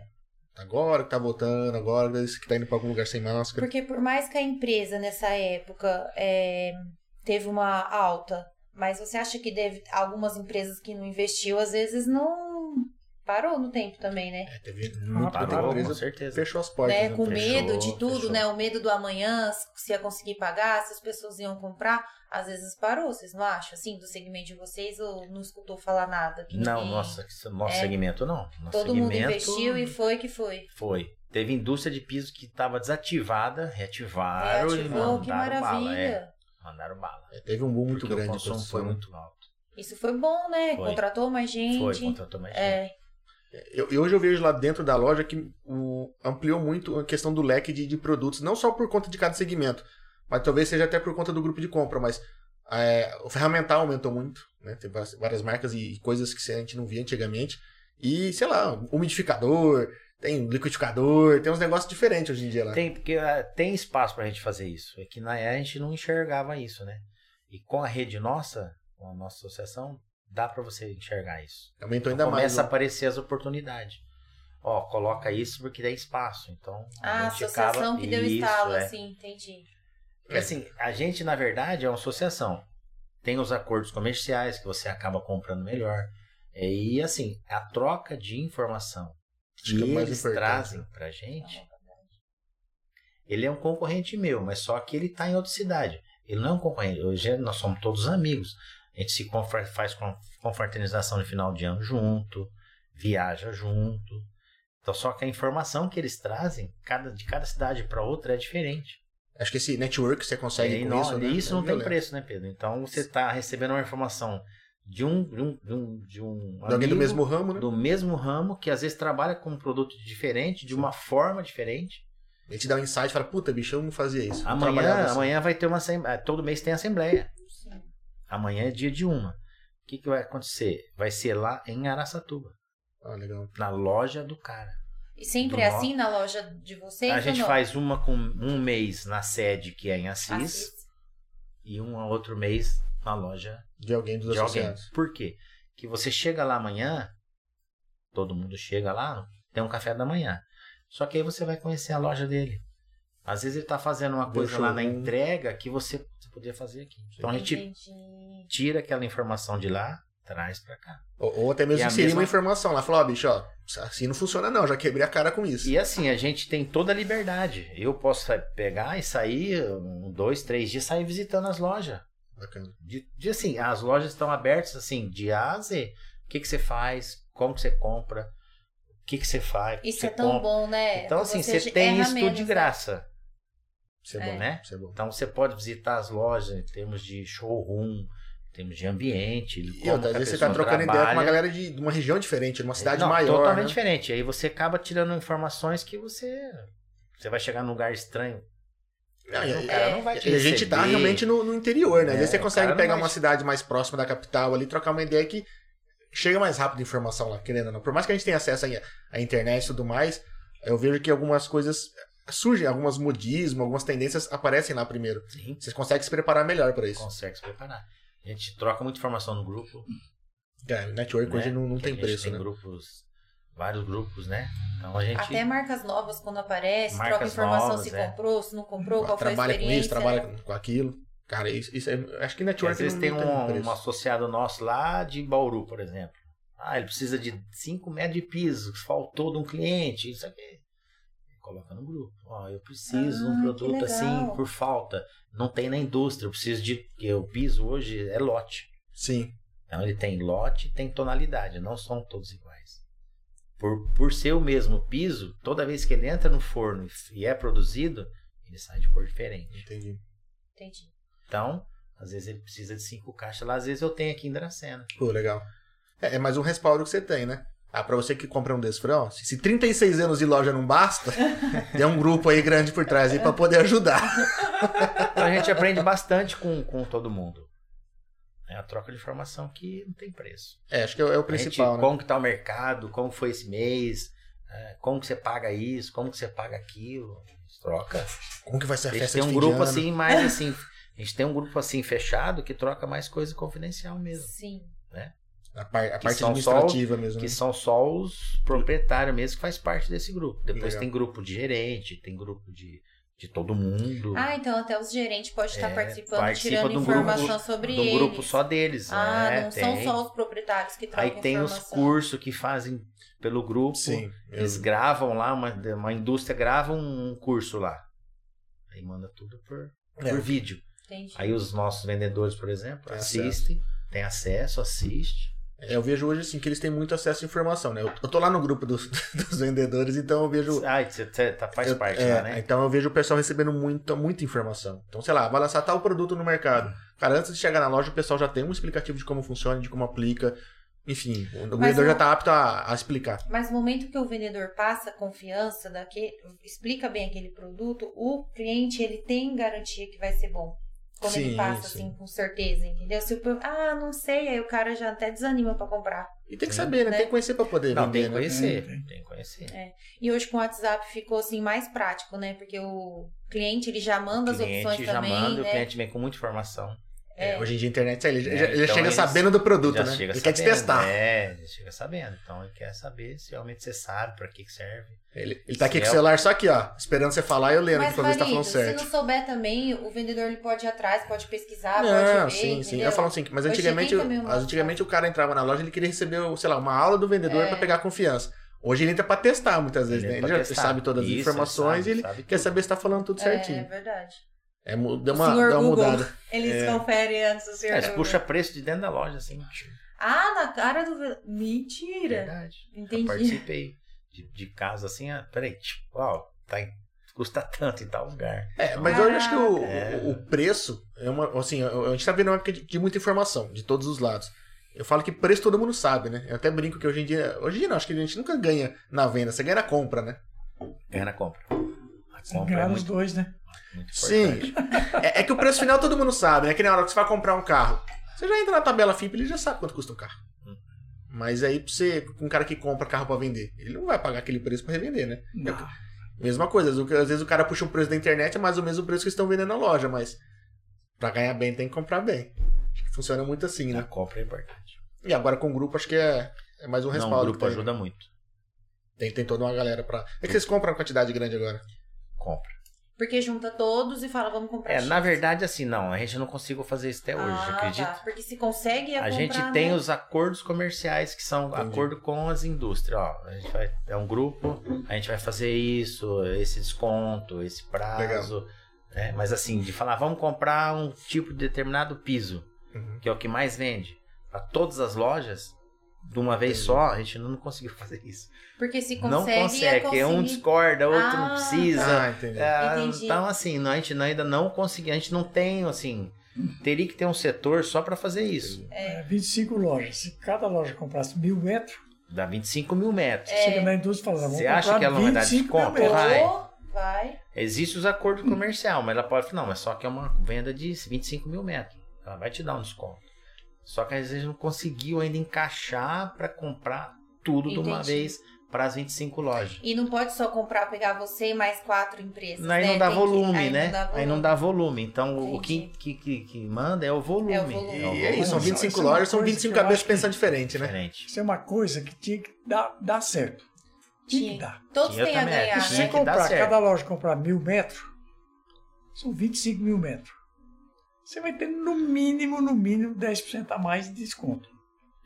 Speaker 1: É.
Speaker 2: Agora que tá voltando, agora que tá indo pra algum lugar sem máscara.
Speaker 1: Porque por mais que a empresa nessa época é, teve uma alta, mas você acha que deve algumas empresas que não investiu, às vezes não parou no tempo também, né?
Speaker 2: É, teve muita
Speaker 4: parou,
Speaker 2: muita
Speaker 3: com
Speaker 2: empresa
Speaker 3: certeza.
Speaker 2: fechou as portas.
Speaker 1: Né,
Speaker 2: né?
Speaker 1: Com
Speaker 3: Fechou,
Speaker 1: medo de tudo,
Speaker 3: fechou.
Speaker 1: né? O medo do amanhã, se ia conseguir pagar, se as pessoas iam comprar, às vezes parou, vocês não acham? Assim, do segmento de vocês, ou não escutou falar nada? Que
Speaker 3: Não,
Speaker 1: ninguém-
Speaker 3: nossa, que- nosso
Speaker 1: É.
Speaker 3: segmento não. Nosso
Speaker 1: Todo mundo
Speaker 3: segmento
Speaker 1: investiu e foi que foi.
Speaker 3: Foi. Teve indústria de piso que estava desativada,
Speaker 1: Reativou, É, tipo,
Speaker 3: reativaram e mandaram
Speaker 1: que
Speaker 3: bala. É,
Speaker 1: maravilha.
Speaker 3: mandaram bala.
Speaker 2: É, teve um boom muito
Speaker 3: Porque
Speaker 2: grande. né?
Speaker 3: o
Speaker 2: de
Speaker 3: consumo
Speaker 2: produção.
Speaker 3: foi muito alto.
Speaker 1: Isso foi bom, né?
Speaker 3: Foi.
Speaker 1: Contratou mais gente.
Speaker 3: Foi, contratou mais gente.
Speaker 1: É,
Speaker 2: Eu- e hoje eu vejo lá dentro da loja que o- ampliou muito a questão do leque de, de produtos, não só por conta de cada segmento, mas talvez seja até por conta do grupo de compra, mas é, o ferramental aumentou muito, né? Tem várias, várias marcas e, e coisas que a gente não via antigamente. E, sei lá, umidificador, tem liquidificador, tem uns negócios diferentes hoje em dia lá.
Speaker 3: Tem, porque ah, tem espaço pra gente fazer isso. É que na época a gente não enxergava isso, né? E com a rede nossa, com a nossa associação, dá pra você enxergar isso.
Speaker 2: Aumentou ainda mais. né?
Speaker 3: Começa a
Speaker 2: ó.
Speaker 3: aparecer as oportunidades. Ó, coloca isso porque dá espaço. Então,
Speaker 5: Ah,
Speaker 1: a
Speaker 3: gente
Speaker 1: Ah, associação
Speaker 3: acaba-
Speaker 1: que deu
Speaker 3: Isso,
Speaker 1: estalo,
Speaker 3: é.
Speaker 1: assim, entendi.
Speaker 3: Porque assim, a gente, na verdade, é uma associação. Tem os acordos comerciais que você acaba comprando melhor. É, E assim, a troca de informação
Speaker 2: Acho
Speaker 3: que
Speaker 2: que é o mais
Speaker 3: eles
Speaker 2: importante,
Speaker 3: trazem
Speaker 2: né?
Speaker 3: pra gente. Ele é um concorrente meu, mas só que ele tá em outra cidade. Ele não é um concorrente. Hoje nós somos todos amigos. A gente se confra- faz con- confraternização no final de ano junto, viaja junto. Então, só que a informação que eles trazem cada, de cada cidade para outra é diferente.
Speaker 2: Acho que esse network você consegue
Speaker 3: e aí,
Speaker 2: com
Speaker 3: não,
Speaker 2: isso, né?
Speaker 3: e isso
Speaker 2: É
Speaker 3: não tem
Speaker 2: violento.
Speaker 3: preço, né, Pedro? Então você está recebendo uma informação de um de um, de um, de um
Speaker 2: De alguém do
Speaker 3: amigo,
Speaker 2: mesmo ramo, né?
Speaker 3: do mesmo ramo que às vezes trabalha com um produto diferente, de uma forma diferente.
Speaker 2: Ele te dá um insight e fala, puta, bicho, eu não fazia isso. Eu trabalhava
Speaker 3: Amanhã,
Speaker 2: assim.
Speaker 3: amanhã vai ter uma assembleia. Todo mês tem assembleia.
Speaker 5: Sim.
Speaker 3: Amanhã é dia de uma. O que, que vai acontecer? Vai ser lá em Araçatuba,
Speaker 2: Ah, legal.
Speaker 3: na loja do cara.
Speaker 5: E sempre
Speaker 3: Do
Speaker 5: é assim na loja de vocês?
Speaker 3: a
Speaker 5: ou
Speaker 3: gente
Speaker 5: não? Ah,
Speaker 3: faz uma com um mês na sede que é em Assis,
Speaker 5: Assis.
Speaker 3: e um outro mês na loja
Speaker 2: De alguém dos
Speaker 3: de alguém.
Speaker 2: associados.
Speaker 3: Por quê? Que você chega lá amanhã, todo mundo chega lá, tem um café da manhã. Só que aí você vai conhecer a loja dele. Às vezes ele tá fazendo uma
Speaker 2: Do
Speaker 3: coisa lá na
Speaker 2: showroom.
Speaker 3: entrega que você, você podia fazer aqui. Então a gente
Speaker 5: Entendi.
Speaker 3: tira aquela informação de lá, traz pra cá.
Speaker 2: Ou, ou até
Speaker 3: E
Speaker 2: mesmo
Speaker 3: a
Speaker 2: inserir
Speaker 3: mesma-
Speaker 2: uma informação lá. Falar, ó, bicho, ó, assim não funciona não, já quebrei a cara com isso.
Speaker 3: E assim, a gente tem toda a liberdade. Eu posso sa- pegar e sair um, dois, três dias, sair visitando as lojas.
Speaker 2: Bacana.
Speaker 3: De, de, assim, as lojas estão abertas assim, de A a Z. O que, que você faz? Como que você compra? O que, que você faz?
Speaker 5: Isso
Speaker 3: Você
Speaker 5: é tão
Speaker 3: compra?
Speaker 5: bom, né?
Speaker 3: Então, assim, você
Speaker 5: ge-
Speaker 3: tem
Speaker 5: erra
Speaker 3: isso tudo
Speaker 5: menos,
Speaker 3: de
Speaker 5: né?
Speaker 3: graça.
Speaker 2: Isso é,
Speaker 5: É.
Speaker 2: bom,
Speaker 3: Né?
Speaker 2: Isso é bom.
Speaker 3: Então, você pode visitar as lojas em termos de showroom, em termos de ambiente. de
Speaker 2: E
Speaker 3: como
Speaker 2: outra,
Speaker 3: que
Speaker 2: às
Speaker 3: a
Speaker 2: vezes você tá
Speaker 3: pessoa
Speaker 2: trocando ideia com uma
Speaker 3: trabalha.
Speaker 2: galera de, de uma região diferente, de uma cidade
Speaker 3: Não,
Speaker 2: maior.
Speaker 3: Totalmente
Speaker 2: né?
Speaker 3: diferente. Aí você acaba tirando informações que você. Você vai chegar num lugar estranho.
Speaker 2: Não, e-
Speaker 3: o cara
Speaker 5: é.
Speaker 3: não vai te
Speaker 2: E a gente tá
Speaker 3: receber.
Speaker 2: realmente no, no interior, né? Às
Speaker 3: É,
Speaker 2: vezes você
Speaker 3: o
Speaker 2: consegue
Speaker 3: cara não
Speaker 2: pegar
Speaker 3: vai-
Speaker 2: uma cidade mais próxima da capital ali, trocar uma ideia que chega mais rápido a informação lá, querendo ou não. Por mais que a gente tenha acesso aí à- à internet e tudo mais, eu vejo que algumas coisas surgem, algumas modismos, algumas tendências aparecem lá primeiro.
Speaker 3: Sim,
Speaker 2: Vocês conseguem se preparar melhor pra isso.
Speaker 3: consegue se preparar. A gente troca muita informação no grupo.
Speaker 2: É, network
Speaker 3: né?
Speaker 2: hoje não, não
Speaker 3: Porque a
Speaker 2: tem
Speaker 3: gente
Speaker 2: preço,
Speaker 3: tem
Speaker 2: né?
Speaker 3: grupos, vários grupos, né? Então a gente.
Speaker 5: Até marcas novas, quando aparece, troca
Speaker 3: Marcas
Speaker 5: informação
Speaker 3: novas,
Speaker 5: se
Speaker 3: é.
Speaker 5: comprou, se não comprou, qual foi a
Speaker 2: Trabalha com
Speaker 5: experiência. né?
Speaker 2: isso, trabalha com aquilo. Cara, isso, isso é, acho que
Speaker 3: Porque
Speaker 2: network
Speaker 3: às vezes
Speaker 2: não,
Speaker 3: tem
Speaker 2: não tem
Speaker 3: um,
Speaker 2: preço.
Speaker 3: um associado nosso lá de Bauru, por exemplo. Ah, ele precisa de 5 metros de piso, faltou de um cliente, isso aqui. Coloca no grupo. Ó, eu preciso de
Speaker 5: Ah,
Speaker 3: um
Speaker 5: que
Speaker 3: produto
Speaker 5: legal.
Speaker 3: assim por falta. Não tem na indústria, eu preciso de. Porque o piso hoje é lote.
Speaker 2: Sim.
Speaker 3: Então ele tem lote e tem tonalidade, não são todos iguais. Por, por ser o mesmo piso, toda vez que ele entra no forno e f- e é produzido, ele sai de cor diferente.
Speaker 2: Entendi.
Speaker 5: Entendi.
Speaker 3: Então, às vezes ele precisa de cinco caixas lá, às vezes eu tenho aqui em Dracena.
Speaker 2: Pô, legal. É, é mais um respaldo que você tem, né? Ah, pra você que compra um desse, falei, ó, se se 36 anos de loja não basta, tem um grupo aí grande por trás aí pra poder ajudar.
Speaker 3: Então a gente aprende bastante com, com todo mundo. É a troca de informação que não tem preço.
Speaker 2: É, acho que é, o- é o
Speaker 3: A gente-
Speaker 2: principal, né?
Speaker 3: Como que tá o mercado, como foi esse mês, é, como que você paga isso, como que você paga aquilo. A gente troca.
Speaker 2: Como que vai ser a
Speaker 3: A gente
Speaker 2: festa
Speaker 3: tem
Speaker 2: de
Speaker 3: um
Speaker 2: fim
Speaker 3: grupo
Speaker 2: de ano?
Speaker 3: assim, mais assim. A gente tem um grupo assim fechado que troca mais coisa confidencial mesmo.
Speaker 5: Sim.
Speaker 2: A, par- a
Speaker 3: que
Speaker 2: parte
Speaker 3: são só
Speaker 2: administrativa mesmo, né?
Speaker 3: Que são só os proprietários mesmo que faz parte desse grupo. Depois
Speaker 2: Legal.
Speaker 3: tem grupo de gerente, tem grupo de, de todo mundo.
Speaker 5: Ah, então até os gerentes podem estar
Speaker 3: É,
Speaker 5: participando,
Speaker 3: participa
Speaker 5: tirando
Speaker 3: de um grupo-
Speaker 5: informação sobre
Speaker 3: de um
Speaker 5: eles.
Speaker 3: grupo só deles.
Speaker 5: Ah,
Speaker 3: né?
Speaker 5: não
Speaker 3: tem.
Speaker 5: são só os proprietários que trocam
Speaker 3: Aí tem os
Speaker 5: informação.
Speaker 3: cursos que fazem pelo grupo.
Speaker 2: Sim. eu-
Speaker 3: Eles gravam lá, uma, uma indústria grava um curso lá. Aí manda tudo por,
Speaker 2: É.
Speaker 3: por vídeo.
Speaker 5: Entendi.
Speaker 3: Aí os nossos vendedores, por exemplo,
Speaker 2: Tem
Speaker 3: assistem, tem acesso, assiste.
Speaker 2: é, eu vejo hoje, assim, que eles têm muito acesso à informação, né? Eu, eu tô lá no grupo dos, dos vendedores, então eu vejo...
Speaker 3: Ah, você você tá- faz
Speaker 2: Eu-
Speaker 3: parte
Speaker 2: é,
Speaker 3: lá, né?
Speaker 2: Então eu vejo o pessoal recebendo muita, muita informação. Então, sei lá, vai lançar tal produto no mercado. Cara, antes de chegar na loja, o pessoal já tem um explicativo de como funciona, de como aplica. Enfim, o
Speaker 5: Mas
Speaker 2: vendedor já
Speaker 5: o-
Speaker 2: tá apto a, a explicar.
Speaker 5: Mas no momento que o vendedor passa confiança, daquele, explica bem aquele produto, o cliente ele tem garantia que vai ser bom. Quando
Speaker 2: Sim,
Speaker 5: ele passa
Speaker 2: sim.
Speaker 5: assim com certeza, entendeu? Se o pro- ah, não sei, aí o cara já até desanima pra comprar.
Speaker 2: E tem que
Speaker 3: Sim. É.
Speaker 2: saber, né?
Speaker 5: Né?
Speaker 2: Tem que conhecer pra poder
Speaker 3: Não, tem
Speaker 2: vender,
Speaker 3: que
Speaker 2: né?
Speaker 3: conhecer.
Speaker 4: Tem,
Speaker 3: Tem que conhecer.
Speaker 5: E hoje com o WhatsApp ficou assim mais prático, né? Porque o cliente ele já manda
Speaker 3: O
Speaker 5: as opções
Speaker 3: cliente já
Speaker 5: também,
Speaker 3: manda, o
Speaker 5: né?
Speaker 3: cliente vem com muita informação.
Speaker 2: É, hoje em dia a internet, ele,
Speaker 3: É,
Speaker 2: já- ele
Speaker 3: então
Speaker 2: chega
Speaker 3: eles-
Speaker 2: sabendo do produto, né?
Speaker 3: chega
Speaker 2: ele quer te
Speaker 3: sabendo,
Speaker 2: testar.
Speaker 3: É, ele chega sabendo. Então ele quer saber se realmente você sabe pra que que serve.
Speaker 2: Ele, ele tá aqui com o
Speaker 3: Céu.
Speaker 2: celular só aqui, ó. Esperando você falar e eu lendo
Speaker 5: Mas
Speaker 2: pra ver se tá
Speaker 5: marido,
Speaker 2: falando
Speaker 5: se
Speaker 2: certo.
Speaker 5: não souber também, o vendedor ele pode ir atrás, pode pesquisar,
Speaker 2: Não,
Speaker 5: pode ver,
Speaker 2: sim, sim.
Speaker 5: entendeu?
Speaker 2: Eu falo assim, mas
Speaker 5: Eu
Speaker 2: antigamente,
Speaker 5: cheguei também uma
Speaker 2: mas antigamente o cara entrava na loja, ele queria receber, sei lá, uma aula do vendedor
Speaker 5: É.
Speaker 2: pra pegar confiança. Hoje ele entra pra testar muitas vezes, né?
Speaker 3: entra
Speaker 2: Ele
Speaker 3: pra
Speaker 2: já
Speaker 3: testar.
Speaker 2: sabe todas as
Speaker 3: Isso,
Speaker 2: informações
Speaker 3: sabe,
Speaker 2: e ele
Speaker 3: sabe
Speaker 2: quer
Speaker 3: tudo.
Speaker 2: saber se tá falando tudo
Speaker 5: É,
Speaker 2: certinho.
Speaker 5: verdade.
Speaker 2: É, mu- deu
Speaker 5: O
Speaker 2: uma,
Speaker 5: senhor
Speaker 2: deu uma
Speaker 5: Google.
Speaker 2: mudada.
Speaker 5: Eles conferem antes o senhor.
Speaker 3: É, você
Speaker 5: Google.
Speaker 3: puxa preço de dentro da loja, assim.
Speaker 5: Ah, na cara do. ve- Mentira!
Speaker 3: Verdade. Eu
Speaker 5: Entendi.
Speaker 3: participei de, de casa assim, ah, peraí, tipo, ó, tá em- custa tanto em tal lugar.
Speaker 2: É, mas eu acho que o,
Speaker 5: Ah.
Speaker 3: É.
Speaker 2: o- o preço é uma. Assim, a gente tá vendo uma época de, de muita informação, de todos os lados. Eu falo que preço todo mundo sabe, né? Eu até brinco que hoje em dia. Hoje em dia não, acho que a gente nunca ganha na venda, você ganha na compra, né?
Speaker 3: Ganha na compra. A
Speaker 4: Sem
Speaker 3: compra é
Speaker 4: ganhar os
Speaker 3: muito,
Speaker 4: dois, né?
Speaker 3: muito
Speaker 2: Sim.
Speaker 3: importante.
Speaker 2: É, é que o preço final todo mundo sabe, né? Que na hora que você vai comprar um carro, você já entra na tabela FIP, ele já sabe quanto custa um carro.
Speaker 3: Hum.
Speaker 2: Mas aí pra você, um cara que compra carro pra vender, ele não vai pagar aquele preço pra revender, né?
Speaker 4: Não.
Speaker 2: Mesma coisa, às vezes o- às vezes o cara puxa um preço da internet, é mais ou menos o preço que estão vendendo na loja, mas pra ganhar bem tem que comprar bem. Acho que funciona muito assim,
Speaker 3: A
Speaker 2: né?
Speaker 3: compra é importante.
Speaker 2: E agora com o grupo, acho que é, é mais um
Speaker 3: Não,
Speaker 2: respaldo.
Speaker 3: o grupo
Speaker 2: que tem.
Speaker 3: ajuda muito.
Speaker 2: Tem, tem toda uma galera pra. É que vocês compram uma quantidade grande agora.
Speaker 3: Compra.
Speaker 1: Porque junta todos e fala, vamos comprar.
Speaker 3: É,
Speaker 1: X.
Speaker 3: na verdade, assim, não, a gente não conseguiu fazer isso até hoje,
Speaker 1: Ah,
Speaker 3: acredita?
Speaker 1: tá. Porque se consegue, ia
Speaker 3: A gente
Speaker 1: comprar,
Speaker 3: tem
Speaker 1: né?
Speaker 3: os acordos comerciais que são
Speaker 2: Entendi.
Speaker 3: acordo com as indústrias. Ó, a gente vai, é um grupo, a gente vai fazer isso, esse desconto, esse prazo. né? Mas assim, de falar, vamos comprar um tipo de determinado piso,
Speaker 2: Uhum.
Speaker 3: que é o que mais vende, para todas as lojas, de uma vez só, a gente não conseguiu fazer isso.
Speaker 1: Porque se
Speaker 3: não
Speaker 1: consegue, ia
Speaker 3: consegue,
Speaker 1: conseguir.
Speaker 3: um discorda, outro
Speaker 1: Ah,
Speaker 3: não precisa.
Speaker 2: Ah, entendi.
Speaker 3: É,
Speaker 1: Entendi.
Speaker 3: então, assim, não, a gente ainda não conseguiu, a gente não tem, assim, teria que ter um setor só para fazer isso.
Speaker 4: É, 25 lojas. Se cada loja comprasse mil metros,
Speaker 3: Dá 25 mil metros.
Speaker 4: chega na indústria e fala, vamos
Speaker 3: Você acha
Speaker 4: comprar
Speaker 3: que é ela não vai dar
Speaker 4: 25 mil
Speaker 3: desconto?
Speaker 4: metros.
Speaker 3: Vai.
Speaker 1: Ou vai.
Speaker 3: Existe os acordos comerciais, mas ela pode falar, não, mas só que é uma venda de 25 mil metros. Ela vai te dar um desconto. Só que às vezes não conseguiu ainda encaixar para comprar tudo de uma
Speaker 1: Entendi.
Speaker 3: vez para as 25 lojas.
Speaker 1: E não pode só comprar, pegar você e mais quatro empresas.
Speaker 3: Aí
Speaker 1: né?
Speaker 3: não dá
Speaker 1: Tem que-
Speaker 3: volume,
Speaker 1: aí
Speaker 3: né?
Speaker 1: Não dá volume.
Speaker 3: Aí não dá volume. Então o que,
Speaker 1: Entendi.
Speaker 3: que, que, que manda é um o volume.
Speaker 1: É o volume.
Speaker 2: E é isso, são
Speaker 4: Isso é
Speaker 2: 25
Speaker 4: uma
Speaker 2: lojas, são
Speaker 4: coisa
Speaker 2: 25
Speaker 4: que eu
Speaker 2: cabeças
Speaker 4: acho que-
Speaker 2: pensando diferente, né?
Speaker 3: Diferente.
Speaker 4: Isso é uma coisa que tinha que dar, dar certo. Tinha que
Speaker 1: Tinha.
Speaker 4: dar.
Speaker 1: Todos
Speaker 3: Eu
Speaker 1: têm a
Speaker 3: também
Speaker 4: E
Speaker 1: ganhar,
Speaker 3: acho.
Speaker 4: se
Speaker 1: né?
Speaker 3: que dar
Speaker 4: comprar,
Speaker 3: certo.
Speaker 4: cada loja comprar mil metros, são 25 mil metros. Você vai ter no mínimo, no mínimo 10% a mais de desconto.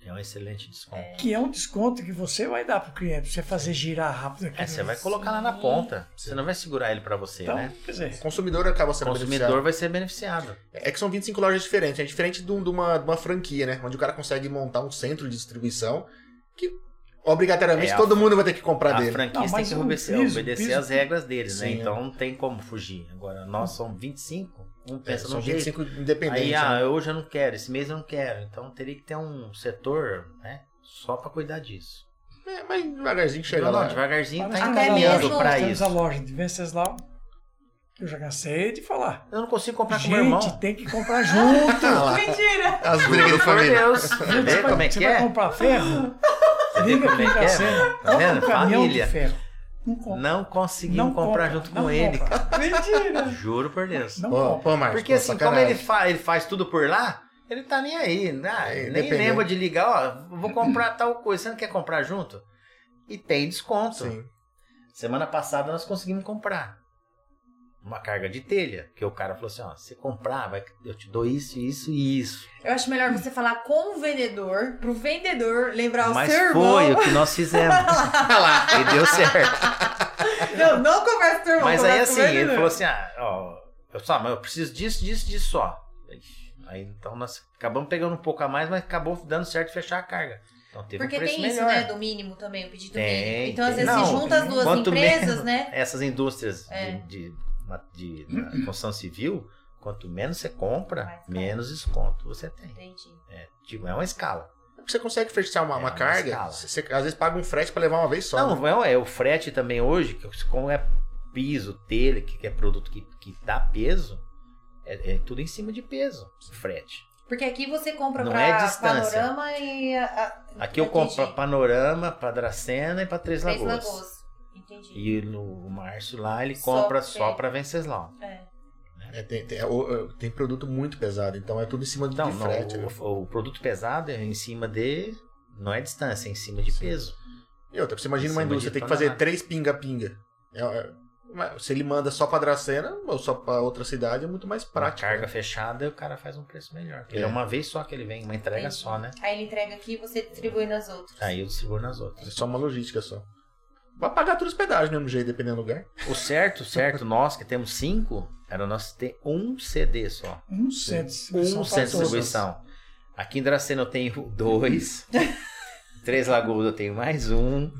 Speaker 3: É um excelente desconto.
Speaker 4: Que é um desconto que você vai dar para o cliente, pra você fazer girar rápido aqui.
Speaker 3: É, você vai colocar lá na ponta. Você
Speaker 2: Sim.
Speaker 3: não vai segurar ele para você,
Speaker 4: Então,
Speaker 3: né?
Speaker 4: quer
Speaker 2: O
Speaker 4: dizer,
Speaker 2: consumidor acaba
Speaker 3: O
Speaker 2: sendo beneficiado.
Speaker 3: consumidor vai ser beneficiado.
Speaker 2: É que são 25 lojas diferentes. É diferente de, um- de uma, de uma franquia, né? Onde o cara consegue montar um centro de distribuição que obrigatoriamente
Speaker 3: É, a
Speaker 2: todo mundo vai ter que comprar
Speaker 3: a
Speaker 2: dele.
Speaker 3: franquia
Speaker 4: Não,
Speaker 3: tem
Speaker 4: mas
Speaker 3: que
Speaker 4: o
Speaker 3: obedecer,
Speaker 4: piso,
Speaker 3: obedecer
Speaker 4: piso-
Speaker 3: as regras deles, né?
Speaker 2: Sim,
Speaker 3: Então não tem como fugir. Agora, nós somos 25, um
Speaker 2: É,
Speaker 3: pensa
Speaker 2: são
Speaker 3: num jeito.
Speaker 2: 25 independentes.
Speaker 3: Aí,
Speaker 2: né?
Speaker 3: ah, hoje eu não quero, esse mês eu não quero. Então teria que ter um setor, né? Só pra cuidar disso.
Speaker 2: É, mas devagarzinho chega
Speaker 3: Então, não,
Speaker 2: lá.
Speaker 3: devagarzinho tá
Speaker 4: parece que
Speaker 1: até
Speaker 3: encaminhando
Speaker 1: mesmo
Speaker 3: pra
Speaker 4: temos
Speaker 3: isso.
Speaker 4: a loja de Venceslau, que eu já cansei de falar.
Speaker 3: Eu não consigo comprar com meu irmão.
Speaker 4: Gente, tem que comprar junto.
Speaker 2: Ah, lá,
Speaker 1: Mentira!
Speaker 2: as brigas de
Speaker 3: Por
Speaker 2: família.
Speaker 3: Deus. Você
Speaker 4: Você
Speaker 3: vê
Speaker 4: vai-
Speaker 3: como é
Speaker 4: você
Speaker 3: que
Speaker 4: vai
Speaker 3: é?
Speaker 4: comprar ferro?
Speaker 3: Você vê
Speaker 4: Liga
Speaker 3: como
Speaker 4: aqui
Speaker 3: é
Speaker 4: em
Speaker 3: que é?
Speaker 4: Cacena.
Speaker 3: mano? Tá
Speaker 4: compra
Speaker 3: vendo?
Speaker 4: um caminhão de
Speaker 3: Família.
Speaker 4: ferro. Não compra.
Speaker 3: Não conseguimos
Speaker 4: Não
Speaker 3: comprar
Speaker 4: compra,
Speaker 3: junto
Speaker 4: não
Speaker 3: com ele,
Speaker 4: compra.
Speaker 3: cara.
Speaker 4: Mentira.
Speaker 3: Juro por Deus.
Speaker 4: Não
Speaker 2: Pô,
Speaker 4: compra.
Speaker 2: pô, Marcos,
Speaker 3: Porque
Speaker 2: pô,
Speaker 3: assim, como
Speaker 2: sacanagem.
Speaker 3: ele, fa ele faz tudo por lá, ele tá nem aí. né? Ah,
Speaker 2: É,
Speaker 3: nem
Speaker 2: independente.
Speaker 3: lembra de ligar, ó, vou comprar tal coisa, você não quer comprar junto? E tem desconto.
Speaker 2: Sim.
Speaker 3: Semana passada nós conseguimos comprar uma carga de telha, que o cara falou assim, ó, se comprar, vai, eu te dou isso, isso e isso.
Speaker 1: Eu acho melhor você falar com o vendedor, pro vendedor lembrar
Speaker 3: Mas
Speaker 1: o seu
Speaker 3: foi
Speaker 1: irmão.
Speaker 3: o que nós fizemos. e deu certo.
Speaker 1: Não, não é né? conversa com o seu irmão.
Speaker 3: Mas aí
Speaker 1: conversa com
Speaker 3: assim,
Speaker 1: o
Speaker 3: ele
Speaker 1: vendedor.
Speaker 3: falou assim, ah, ó, eu só, mas eu preciso disso, disso, disso só. Aí então nós acabamos pegando um pouco a mais, mas acabou dando certo fechar a carga. Então teve
Speaker 1: Porque
Speaker 3: um preço
Speaker 1: tem isso,
Speaker 3: melhor.
Speaker 1: né? Do mínimo também, o pedido
Speaker 3: Tem,
Speaker 1: mínimo. Então, às
Speaker 3: tem.
Speaker 1: vezes, se
Speaker 3: Não,
Speaker 1: junta as duas
Speaker 3: quanto
Speaker 1: empresas,
Speaker 3: menos-
Speaker 1: né?
Speaker 3: essas indústrias
Speaker 1: É.
Speaker 3: de, de, de- da construção civil, quanto menos você compra,
Speaker 1: Mais caro.
Speaker 3: menos desconto você tem.
Speaker 1: Entendi.
Speaker 3: Tipo, é uma escala.
Speaker 2: Você consegue fechar uma,
Speaker 3: É,
Speaker 2: uma
Speaker 3: uma
Speaker 2: carga,
Speaker 3: escala.
Speaker 2: você, às vezes paga um frete pra levar uma vez só. né?
Speaker 3: Não, é, é o frete também hoje, que como é piso, telha, que que é produto que, que dá peso, é, é tudo em cima de peso, frete.
Speaker 1: Porque aqui você compra
Speaker 3: Não
Speaker 1: pra
Speaker 3: é distância.
Speaker 1: panorama e a, a-
Speaker 3: Aqui eu
Speaker 1: Entendi.
Speaker 3: compro pra Panorama, pra Dracena e pra Três
Speaker 1: Três
Speaker 3: Lagoas.
Speaker 1: Lagoas. Entendi.
Speaker 3: E no o Márcio lá ele
Speaker 1: Só
Speaker 3: compra
Speaker 1: pra-
Speaker 3: só pra Venceslau.
Speaker 1: É.
Speaker 2: É, tem, tem- é, o- é, tem produto muito pesado, então é tudo em cima de,
Speaker 3: Então,
Speaker 2: de
Speaker 3: não,
Speaker 2: frete. né?
Speaker 3: o, o produto pesado é em cima de. Não é distância, é em cima de
Speaker 2: Sim.
Speaker 3: peso.
Speaker 2: E outra, você imagina uma
Speaker 3: Em cima
Speaker 2: indústria,
Speaker 3: de
Speaker 2: tem que fazer
Speaker 3: tonelada.
Speaker 2: três pinga-pinga. É, é, mas se ele manda só pra Dracena ou só pra outra cidade, é muito mais
Speaker 3: Pra
Speaker 2: prático. né?
Speaker 3: carga fechada, o cara faz um preço melhor. Ele
Speaker 2: É.
Speaker 3: é uma vez só que ele vem, uma entrega
Speaker 1: Entendi.
Speaker 3: só, né?
Speaker 1: Aí ele entrega aqui e você distribui nas outras.
Speaker 3: Aí eu distribuo nas outras.
Speaker 2: É só uma logística só. Vai pagar todos os pedágios do mesmo jeito, dependendo do lugar.
Speaker 3: O certo, certo, nós que temos cinco, era nós ter um CD só.
Speaker 4: Um centro.
Speaker 3: Um centro
Speaker 4: São
Speaker 3: de
Speaker 4: todas.
Speaker 3: distribuição. Aqui em Dracena eu tenho dois. Três Lagoas eu tenho mais um.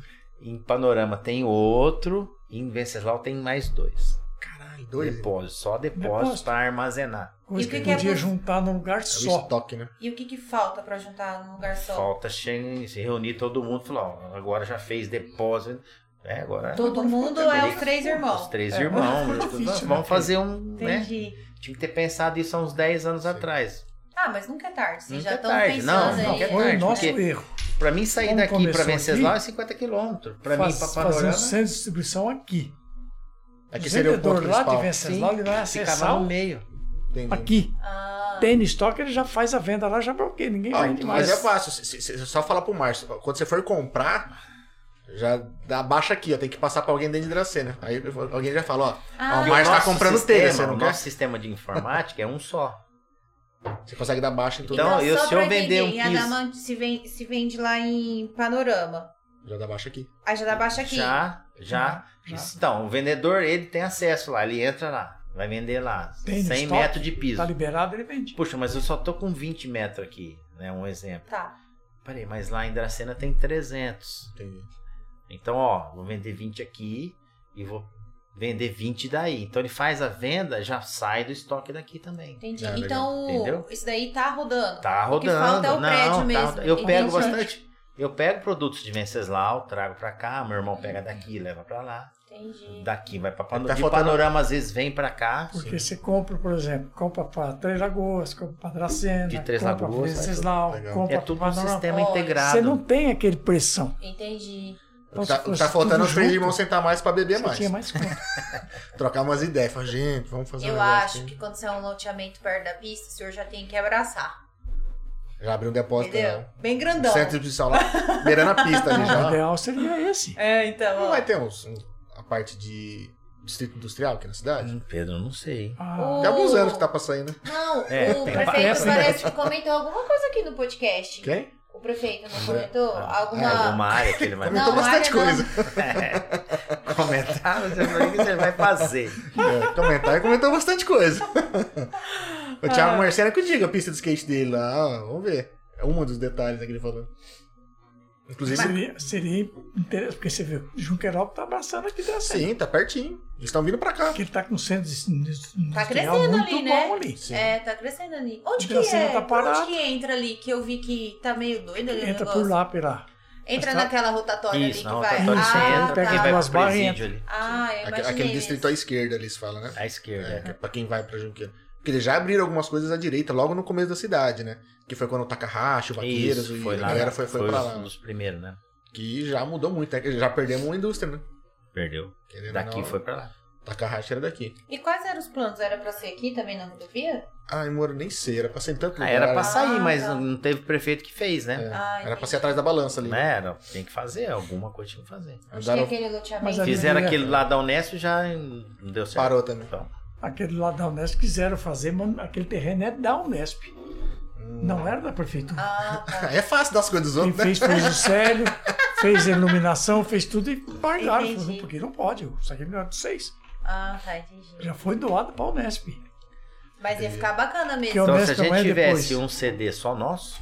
Speaker 3: Em Panorama tem outro. E em Venceslau tem mais dois.
Speaker 2: Caralho,
Speaker 4: É
Speaker 2: dois.
Speaker 3: Depósito. Só depósito
Speaker 4: Depósito.
Speaker 3: para armazenar.
Speaker 4: Coisa
Speaker 1: E o
Speaker 4: que,
Speaker 1: que que é
Speaker 4: podia
Speaker 1: pos-
Speaker 4: juntar num
Speaker 3: Tá
Speaker 4: lugar
Speaker 2: É o
Speaker 4: só.
Speaker 2: estoque, né?
Speaker 1: E o que, que falta pra juntar num
Speaker 4: É
Speaker 1: lugar só?
Speaker 3: Falta chegar, se reunir todo mundo e falar, ó, agora já fez depósito. É, agora.
Speaker 1: Todo
Speaker 3: agora
Speaker 1: mundo
Speaker 3: ficou
Speaker 1: é
Speaker 3: bem.
Speaker 1: os três irmãos.
Speaker 3: Os três
Speaker 4: É,
Speaker 3: irmãos.
Speaker 4: agora ficou difícil,
Speaker 3: Vamos
Speaker 4: né?
Speaker 3: fazer um. Né?
Speaker 5: Entendi.
Speaker 3: Tinha que ter pensado isso há uns 10 anos
Speaker 2: Sim.
Speaker 3: atrás.
Speaker 1: Ah, mas nunca é tarde. Vocês
Speaker 3: Nunca
Speaker 1: já
Speaker 3: é
Speaker 1: estão
Speaker 3: tarde.
Speaker 1: pensando
Speaker 3: Não,
Speaker 1: aí. né?
Speaker 3: nunca é
Speaker 4: Foi
Speaker 3: tarde,
Speaker 4: o nosso
Speaker 3: porque
Speaker 4: erro.
Speaker 3: Pra mim, sair
Speaker 4: Como
Speaker 3: daqui pra
Speaker 4: começou
Speaker 3: Venceslau
Speaker 4: aqui,
Speaker 3: é 50 quilômetros. Pra mim,
Speaker 4: Faz-
Speaker 3: pra
Speaker 4: fazer um
Speaker 3: Panorama,
Speaker 4: centro de distribuição aqui.
Speaker 2: Aqui É seria o ponto
Speaker 4: vendedor lá de
Speaker 2: principal.
Speaker 4: Venceslau, ele vai
Speaker 3: ficava
Speaker 4: acessar
Speaker 3: no
Speaker 4: o-
Speaker 3: meio.
Speaker 2: Entendi.
Speaker 4: aqui.
Speaker 1: Ah,
Speaker 4: Tênis Toque, ele já faz a venda lá, já pra o quê? Ninguém
Speaker 2: Ah,
Speaker 4: vai demais.
Speaker 2: mas é fácil. se- se- se- só falar pro Márcio. Quando você for comprar, já dá baixa aqui, ó. Tem que passar pra alguém dentro de Dracena. Aí alguém já fala, ó.
Speaker 1: ah,
Speaker 2: Ó, o Márcio tá
Speaker 3: Nosso
Speaker 2: comprando
Speaker 3: sistema,
Speaker 2: telha, você
Speaker 3: O
Speaker 2: não quer?
Speaker 3: nosso sistema de informática é um só.
Speaker 2: Você consegue dar baixa em tudo.
Speaker 3: Então, eu-
Speaker 1: só
Speaker 3: se eu
Speaker 1: pra
Speaker 3: vender
Speaker 1: entender,
Speaker 3: um
Speaker 1: a
Speaker 3: piso-
Speaker 1: Damant se, ven- se vende lá em Panorama.
Speaker 4: Então-
Speaker 2: Já dá baixa aqui.
Speaker 1: Aí já dá baixa Tá aqui.
Speaker 3: Já, já.
Speaker 4: Já.
Speaker 3: Então, o vendedor, ele tem acesso lá, ele entra lá, vai vender lá.
Speaker 4: Tem no
Speaker 3: 100
Speaker 4: estoque?
Speaker 3: metros de piso.
Speaker 4: Tá liberado, ele vende.
Speaker 3: Puxa, mas eu só tô com 20 metros aqui, né? Um exemplo.
Speaker 1: Tá.
Speaker 3: Peraí, mas lá em Dracena tem 300.
Speaker 2: Entendi.
Speaker 3: Então, ó, vou vender 20 aqui e vou vender 20 daí. Então, ele faz a venda, já sai do estoque daqui também.
Speaker 1: Entendi.
Speaker 2: Ah, legal.
Speaker 1: então, o-
Speaker 3: Entendeu?
Speaker 1: isso daí tá rodando.
Speaker 3: Tá
Speaker 1: O que
Speaker 3: rodando.
Speaker 1: falta é o
Speaker 3: não,
Speaker 1: prédio
Speaker 3: tá-
Speaker 1: mesmo.
Speaker 3: Eu pego
Speaker 1: Entendi.
Speaker 3: bastante. Eu pego produtos de Venceslau, trago pra cá, meu irmão pega daqui, leva pra lá.
Speaker 1: Entendi.
Speaker 3: Daqui vai pra panorama.
Speaker 2: Tá
Speaker 3: de
Speaker 2: faltando-
Speaker 3: panorama, às vezes vem pra cá.
Speaker 4: Porque você compra, por exemplo, compra para Três Lagoas, compra para Dracena,
Speaker 3: De Três
Speaker 4: compra
Speaker 3: Lagoas, vai
Speaker 4: Venceslau,
Speaker 2: tudo. Legal.
Speaker 4: compra
Speaker 3: É tudo um
Speaker 4: pra Panorama.
Speaker 3: sistema
Speaker 1: Olha,
Speaker 4: Você
Speaker 3: integrado.
Speaker 4: não tem aquele pressão.
Speaker 1: Entendi.
Speaker 2: O
Speaker 4: Então,
Speaker 2: que
Speaker 4: se
Speaker 2: tá, o que
Speaker 4: fosse
Speaker 2: tá faltando é os
Speaker 4: tudo
Speaker 2: três
Speaker 4: junto,
Speaker 2: irmãos sentar mais pra beber
Speaker 4: você
Speaker 2: mais.
Speaker 4: tinha mais conta.
Speaker 2: Trocar umas ideias. Fala, gente, vamos fazer um
Speaker 1: Eu
Speaker 2: negócio
Speaker 1: acho
Speaker 2: aqui.
Speaker 1: que quando você é um loteamento perto da pista, o senhor já tem que abraçar.
Speaker 2: Já abriu um depósito.
Speaker 1: Entendeu?
Speaker 2: Né?
Speaker 1: Bem grandão.
Speaker 2: Centro de distribuição lá, beirando a pista ali
Speaker 4: Não, o
Speaker 2: já.
Speaker 4: ideal seria esse.
Speaker 1: É, então.
Speaker 2: Não
Speaker 1: ó.
Speaker 2: vai ter uns, um- a parte de distrito industrial aqui na cidade?
Speaker 3: Hum, Pedro, não sei.
Speaker 4: Ah,
Speaker 1: O-
Speaker 2: Tem alguns anos que tá pra sair, né?
Speaker 1: Não,
Speaker 3: É,
Speaker 1: o
Speaker 3: tem
Speaker 1: prefeito
Speaker 4: essa, né?
Speaker 1: parece que comentou alguma coisa aqui no podcast.
Speaker 2: Quem?
Speaker 1: O prefeito não comentou? Alguma.
Speaker 3: Ah, é, Alguma área que ele vai
Speaker 2: Comentou
Speaker 1: Não,
Speaker 2: bastante
Speaker 1: área não.
Speaker 2: coisa.
Speaker 3: comentar, você vai ver o que você vai fazer.
Speaker 2: É, comentário comentou bastante coisa. o
Speaker 1: Ah.
Speaker 2: Thiago Marcelo é que eu digo a pista de skate dele lá. ó, Vamos ver. É um dos detalhes né, que ele falou. Inclusive,
Speaker 4: seria, seria interessante, porque você vê, Junquerópolis tá abraçando aqui Dracena.
Speaker 2: sim, tá pertinho. Eles estão vindo pra cá.
Speaker 4: Porque ele tá com um centro industrial
Speaker 1: Tá crescendo
Speaker 4: muito
Speaker 1: ali,
Speaker 4: bom
Speaker 1: né?
Speaker 4: ali.
Speaker 1: É, tá crescendo ali. Onde que
Speaker 4: Dracena
Speaker 1: é?
Speaker 4: tá
Speaker 1: Por
Speaker 4: parado.
Speaker 1: Onde que entra ali? Que eu vi que tá meio doido ali o
Speaker 4: Entra
Speaker 1: negócio.
Speaker 4: por lá, pela.
Speaker 1: Entra
Speaker 4: Mas tá-
Speaker 1: naquela rotatória
Speaker 3: Isso, na
Speaker 1: ali que vai.
Speaker 3: rotatória você
Speaker 1: ah,
Speaker 3: entra,
Speaker 4: pega
Speaker 1: tá.
Speaker 3: quem vai
Speaker 4: duas
Speaker 3: pro
Speaker 4: barras e
Speaker 3: presídio ali.
Speaker 1: Ah, eu
Speaker 2: Aque-
Speaker 1: imaginei.
Speaker 2: Aquele
Speaker 1: isso.
Speaker 2: distrito à esquerda ali, se fala, né?
Speaker 3: À esquerda.
Speaker 2: É, que é pra quem vai pra Junqueira. Porque eles já abriram algumas coisas à direita, logo no começo da cidade, né? Que foi quando o Takahashi, o Vaqueiros,
Speaker 3: Isso,
Speaker 2: e
Speaker 3: foi
Speaker 2: a
Speaker 3: lá.
Speaker 2: galera foi, foi, pra lá.
Speaker 3: um dos primeiros, né?
Speaker 2: Que já mudou muito, né? Que Já perdemos uma indústria, né?
Speaker 3: Perdeu.
Speaker 2: Querendo ou
Speaker 3: Daqui
Speaker 2: não,
Speaker 3: foi pra lá.
Speaker 2: Takahashi era daqui.
Speaker 1: E quais eram os planos? Era pra ser aqui também na rodovia?
Speaker 2: Ai, moro, nem sei, era pra ser em tanto
Speaker 3: Ah,
Speaker 2: lugar.
Speaker 3: era pra
Speaker 2: né?
Speaker 3: sair, mas
Speaker 1: tá.
Speaker 3: não teve prefeito que fez, né?
Speaker 1: Ah,
Speaker 2: É, Era pra
Speaker 1: entendi.
Speaker 2: ser atrás da balança ali.
Speaker 3: Não era, tem que fazer, alguma coisa tinha que fazer.
Speaker 1: Acho que é
Speaker 2: Andaram,
Speaker 1: aquele
Speaker 4: Mas
Speaker 1: loteamento.
Speaker 4: ali-
Speaker 3: Fizeram aquele lá da Unesp e já não deu certo.
Speaker 2: né? parou também.
Speaker 3: Então,
Speaker 4: Aquele lá da Unesp quiseram fazer, mas aquele terreno é da Unesp. Não
Speaker 2: Hum.
Speaker 4: era da prefeitura.
Speaker 1: Ah, tá.
Speaker 2: É fácil das coisas dos
Speaker 4: Quem
Speaker 2: outros, né?
Speaker 3: Uhum.
Speaker 4: fez fez o Célio, fez a iluminação, fez tudo e pagaram.
Speaker 1: Entendi.
Speaker 4: Falou, Porque não pode, isso aqui é melhor de vocês.
Speaker 1: Ah, tá, entendi.
Speaker 4: Já foi doado para a Unesp.
Speaker 1: Mas ia ficar bacana mesmo.
Speaker 4: Que eu-
Speaker 3: então se a
Speaker 4: Unesp não
Speaker 3: gente
Speaker 4: é
Speaker 3: tivesse
Speaker 4: depois.
Speaker 3: um CD só nosso,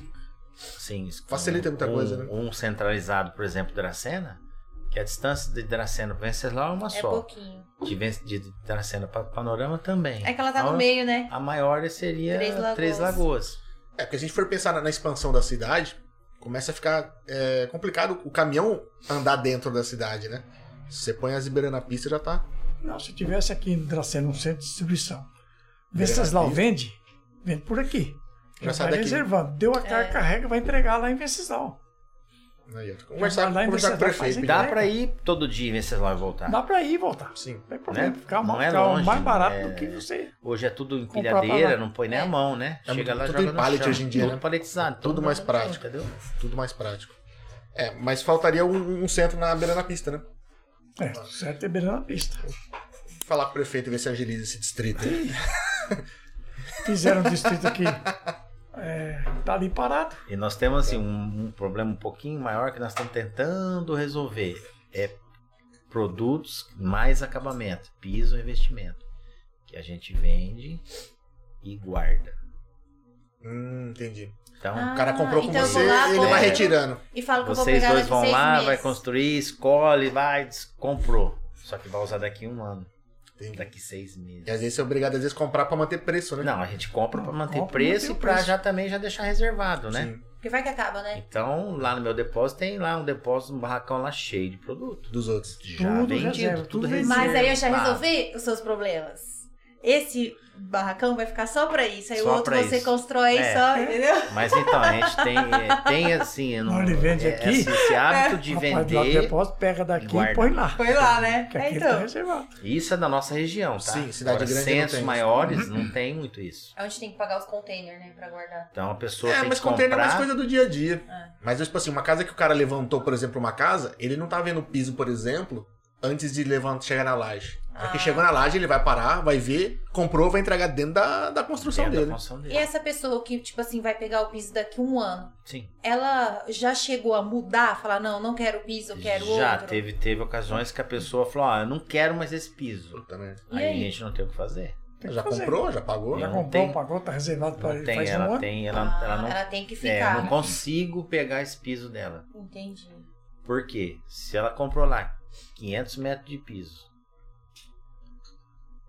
Speaker 3: sim,
Speaker 2: Facilita muita coisa, né?
Speaker 3: Um centralizado, por exemplo, Dracena, que a distância de Dracena para Venceslau é uma
Speaker 1: É
Speaker 3: só.
Speaker 1: pouquinho.
Speaker 3: de, Ven- de Dracena para Panorama também.
Speaker 1: É que ela tá
Speaker 3: Então,
Speaker 1: no meio, né?
Speaker 3: A maior seria
Speaker 1: Três
Speaker 3: Três
Speaker 1: Lagoas.
Speaker 3: Lagoas.
Speaker 2: É, porque se a gente for pensar na, na expansão da cidade, começa a ficar é, complicado o caminhão andar dentro da cidade, né? Se você põe as Iberana na pista, já tá.
Speaker 4: Não, se tivesse aqui em Dracena um centro de distribuição, Venceslau vende, vende por aqui.
Speaker 2: Já
Speaker 4: Já
Speaker 2: sai
Speaker 4: vai
Speaker 2: daqui.
Speaker 4: reservando. Deu a carga,
Speaker 1: É.
Speaker 4: carrega, vai entregar lá em Venceslau.
Speaker 2: Aí, ó. Conversar,
Speaker 3: tá
Speaker 4: Lá em
Speaker 2: conversar com o
Speaker 4: Venceslau faz
Speaker 2: prefeito.
Speaker 3: Dá para ir todo dia em Venceslau e voltar.
Speaker 4: Dá para ir e voltar.
Speaker 2: Sim.
Speaker 4: Não tem problema.
Speaker 3: Né?
Speaker 4: Ficar
Speaker 3: Não é
Speaker 4: ficar
Speaker 3: longe,
Speaker 4: mais barato
Speaker 3: é-
Speaker 4: do que você.
Speaker 3: Hoje é tudo
Speaker 4: Comprar pra
Speaker 3: empilhadeira,
Speaker 4: lá.
Speaker 3: não põe nem a mão, né?
Speaker 2: É
Speaker 3: Chega
Speaker 2: muito-
Speaker 3: lá,
Speaker 2: tudo
Speaker 3: joga
Speaker 2: em
Speaker 3: no
Speaker 2: pallet
Speaker 3: chão.
Speaker 2: hoje em dia,
Speaker 3: Tudo
Speaker 2: né?
Speaker 3: paletizado.
Speaker 2: Tudo mais
Speaker 3: no chão,
Speaker 2: prático.
Speaker 3: Entendeu?
Speaker 2: Tudo mais prático. É, mas faltaria um, um centro na beira da pista, né?
Speaker 4: É, certo é beirando a pista.
Speaker 2: Falar com o prefeito e ver se agiliza esse distrito.
Speaker 4: Fizeram um distrito aqui. É, tá ali parado.
Speaker 3: E nós temos assim, um, um problema um pouquinho maior que nós estamos tentando resolver. É produtos mais acabamento, é piso e investimento. Que a gente vende e guarda.
Speaker 2: Hum, entendi.
Speaker 3: Então,
Speaker 1: Ah,
Speaker 2: O cara comprou com
Speaker 1: então eu
Speaker 2: você
Speaker 1: vou lá,
Speaker 2: e ele
Speaker 1: compro.
Speaker 2: vai retirando.
Speaker 1: E falo que eu vou
Speaker 3: vocês
Speaker 1: pegar
Speaker 3: dois
Speaker 1: daqui
Speaker 3: vão
Speaker 1: seis
Speaker 3: lá,
Speaker 1: meses.
Speaker 3: vai construir, escolhe, vai, des- comprou. Só que vai usar daqui um ano,
Speaker 2: Entendi.
Speaker 3: daqui seis meses.
Speaker 2: E às vezes você é obrigado às vezes a comprar pra manter preço, né?
Speaker 3: Não, a gente compra pra
Speaker 4: Não,
Speaker 3: manter
Speaker 4: compra pra
Speaker 3: preço
Speaker 4: manter
Speaker 3: e
Speaker 4: o
Speaker 3: pra
Speaker 4: preço.
Speaker 3: já também já deixar reservado, né?
Speaker 2: Sim,
Speaker 1: Porque vai que acaba, né?
Speaker 3: Então, lá no meu depósito tem lá um depósito, um barracão lá cheio de produto.
Speaker 2: dos outros.
Speaker 3: Já
Speaker 4: Tudo
Speaker 3: vendido,
Speaker 4: reserva,
Speaker 3: tudo,
Speaker 4: tudo
Speaker 3: reserva.
Speaker 4: reserva.
Speaker 1: Mas aí eu já
Speaker 3: Ah,
Speaker 1: resolvi os seus problemas. Esse barracão vai ficar só pra isso. Aí o
Speaker 3: Só
Speaker 1: outro
Speaker 3: pra
Speaker 1: você
Speaker 3: isso.
Speaker 1: constrói
Speaker 3: É.
Speaker 1: só, entendeu?
Speaker 3: Mas então, a gente tem, é, tem assim, eu
Speaker 4: Não, ele vende
Speaker 3: é-
Speaker 4: aqui.
Speaker 3: Esse, esse hábito de
Speaker 4: Rapaz, do lado do
Speaker 3: vender,
Speaker 4: depósito, pega daqui
Speaker 3: guarda.
Speaker 4: e põe lá.
Speaker 1: Foi lá, né?
Speaker 4: Que
Speaker 1: É,
Speaker 4: aqui tá
Speaker 1: então.
Speaker 4: reservado.
Speaker 3: isso é da nossa região, tá?
Speaker 2: Sim, cidade
Speaker 3: Agora,
Speaker 2: grande não
Speaker 3: centros
Speaker 2: tem isso.
Speaker 3: maiores
Speaker 4: Uhum.
Speaker 3: não tem muito isso.
Speaker 5: A gente tem que pagar os containers, né? Pra guardar.
Speaker 3: Então, a pessoa
Speaker 2: É,
Speaker 3: tem
Speaker 2: mas
Speaker 3: que
Speaker 2: container é mais
Speaker 3: comprar...
Speaker 2: coisa do dia a dia.
Speaker 5: É.
Speaker 2: Mas, tipo assim, uma casa que o cara levantou, por exemplo, uma casa, ele não tá vendo o piso, por exemplo, antes de levantar, chegar na laje. Só
Speaker 1: Ah.
Speaker 2: que chegou na laje, ele vai parar, vai ver, comprou, vai entregar dentro da, da construção
Speaker 3: dentro da
Speaker 2: dele.
Speaker 3: construção
Speaker 5: E essa pessoa que, tipo assim, vai pegar o piso daqui um ano,
Speaker 3: Sim.
Speaker 5: ela já chegou a mudar? Falar, não, não quero o piso, eu quero
Speaker 3: já
Speaker 5: outro.
Speaker 3: teve teve ocasiões que a pessoa falou, ó, eu não quero mais esse piso.
Speaker 2: Também.
Speaker 5: E
Speaker 3: Aí,
Speaker 5: aí?
Speaker 3: a gente não tem o que fazer.
Speaker 4: Tem que
Speaker 2: Já
Speaker 4: fazer.
Speaker 2: comprou, já pagou.
Speaker 4: Já
Speaker 3: Não
Speaker 4: comprou,
Speaker 3: tem-
Speaker 4: pagou, tá reservado para
Speaker 3: Não
Speaker 4: ele.
Speaker 3: tem,
Speaker 4: faz um
Speaker 3: ela
Speaker 4: ano.
Speaker 3: tem, ela,
Speaker 5: Ah,
Speaker 3: ela não,
Speaker 5: ela tem que
Speaker 3: é, eu
Speaker 5: ficar.
Speaker 3: não consigo pegar esse piso dela.
Speaker 5: Entendi.
Speaker 3: Por quê? Se ela comprou lá 500 metros de piso,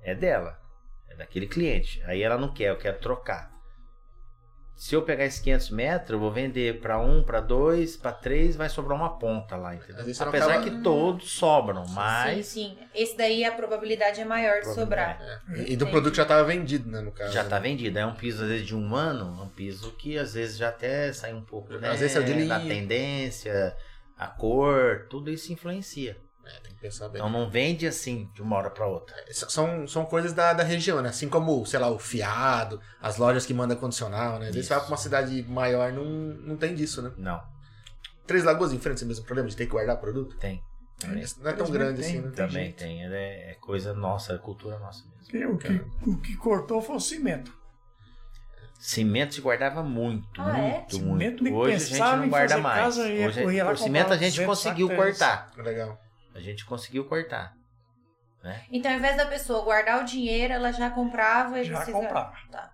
Speaker 3: é dela, é daquele cliente. Aí ela não quer, eu quero trocar. Se eu pegar esses 500 metros, eu vou vender para um, para dois, para três, vai sobrar uma ponta lá, entendeu?
Speaker 2: Às vezes você não
Speaker 3: Apesar
Speaker 2: acaba-
Speaker 3: um que todos sobram, mas
Speaker 5: Sim, sim. Esse daí a probabilidade é maior de sobrar.
Speaker 2: é. E, e do produto que já tava vendido, né, no caso.
Speaker 3: já tá vendido. É um piso, às vezes, de um ano, é um piso que às vezes já até sai um pouco
Speaker 2: Às
Speaker 3: né,
Speaker 2: vezes saiu de
Speaker 3: da
Speaker 2: linha.
Speaker 3: tendência, a cor, tudo isso influencia.
Speaker 2: É, tem que pensar bem.
Speaker 3: Então não vende assim de uma hora para outra.
Speaker 2: S- São, são coisas da, da região, né? Assim como, sei lá, o fiado, as lojas que mandam condicional, né? Às vezes você
Speaker 3: Isso.
Speaker 2: vai pra uma cidade maior, não, não tem disso, né?
Speaker 3: Não,
Speaker 2: Três Lagoas enfrenta esse mesmo problema de ter que guardar produto?
Speaker 3: tem.
Speaker 2: Não é- não é tão grande assim, né?
Speaker 3: Também
Speaker 4: jeito.
Speaker 3: tem, é, é coisa nossa, é cultura nossa mesmo.
Speaker 4: Que- o, que, o que cortou foi o cimento.
Speaker 3: Cimento se guardava muito,
Speaker 5: Ah, é?
Speaker 3: muito,
Speaker 4: Cimento, nem
Speaker 3: muito. Hoje a gente
Speaker 4: pensava
Speaker 3: não
Speaker 4: em
Speaker 3: guarda
Speaker 4: fazer
Speaker 3: mais.
Speaker 4: casa, ia
Speaker 3: Hoje,
Speaker 4: correr lá
Speaker 3: o cimento a
Speaker 4: comprar
Speaker 3: gente
Speaker 4: 200
Speaker 3: conseguiu
Speaker 4: sacas.
Speaker 3: cortar.
Speaker 2: É Legal.
Speaker 3: A gente conseguiu cortar.
Speaker 5: Então, ao invés da pessoa guardar o dinheiro, ela já comprava e
Speaker 4: Já
Speaker 5: precisa- Tá.
Speaker 4: comprava.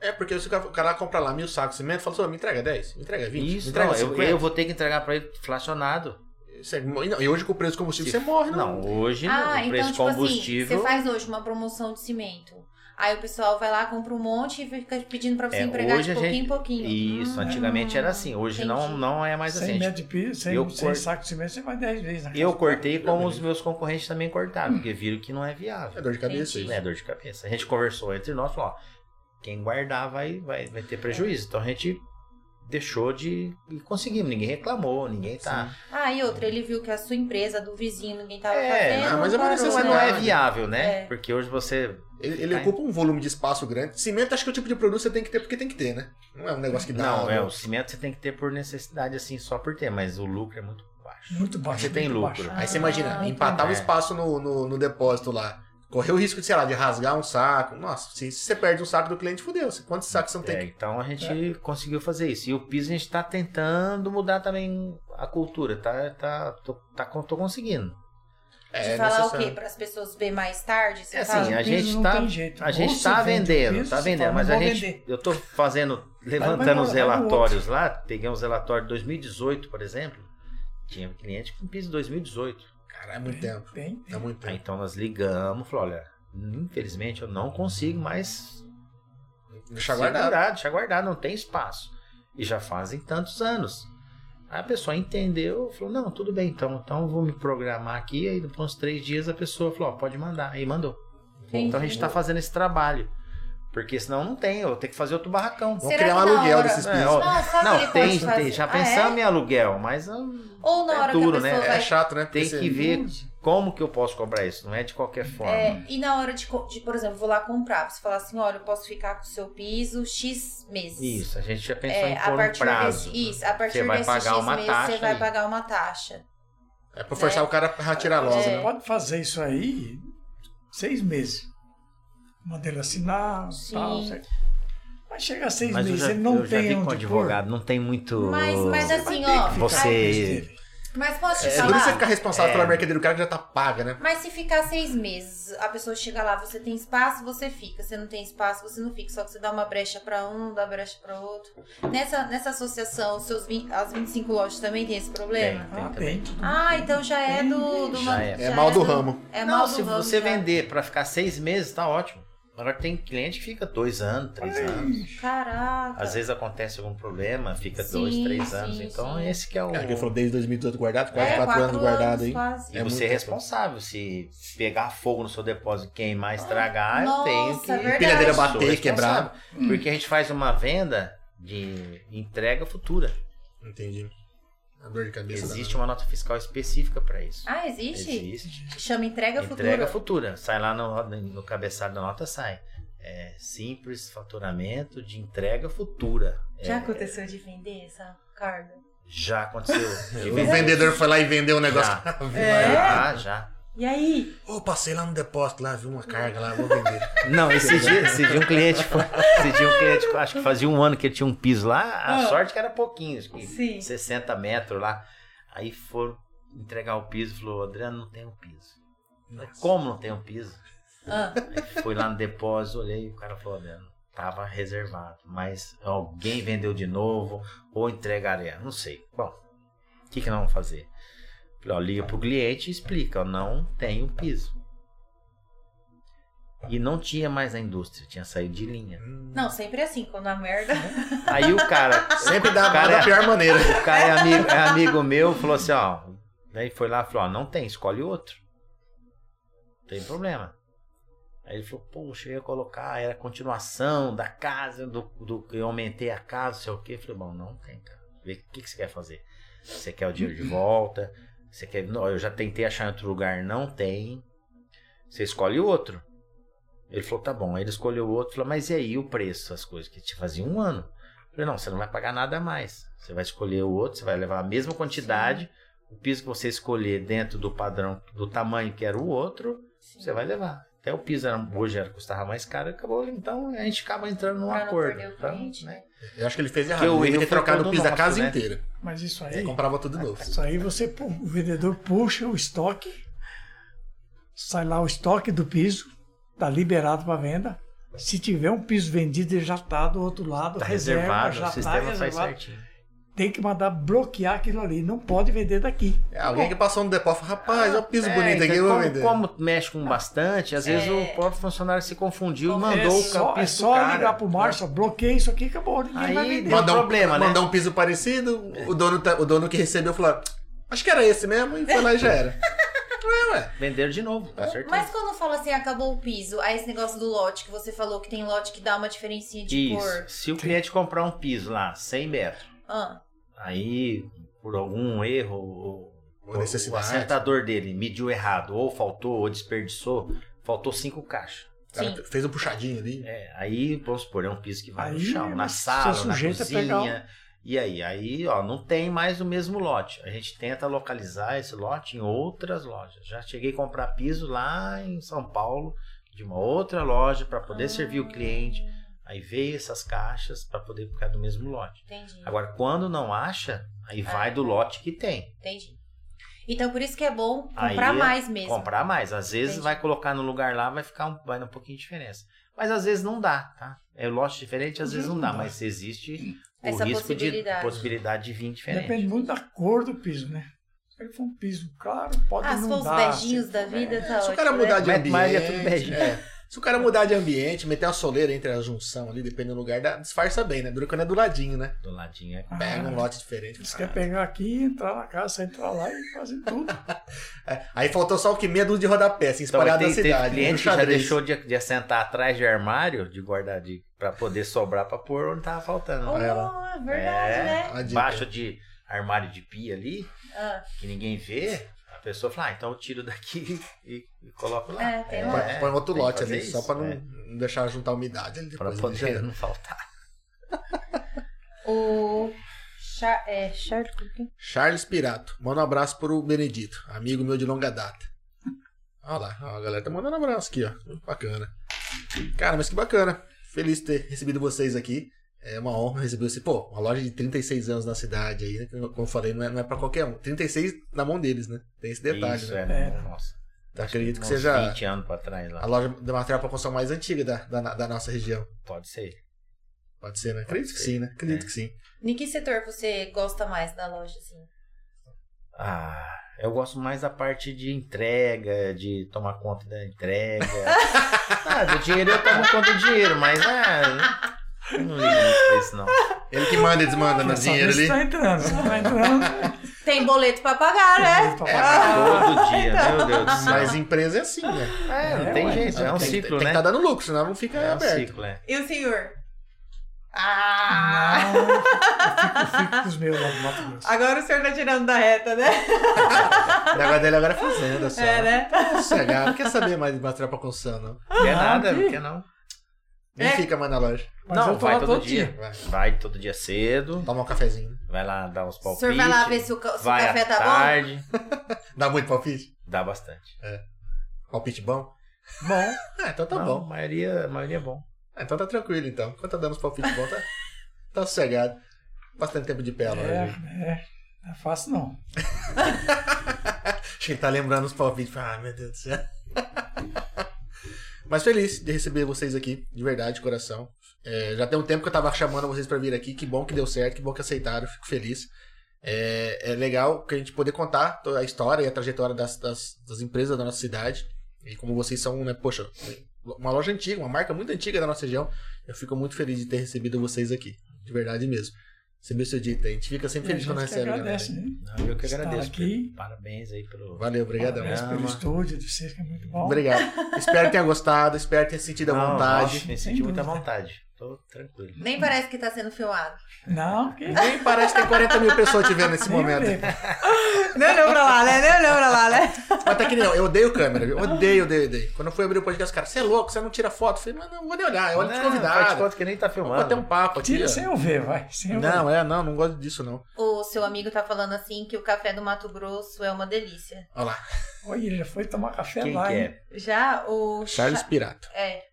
Speaker 2: É, porque se o cara- o cara compra lá mil sacos de cimento, fala assim, "Ô, me entrega 10, me entrega 20, me
Speaker 3: Isso,
Speaker 2: entrega
Speaker 3: não, eu,
Speaker 2: 50.
Speaker 3: eu vou ter que entregar pra ele inflacionado.
Speaker 2: Você mo- não, e hoje com o preço do
Speaker 4: Tipo,
Speaker 2: combustível você morre, não.
Speaker 3: Não, hoje não.
Speaker 5: Ah,
Speaker 3: o preço
Speaker 5: então,
Speaker 3: do
Speaker 5: tipo assim,
Speaker 3: combustível.
Speaker 5: você faz hoje uma promoção de cimento. Aí o pessoal vai lá, compra um monte e fica pedindo pra você
Speaker 3: É,
Speaker 5: empregar
Speaker 3: hoje
Speaker 5: de
Speaker 3: a
Speaker 5: pouquinho
Speaker 3: gente-
Speaker 5: em pouquinho.
Speaker 3: Isso,
Speaker 5: Hum,
Speaker 3: antigamente era assim. Hoje não,
Speaker 5: entendi.
Speaker 3: não é mais assim.
Speaker 4: 100
Speaker 3: A gente
Speaker 4: metros de piso, 100,
Speaker 3: eu
Speaker 4: 100
Speaker 3: cor-
Speaker 4: sacos de cimento, você vai 10 vezes. na
Speaker 3: Eu
Speaker 4: casa.
Speaker 3: cortei como os meus concorrentes também cortaram, porque viram que não é
Speaker 2: É
Speaker 3: viável.
Speaker 2: dor de cabeça
Speaker 5: Entendi.
Speaker 2: isso.
Speaker 3: É dor de cabeça. A gente conversou entre nós, falou, ó, quem guardar vai, vai, vai ter prejuízo. Então a gente deixou de e conseguimos, ninguém reclamou, ninguém tá.
Speaker 5: Ah, e outra, ele viu que a sua empresa, do vizinho, ninguém tava
Speaker 3: É,
Speaker 5: fazendo.
Speaker 2: ah, mas é uma
Speaker 5: parou,
Speaker 3: Mas
Speaker 2: necessidade.
Speaker 5: né?
Speaker 3: não é viável, né?
Speaker 5: É.
Speaker 3: Porque hoje você.
Speaker 2: Ele, ele
Speaker 3: Tá.
Speaker 2: ocupa um volume de espaço grande. Cimento acho que é o tipo de produto que você tem que ter porque tem que ter, né? Não é um negócio que dá.
Speaker 3: Não,
Speaker 2: né?
Speaker 3: é, o cimento você tem que ter por necessidade, assim, só por ter, mas o lucro é muito baixo.
Speaker 4: Muito baixo.
Speaker 3: Você tem
Speaker 4: muito
Speaker 3: lucro.
Speaker 4: baixo.
Speaker 2: Aí você imagina,
Speaker 5: Ah,
Speaker 2: empatar o
Speaker 3: é.
Speaker 2: espaço no, no, no depósito lá. Correr o risco de, sei lá, de rasgar um saco. Nossa, se, se você perde um saco do cliente, fudeu. Você- Quantos sacos você não tem
Speaker 3: É,
Speaker 2: que.
Speaker 3: então a gente conseguiu fazer isso. E o piso a gente tá tentando mudar também a cultura, tá? tá tô, tá con- tô conseguindo.
Speaker 5: De
Speaker 2: É,
Speaker 5: falar o
Speaker 2: necessário.
Speaker 5: quê? Para as pessoas verem mais tarde? Você
Speaker 3: É
Speaker 5: fala?
Speaker 3: assim, a
Speaker 4: piso
Speaker 3: gente
Speaker 4: não
Speaker 3: tá.
Speaker 4: tem jeito.
Speaker 3: A gente
Speaker 4: Ou
Speaker 3: tá
Speaker 4: você vende o
Speaker 3: vendendo,
Speaker 4: piso,
Speaker 3: tá
Speaker 4: você
Speaker 3: vendendo,
Speaker 4: fala,
Speaker 3: mas a
Speaker 4: "Não vou
Speaker 3: gente.
Speaker 4: vender."
Speaker 3: Eu tô fazendo.
Speaker 4: Vai, vai
Speaker 3: Levantando
Speaker 4: embora,
Speaker 3: os
Speaker 4: vai no
Speaker 3: relatórios lá, peguei uns relatórios de 2018, por exemplo. Tinha um cliente com piso de 2018.
Speaker 2: Cara, é muito
Speaker 4: Tem,
Speaker 2: tempo.
Speaker 4: tem.
Speaker 2: É muito
Speaker 3: Aí
Speaker 2: tempo.
Speaker 3: então nós ligamos, falou, olha, infelizmente eu não consigo mais
Speaker 2: Deixa
Speaker 3: segurar,
Speaker 2: guardado.
Speaker 3: deixar é guardado, não tem espaço. E já fazem tantos anos. Aí a pessoa entendeu, falou, não, tudo bem, então, então eu vou me programar aqui, aí depois de uns três dias a pessoa falou, ó, pode mandar. Aí mandou.
Speaker 5: Entendi.
Speaker 3: Então a gente tá fazendo esse trabalho. Porque senão não tem, eu vou ter que fazer outro barracão.
Speaker 2: Vamos
Speaker 5: Será
Speaker 2: criar um
Speaker 5: que na
Speaker 2: aluguel
Speaker 5: hora-
Speaker 2: desses
Speaker 3: É,
Speaker 2: pisos.
Speaker 3: ó,
Speaker 5: Não, "Ah, sabe o que
Speaker 3: Não,
Speaker 5: ele
Speaker 3: tem,
Speaker 5: pode fazer?
Speaker 3: tem. Já
Speaker 5: Ah, é?
Speaker 3: pensamos em aluguel, mas hum,
Speaker 5: Ou na
Speaker 3: é
Speaker 5: hora
Speaker 3: duro,
Speaker 5: que a
Speaker 3: né?
Speaker 5: pessoa
Speaker 2: É
Speaker 5: vai...
Speaker 2: chato, né?
Speaker 3: tem
Speaker 2: Porque
Speaker 3: que
Speaker 2: você-
Speaker 3: ver como que eu posso cobrar isso. Não é de qualquer forma.
Speaker 5: É, e na hora de, co- de, por exemplo, vou lá comprar, você falar assim, olha, eu posso ficar com o seu piso X meses.
Speaker 3: Isso, a gente já pensou
Speaker 5: É,
Speaker 3: em
Speaker 5: a
Speaker 3: pôr um
Speaker 5: partir
Speaker 3: prazo.
Speaker 5: desse, isso, a partir
Speaker 3: vai
Speaker 5: desse
Speaker 3: pagar
Speaker 5: X
Speaker 3: uma
Speaker 5: meses
Speaker 3: taxa
Speaker 5: você vai
Speaker 3: aí.
Speaker 5: pagar uma taxa.
Speaker 2: É pra forçar o cara a
Speaker 5: É.
Speaker 2: retirar logo,
Speaker 4: Você
Speaker 3: é.
Speaker 2: né?
Speaker 4: pode fazer isso aí seis meses. Manda ele assinar,
Speaker 5: Sim.
Speaker 4: tal. Você... Mas chega a seis
Speaker 3: Mas eu
Speaker 4: meses,
Speaker 3: já,
Speaker 4: ele não
Speaker 3: eu já
Speaker 4: tem
Speaker 3: vi
Speaker 4: onde
Speaker 3: com
Speaker 4: pôr.
Speaker 3: advogado, não tem muito.
Speaker 5: Mas, mas
Speaker 4: Você vai
Speaker 5: assim,
Speaker 4: ter que
Speaker 5: ó,
Speaker 4: ficar
Speaker 3: você-
Speaker 4: com isso dele.
Speaker 1: Mas posso te
Speaker 2: Você não precisa
Speaker 1: falar?
Speaker 2: ficar responsável
Speaker 3: É.
Speaker 2: pela mercadoria do cara que já tá paga, né?
Speaker 5: Mas se ficar seis meses, a pessoa chega lá, você tem espaço, você fica. Você não tem espaço, você não fica. Só que você dá uma brecha pra um, dá brecha pra outro. Nessa, nessa associação, os seus vin- as 25 lojas também tem esse problema?
Speaker 3: Tem
Speaker 4: Ah,
Speaker 3: também.
Speaker 4: tem. tudo
Speaker 5: Ah,
Speaker 4: bem.
Speaker 5: então já é do. do
Speaker 3: Já é.
Speaker 2: É mal do ramo.
Speaker 5: É
Speaker 3: não,
Speaker 5: mal do
Speaker 3: se
Speaker 5: ramo.
Speaker 3: você
Speaker 5: já.
Speaker 3: vender pra ficar seis meses, tá ótimo. Agora tem cliente que fica dois anos, três anos.
Speaker 5: Caraca.
Speaker 3: Às vezes acontece algum problema, fica
Speaker 5: Sim,
Speaker 3: dois, três
Speaker 5: sim,
Speaker 3: anos. então
Speaker 5: sim.
Speaker 3: esse que é o.
Speaker 2: Cara, que falou desde 2018 guardado, quase
Speaker 5: É,
Speaker 2: 4
Speaker 5: quatro
Speaker 2: anos guardado aí.
Speaker 5: quase.
Speaker 3: E
Speaker 2: É
Speaker 3: você é
Speaker 2: muito
Speaker 3: responsável. Se pegar fogo no seu depósito, queimar, estragar,
Speaker 5: Nossa, é
Speaker 3: tem que.
Speaker 5: verdade.
Speaker 2: Pilhadeira
Speaker 3: Sou
Speaker 2: bater, quebrar.
Speaker 3: responsável. Porque a gente faz uma venda de entrega futura.
Speaker 2: Entendi. A dor de cabeça. né?
Speaker 3: Existe uma nota fiscal específica para isso.
Speaker 5: Ah, existe?
Speaker 3: Existe.
Speaker 5: Chama entrega,
Speaker 3: Entrega
Speaker 5: futura.
Speaker 3: futura. Sai lá no, no cabeçalho da nota, sai. É simples faturamento de entrega futura.
Speaker 5: Já
Speaker 3: É,
Speaker 5: aconteceu de vender essa carga?
Speaker 3: já aconteceu.
Speaker 2: É, O vendedor foi lá e vendeu o negócio.
Speaker 3: um Já.
Speaker 5: É?
Speaker 3: Já, Ah, já.
Speaker 5: E aí?
Speaker 2: Ô, passei lá no depósito, lá, vi uma carga lá, vou vender.
Speaker 3: Não, esse dia, esse dia um cliente foi. Esse dia um cliente, acho que fazia um ano que ele tinha um piso lá, a
Speaker 5: Ah.
Speaker 3: sorte que era pouquinho, acho que
Speaker 5: Sim.
Speaker 3: 60 metros lá. Aí foram entregar o piso, falou, Adriano, não tem um piso. Eu falei, Como não tem um piso?
Speaker 5: Ah,
Speaker 3: Aí fui lá no depósito, olhei e o cara falou, Adriano, tava reservado, mas alguém vendeu de novo ou entregaria, não sei. Bom, o que, que nós vamos fazer? Falei, ó, liga pro cliente e explica, ó, não tem um piso. E não tinha mais na indústria, tinha saído de linha.
Speaker 5: não, sempre é assim, quando a merda.
Speaker 3: Aí o cara,
Speaker 2: Sempre dá,
Speaker 3: Cara, é-
Speaker 2: dá da pior maneira.
Speaker 3: o cara é amigo, é amigo meu, falou assim, ó. Daí foi lá e falou, ó, não tem, escolhe outro. Não tem problema. Aí ele falou, poxa, eu ia colocar, era continuação da casa, do, do eu aumentei a casa, sei o quê. Eu falei, bom, não tem, cara. Vê o que, que você quer fazer. Você quer o dinheiro de volta? Você quer. Não, eu já tentei achar em outro lugar, não tem. Você escolhe outro. Ele falou, tá bom. Aí ele escolheu outro, falou, mas e aí o preço, as coisas que te fazia um ano? Eu falei, não, você não vai pagar nada a mais. Você vai escolher o outro, você vai levar a mesma quantidade. O piso que você escolher dentro do padrão, do tamanho que era o outro, você vai levar. Até o piso era, hoje era, custava mais caro, acabou. Então a gente acaba entrando num
Speaker 5: Pra não
Speaker 3: acordo.
Speaker 5: perder o
Speaker 3: Então,
Speaker 5: cliente,
Speaker 3: né?
Speaker 2: Eu acho que ele fez errado.
Speaker 3: Porque
Speaker 2: Ele
Speaker 3: o
Speaker 2: devia
Speaker 3: erro
Speaker 2: ter
Speaker 3: foi
Speaker 2: trocado o
Speaker 3: todo
Speaker 2: piso da
Speaker 3: nosso,
Speaker 2: casa
Speaker 3: né? É.
Speaker 2: inteira.
Speaker 4: Mas isso aí.
Speaker 2: Ele comprava tudo novo.
Speaker 4: Isso aí você, pu- o vendedor puxa o estoque, sai lá o estoque do piso, tá liberado para venda. Se tiver um piso vendido, ele já tá do outro lado,
Speaker 3: Tá
Speaker 4: reserva,
Speaker 3: reservado,
Speaker 4: já
Speaker 3: o sistema
Speaker 4: tá
Speaker 3: faz
Speaker 4: reservado.
Speaker 3: certinho.
Speaker 4: Tem que mandar bloquear aquilo ali, não pode vender daqui.
Speaker 2: É, alguém que passou no depósito falou, rapaz, olha o piso
Speaker 3: É,
Speaker 2: bonito aqui,
Speaker 3: então,
Speaker 2: eu vou
Speaker 3: como,
Speaker 2: vender.
Speaker 3: como mexe com bastante, às vezes o próprio funcionário se confundiu e mandou
Speaker 4: é
Speaker 3: o
Speaker 4: só,
Speaker 3: capítulo
Speaker 4: é só ligar pro Márcio, bloqueia isso aqui, acabou, ninguém
Speaker 3: Aí,
Speaker 4: vai vender.
Speaker 3: manda-
Speaker 2: Mandar um,
Speaker 3: problema, né?
Speaker 2: mandar um piso parecido, o dono, tá- o dono que recebeu falou, acho que era esse mesmo, e foi lá e já era. Ué, ué.
Speaker 3: né? Venderam de novo,
Speaker 2: É.
Speaker 3: com certeza.
Speaker 5: Mas quando fala assim, acabou o piso, aí esse negócio do lote que você falou que tem lote que dá uma diferencinha de
Speaker 3: Isso.
Speaker 5: cor.
Speaker 3: Se o cliente comprar um piso lá, 100 metros,
Speaker 5: Ah,
Speaker 3: aí por algum erro, o-
Speaker 2: Ou
Speaker 3: o
Speaker 2: necessidade.
Speaker 3: acertador dele mediu errado, ou faltou, ou desperdiçou, faltou cinco caixas.
Speaker 2: O cara
Speaker 5: Sim.
Speaker 2: fez um puxadinho ali.
Speaker 3: É, aí, vamos supor, é um piso que vai no
Speaker 4: Aí,
Speaker 3: chão, na
Speaker 4: você
Speaker 3: sala, na
Speaker 4: sujeita a pegar
Speaker 3: cozinha. E aí, aí, ó, não tem mais o mesmo lote. A gente tenta localizar esse lote em outras lojas. Já cheguei a comprar piso lá em São Paulo, de uma outra loja, para
Speaker 4: Ah.
Speaker 3: poder servir o cliente. Aí veio essas caixas para poder ficar do mesmo lote.
Speaker 5: entendi,
Speaker 3: Agora, quando não acha, aí
Speaker 4: É.
Speaker 3: vai do lote que tem.
Speaker 5: entendi. Então por isso que é bom
Speaker 3: Aí
Speaker 5: comprar
Speaker 3: é
Speaker 5: mais mesmo.
Speaker 3: Comprar mais. Às vezes
Speaker 5: Entendi.
Speaker 3: vai colocar no lugar lá, vai ficar um, vai dar um pouquinho de diferença. Mas às vezes não dá, tá? É lote diferente, às vezes não dá, mas existe o
Speaker 5: Essa
Speaker 3: risco
Speaker 5: possibilidade.
Speaker 3: de possibilidade de vir diferente.
Speaker 4: Depende muito da cor do piso, né? Se ele for um piso claro, pode
Speaker 5: Ah, se for
Speaker 4: não
Speaker 5: os
Speaker 4: dar.
Speaker 5: beijinhos da vida, tá
Speaker 2: Se
Speaker 5: ótimo.
Speaker 2: o cara
Speaker 5: né?
Speaker 2: mudar de
Speaker 3: Mete
Speaker 2: ambiente.
Speaker 3: mais, é tudo beijinho.
Speaker 2: é. Se o cara mudar de ambiente, meter uma soleira entre a junção ali, dependendo do lugar, dá- disfarça bem, né? Dura quando é do ladinho, né?
Speaker 3: Do ladinho é.
Speaker 2: Pega um
Speaker 4: Ah.
Speaker 2: lote diferente.
Speaker 4: Você
Speaker 2: fala,
Speaker 4: quer pegar aqui, entrar na casa, entrar lá e fazer tudo.
Speaker 2: É, aí faltou só o que? Meia dúzia de rodapé, assim,
Speaker 3: Então,
Speaker 2: espalhado
Speaker 3: tem,
Speaker 2: na
Speaker 3: teve
Speaker 2: cidade.
Speaker 3: cliente
Speaker 2: no
Speaker 3: que já
Speaker 2: xadrez.
Speaker 3: deixou de, de assentar atrás de armário, de guardar, de, pra poder sobrar pra pôr onde tava faltando.
Speaker 5: Oh,
Speaker 2: Olha lá.
Speaker 5: é verdade,
Speaker 3: É.
Speaker 5: né?
Speaker 2: Uma dica.
Speaker 3: Embaixo de armário de pia ali,
Speaker 5: Ah,
Speaker 3: que ninguém vê, a pessoa fala, ah, então eu tiro daqui e, e coloco lá.
Speaker 5: É, tem
Speaker 2: Põe, põe outro
Speaker 3: tem que
Speaker 2: lote
Speaker 3: fazer
Speaker 2: ali,
Speaker 3: isso,
Speaker 2: só pra não,
Speaker 3: é.
Speaker 2: não deixar juntar umidade ali
Speaker 3: Pra
Speaker 2: depois. né? Já
Speaker 3: poder
Speaker 2: era.
Speaker 3: não faltar.
Speaker 5: o... Char... É, Char... o
Speaker 2: Charles Pirato, manda um abraço pro Benedito, amigo meu de longa data. Olha lá, ó, a galera tá mandando um abraço aqui, ó. Bacana. Cara, mas que bacana. Feliz de ter recebido vocês aqui. É uma honra receber você. Pô, uma loja de 36 anos na cidade aí, né? Como eu falei, não é, não é pra qualquer um. 36 na mão deles, né? Tem esse detalhe,
Speaker 3: Isso,
Speaker 2: né?
Speaker 3: é,
Speaker 4: É.
Speaker 3: Nossa.
Speaker 2: Então, acredito que
Speaker 3: Uns
Speaker 2: seja
Speaker 3: 20 anos pra trás lá.
Speaker 2: a loja de material pra construção mais antiga da, da, da nossa região.
Speaker 3: Pode ser.
Speaker 2: Pode ser, né? Acredito que sim, né? Acredito
Speaker 3: É.
Speaker 2: que sim.
Speaker 1: Em que setor você gosta mais da loja, assim?
Speaker 3: Ah, eu gosto mais da parte de entrega, de tomar conta da entrega. ah, do dinheiro eu tomo conta do dinheiro, mas ah, eu não ligo muito pra isso, não.
Speaker 2: Ele que manda e desmanda no dinheiro ali.
Speaker 4: Está entrando, se não tá entrando.
Speaker 1: Tem boleto pra
Speaker 5: Ah,
Speaker 1: pagar, né?
Speaker 4: tá
Speaker 3: Ah, Todo dia, meu Deus do céu.
Speaker 2: Mas empresa é assim, né?
Speaker 3: então. É, não
Speaker 4: É,
Speaker 3: tem
Speaker 4: ué,
Speaker 3: jeito, é um
Speaker 2: tem,
Speaker 3: ciclo,
Speaker 2: tem
Speaker 3: né?
Speaker 2: que tá dando lucro, senão não fica
Speaker 3: É um
Speaker 2: aberto.
Speaker 3: ciclo, é.
Speaker 1: E o senhor? Ah!
Speaker 4: Não, eu fico, eu fico com os meus lá do Mato Grosso.
Speaker 5: Ah,
Speaker 1: Agora o senhor tá tirando da reta, né?
Speaker 2: O negócio dele agora é fazenda só.
Speaker 1: É, né?
Speaker 2: Sossegado, não quer saber mais de material pra construção, não.
Speaker 3: Quer é nada,
Speaker 4: que-
Speaker 3: quer não.
Speaker 2: Nem
Speaker 1: É.
Speaker 2: fica mais na loja.
Speaker 4: Mas
Speaker 3: não,
Speaker 4: eu tô
Speaker 3: vai
Speaker 4: lá
Speaker 3: todo dia.
Speaker 2: Vai.
Speaker 3: Vai todo dia cedo,
Speaker 2: Toma um cafezinho.
Speaker 3: vai lá dar uns
Speaker 1: O
Speaker 3: palpites.
Speaker 1: senhor vai lá ver se o, ca- se o
Speaker 3: vai
Speaker 1: café
Speaker 3: à
Speaker 1: tá bom?
Speaker 3: tarde,
Speaker 2: Dá muito palpite?
Speaker 3: dá bastante.
Speaker 2: Palpite bom?
Speaker 3: Bom,
Speaker 2: Ah, então tá
Speaker 3: não,
Speaker 2: bom.
Speaker 3: A maioria, a maioria é bom.
Speaker 2: Ah, então tá tranquilo, então. Enquanto tá dando os palpites bons, tá, tá sossegado. Bastante tempo de pé né? a loja. gente.
Speaker 4: É, é. Não é fácil não.
Speaker 2: Acho que ele tá lembrando os palpites. Ah, meu Deus do céu. Mas feliz de receber vocês aqui, de verdade, de coração. É, já tem um tempo que eu tava chamando vocês pra vir aqui. Que bom que deu certo, que bom que aceitaram. Fico feliz. É, é legal que a gente poder contar toda a história e a trajetória das, das- das empresas da nossa cidade. E como vocês são, né, poxa, uma loja antiga, uma marca muito antiga da nossa região. Eu fico muito feliz de ter recebido vocês aqui. De verdade mesmo. Recebeu seu dito aí. A gente fica sempre
Speaker 4: E É, a
Speaker 2: feliz
Speaker 4: gente
Speaker 2: quando
Speaker 4: que
Speaker 2: recebe. né?
Speaker 4: agradece, né?
Speaker 3: Não, eu que
Speaker 4: Estar
Speaker 3: agradeço.
Speaker 4: aqui.
Speaker 3: Pedro. Parabéns aí pelo.
Speaker 2: Valeu, obrigadão.
Speaker 4: Parabéns pelo
Speaker 3: Programa.
Speaker 4: estúdio de vocês, que é muito bom.
Speaker 2: Obrigado. espero que tenha gostado, espero que tenha sentido a
Speaker 3: Não,
Speaker 2: vontade.
Speaker 3: nossa, me
Speaker 4: Sem
Speaker 3: senti muita
Speaker 4: dúvida.
Speaker 3: vontade. Tô tranquilo.
Speaker 1: Nem parece que tá sendo filmado.
Speaker 4: Não, que
Speaker 2: Nem parece que tem 40 mil pessoas te vendo nesse
Speaker 4: nem olhei.
Speaker 2: momento.
Speaker 1: Não olhou pra lá, né? Não olhou pra lá, né?
Speaker 2: Mas tá que nem eu, eu odeio câmera, viu? Odeio, odeio, odeio. Quando eu fui abrir o podcast, cara, você é louco, você não tira foto. Eu falei, mas não, vou nem olhar, eu olho de
Speaker 3: Não, faz de
Speaker 2: convidado.
Speaker 3: conta que nem tá
Speaker 2: Vou
Speaker 3: filmando.
Speaker 2: bater um papo aqui.
Speaker 4: Tira
Speaker 2: ó.
Speaker 4: sem eu ver, vai. Sem eu ver.
Speaker 2: Não, é, não, não gosto disso, não.
Speaker 1: O seu amigo tá falando assim que o café do Mato Grosso é uma delícia.
Speaker 2: Olha lá,
Speaker 4: Olha, ele já foi tomar café
Speaker 3: Quem
Speaker 4: lá.
Speaker 3: que
Speaker 4: hein?
Speaker 3: é?
Speaker 1: Já o.
Speaker 2: Charles
Speaker 1: Cha-
Speaker 2: Pirata.
Speaker 1: É.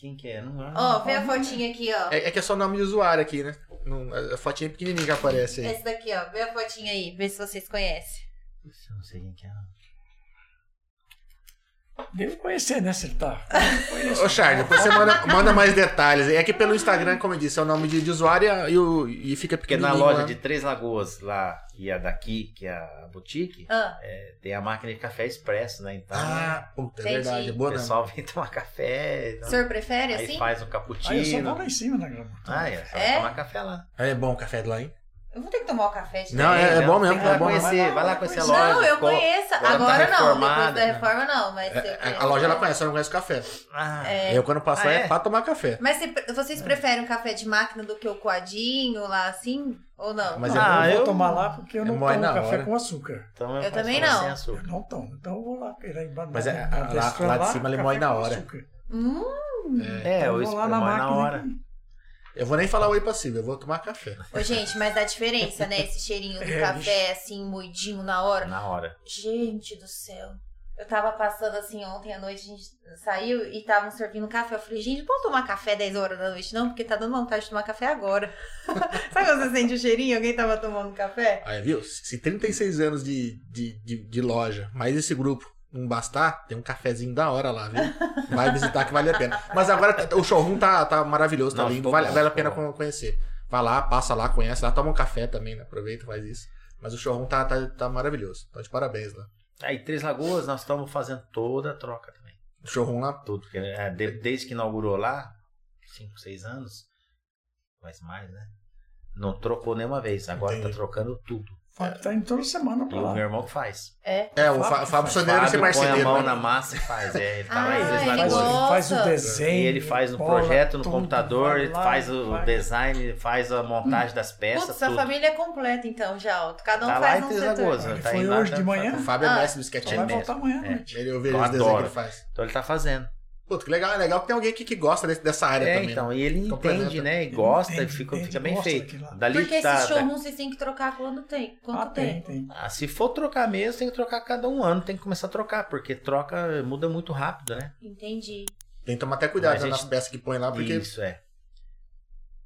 Speaker 3: Quem que é? Não é.
Speaker 1: Ó, vê a fotinha aqui, ó.
Speaker 2: É, é que é só nome de usuário aqui, né? Não, a fotinha pequenininha que aparece aí.
Speaker 1: Essa daqui, ó. Vê a fotinha aí. Vê se vocês conhecem.
Speaker 3: Puxa, Não sei quem que é.
Speaker 4: Devo conhecer, né, se ele tá.
Speaker 2: Ô, Charles, depois você manda, manda mais detalhes. aí. É que pelo Instagram, como eu disse, é o nome de, de usuário e a- e, o- e fica
Speaker 3: Porque
Speaker 2: pequenininho. né?
Speaker 3: É na loja
Speaker 2: lá.
Speaker 3: de Três Lagoas, lá, e a daqui, que é a boutique,
Speaker 1: Ah,
Speaker 2: É,
Speaker 3: tem a máquina de café expresso, né? Então,
Speaker 2: Ah, puta, é
Speaker 1: Entendi.
Speaker 2: verdade. É
Speaker 3: o
Speaker 2: boa, não.
Speaker 3: pessoal vem tomar café.
Speaker 1: o
Speaker 3: então,
Speaker 1: senhor prefere
Speaker 3: aí
Speaker 1: assim?
Speaker 3: faz um
Speaker 4: Aí Ah, eu só vou
Speaker 3: cappuccino.
Speaker 4: lá em cima na grama.
Speaker 3: Ah, é. Só
Speaker 1: É?
Speaker 3: vai tomar café lá. Então,
Speaker 2: É bom o café de lá, hein?
Speaker 1: Eu vou ter que tomar o café de
Speaker 2: Não, é- é
Speaker 3: Entendeu?
Speaker 2: bom mesmo,
Speaker 3: Tem que ir lá
Speaker 2: é bom mesmo.
Speaker 3: conhecer, vai lá conhecer a
Speaker 1: Não,
Speaker 3: loja.
Speaker 1: eu
Speaker 3: ficou-
Speaker 1: conheço.
Speaker 3: agora
Speaker 1: Agora
Speaker 3: tá
Speaker 1: não, depois da
Speaker 3: reformada, né?
Speaker 1: reforma não, mas eu
Speaker 2: É, A,
Speaker 1: conheço.
Speaker 2: a loja ela conhece, ela não conhece o café.
Speaker 3: Ah,
Speaker 1: É.
Speaker 2: Eu quando passo
Speaker 3: Ah,
Speaker 2: lá é?
Speaker 3: é?
Speaker 2: pra tomar café.
Speaker 1: Mas se-
Speaker 2: É.
Speaker 1: vocês preferem o café de máquina do que o coadinho lá assim? Ou não?
Speaker 2: Mas é
Speaker 4: ah,
Speaker 3: bom.
Speaker 4: eu vou
Speaker 3: eu-
Speaker 4: tomar lá porque eu não
Speaker 2: moe
Speaker 4: tomo
Speaker 2: na
Speaker 4: café
Speaker 2: hora.
Speaker 4: com açúcar.
Speaker 3: Então
Speaker 1: Eu
Speaker 3: faço
Speaker 1: também
Speaker 3: café
Speaker 1: não.
Speaker 3: sem
Speaker 4: Eu
Speaker 3: açúcar.
Speaker 4: não tomo. Então eu vou lá. Ele aí,
Speaker 2: Mas é-
Speaker 4: na- na-
Speaker 2: lá-
Speaker 4: na-
Speaker 2: lá de cima ele
Speaker 4: café
Speaker 2: moe na
Speaker 4: com
Speaker 2: hora.
Speaker 4: açúcar.
Speaker 1: Hum,
Speaker 3: É,
Speaker 4: Eu
Speaker 3: eu
Speaker 4: vou lá
Speaker 3: espero
Speaker 4: na
Speaker 3: mais
Speaker 4: máquina.
Speaker 3: na hora.
Speaker 2: Eu vou nem falar oi passivo, eu vou tomar café.
Speaker 1: ô, gente, mas a diferença, né? Esse cheirinho do
Speaker 4: É,
Speaker 1: café, assim, moidinho na hora.
Speaker 3: Na hora.
Speaker 1: Gente do céu. Eu tava passando assim ontem à noite, a gente saiu e estavam servindo café. Eu falei, gente, não posso tomar café 10 horas da noite, não, porque tá dando vontade de tomar café agora. Sabe quando você sente o cheirinho? Alguém tava tomando café?
Speaker 2: Aí, viu? Se 36 anos de, de, de, de loja, mais esse grupo não bastar, tem um cafezinho da hora lá, viu? Vai visitar que vale a pena. Mas agora o showroom tá, tá maravilhoso, tá
Speaker 3: Não,
Speaker 2: lindo,
Speaker 3: ficou
Speaker 2: vale,
Speaker 3: bom,
Speaker 2: vale a
Speaker 3: ficou
Speaker 2: pena con- conhecer. Vai lá, passa lá, conhece lá, toma um café também, né? Aproveita, faz isso. Mas o showroom tá, tá, tá maravilhoso. Então, de parabéns lá.
Speaker 3: Aí, Três Lagoas, nós estamos fazendo toda a troca também.
Speaker 2: O showroom lá,
Speaker 3: Tudo. que- é, de- Desde que inaugurou lá, 5, 6 anos, faz mais, né? Não trocou nenhuma vez. Agora
Speaker 2: Entendi.
Speaker 3: tá trocando tudo.
Speaker 4: O Fábio tá indo toda semana
Speaker 3: E
Speaker 4: pra
Speaker 3: o
Speaker 4: lá.
Speaker 3: meu irmão que faz.
Speaker 2: É, o Fá-
Speaker 4: Fábio
Speaker 2: Fábio
Speaker 4: faz.
Speaker 2: Soneiro vai ser
Speaker 3: Fábio põe a
Speaker 2: marceneiro.
Speaker 3: mão
Speaker 2: né?
Speaker 3: na massa e faz. É, ele tá lá
Speaker 1: Ah,
Speaker 3: em Três
Speaker 1: ele
Speaker 4: Faz,
Speaker 3: Lagoas.
Speaker 1: gosta.
Speaker 4: o- faz o
Speaker 1: Nossa.
Speaker 4: desenho.
Speaker 3: E ele faz o
Speaker 4: bola,
Speaker 3: projeto no
Speaker 4: tudo,
Speaker 3: computador,
Speaker 4: vai
Speaker 3: ele
Speaker 4: lá,
Speaker 3: faz o
Speaker 4: vai.
Speaker 3: design, ele faz a montagem das peças.
Speaker 1: Putz, a
Speaker 3: tudo.
Speaker 1: família é completa então, já. ó. Cada um
Speaker 3: Tá lá
Speaker 1: faz
Speaker 3: em
Speaker 1: um
Speaker 3: Três
Speaker 1: setor.
Speaker 3: Lagoas.
Speaker 4: Ele
Speaker 3: Tá
Speaker 4: foi
Speaker 3: indo lá,
Speaker 4: hoje
Speaker 3: tá-
Speaker 4: de
Speaker 2: O
Speaker 4: manhã.
Speaker 2: Fábio é
Speaker 1: Ah.
Speaker 2: mestre do
Speaker 4: Só
Speaker 2: sketch
Speaker 4: vai
Speaker 3: mesmo.
Speaker 4: voltar amanhã à
Speaker 3: É.
Speaker 4: noite.
Speaker 2: Ele, eu vejo
Speaker 3: Eu
Speaker 2: os desenhos que
Speaker 3: adoro.
Speaker 2: ele faz.
Speaker 3: Então ele tá fazendo.
Speaker 2: Puta, que legal. É legal que tem alguém aqui que gosta desse- dessa área
Speaker 3: É,
Speaker 2: também.
Speaker 3: então, e ele
Speaker 2: Complementa.
Speaker 3: entende, né? E
Speaker 4: Ele
Speaker 3: gosta,
Speaker 4: entende,
Speaker 3: e fica,
Speaker 4: entende,
Speaker 3: fica bem
Speaker 4: gosta
Speaker 3: feito.
Speaker 4: daquilo lá.
Speaker 3: Dali
Speaker 1: Porque
Speaker 3: tá-
Speaker 1: esses
Speaker 3: tá-
Speaker 1: showroom vocês têm que trocar quando tem. Quanto
Speaker 4: Ah, tem,
Speaker 1: tempo?
Speaker 4: tem.
Speaker 3: Ah, se for trocar mesmo, tem que trocar cada um ano, tem que começar a trocar, porque troca muda muito rápido, né?
Speaker 1: Entendi.
Speaker 2: Tem que tomar até cuidado
Speaker 3: Mas a
Speaker 2: nas
Speaker 3: gente-
Speaker 2: peças que põe lá, Ah, porque
Speaker 3: Isso, é.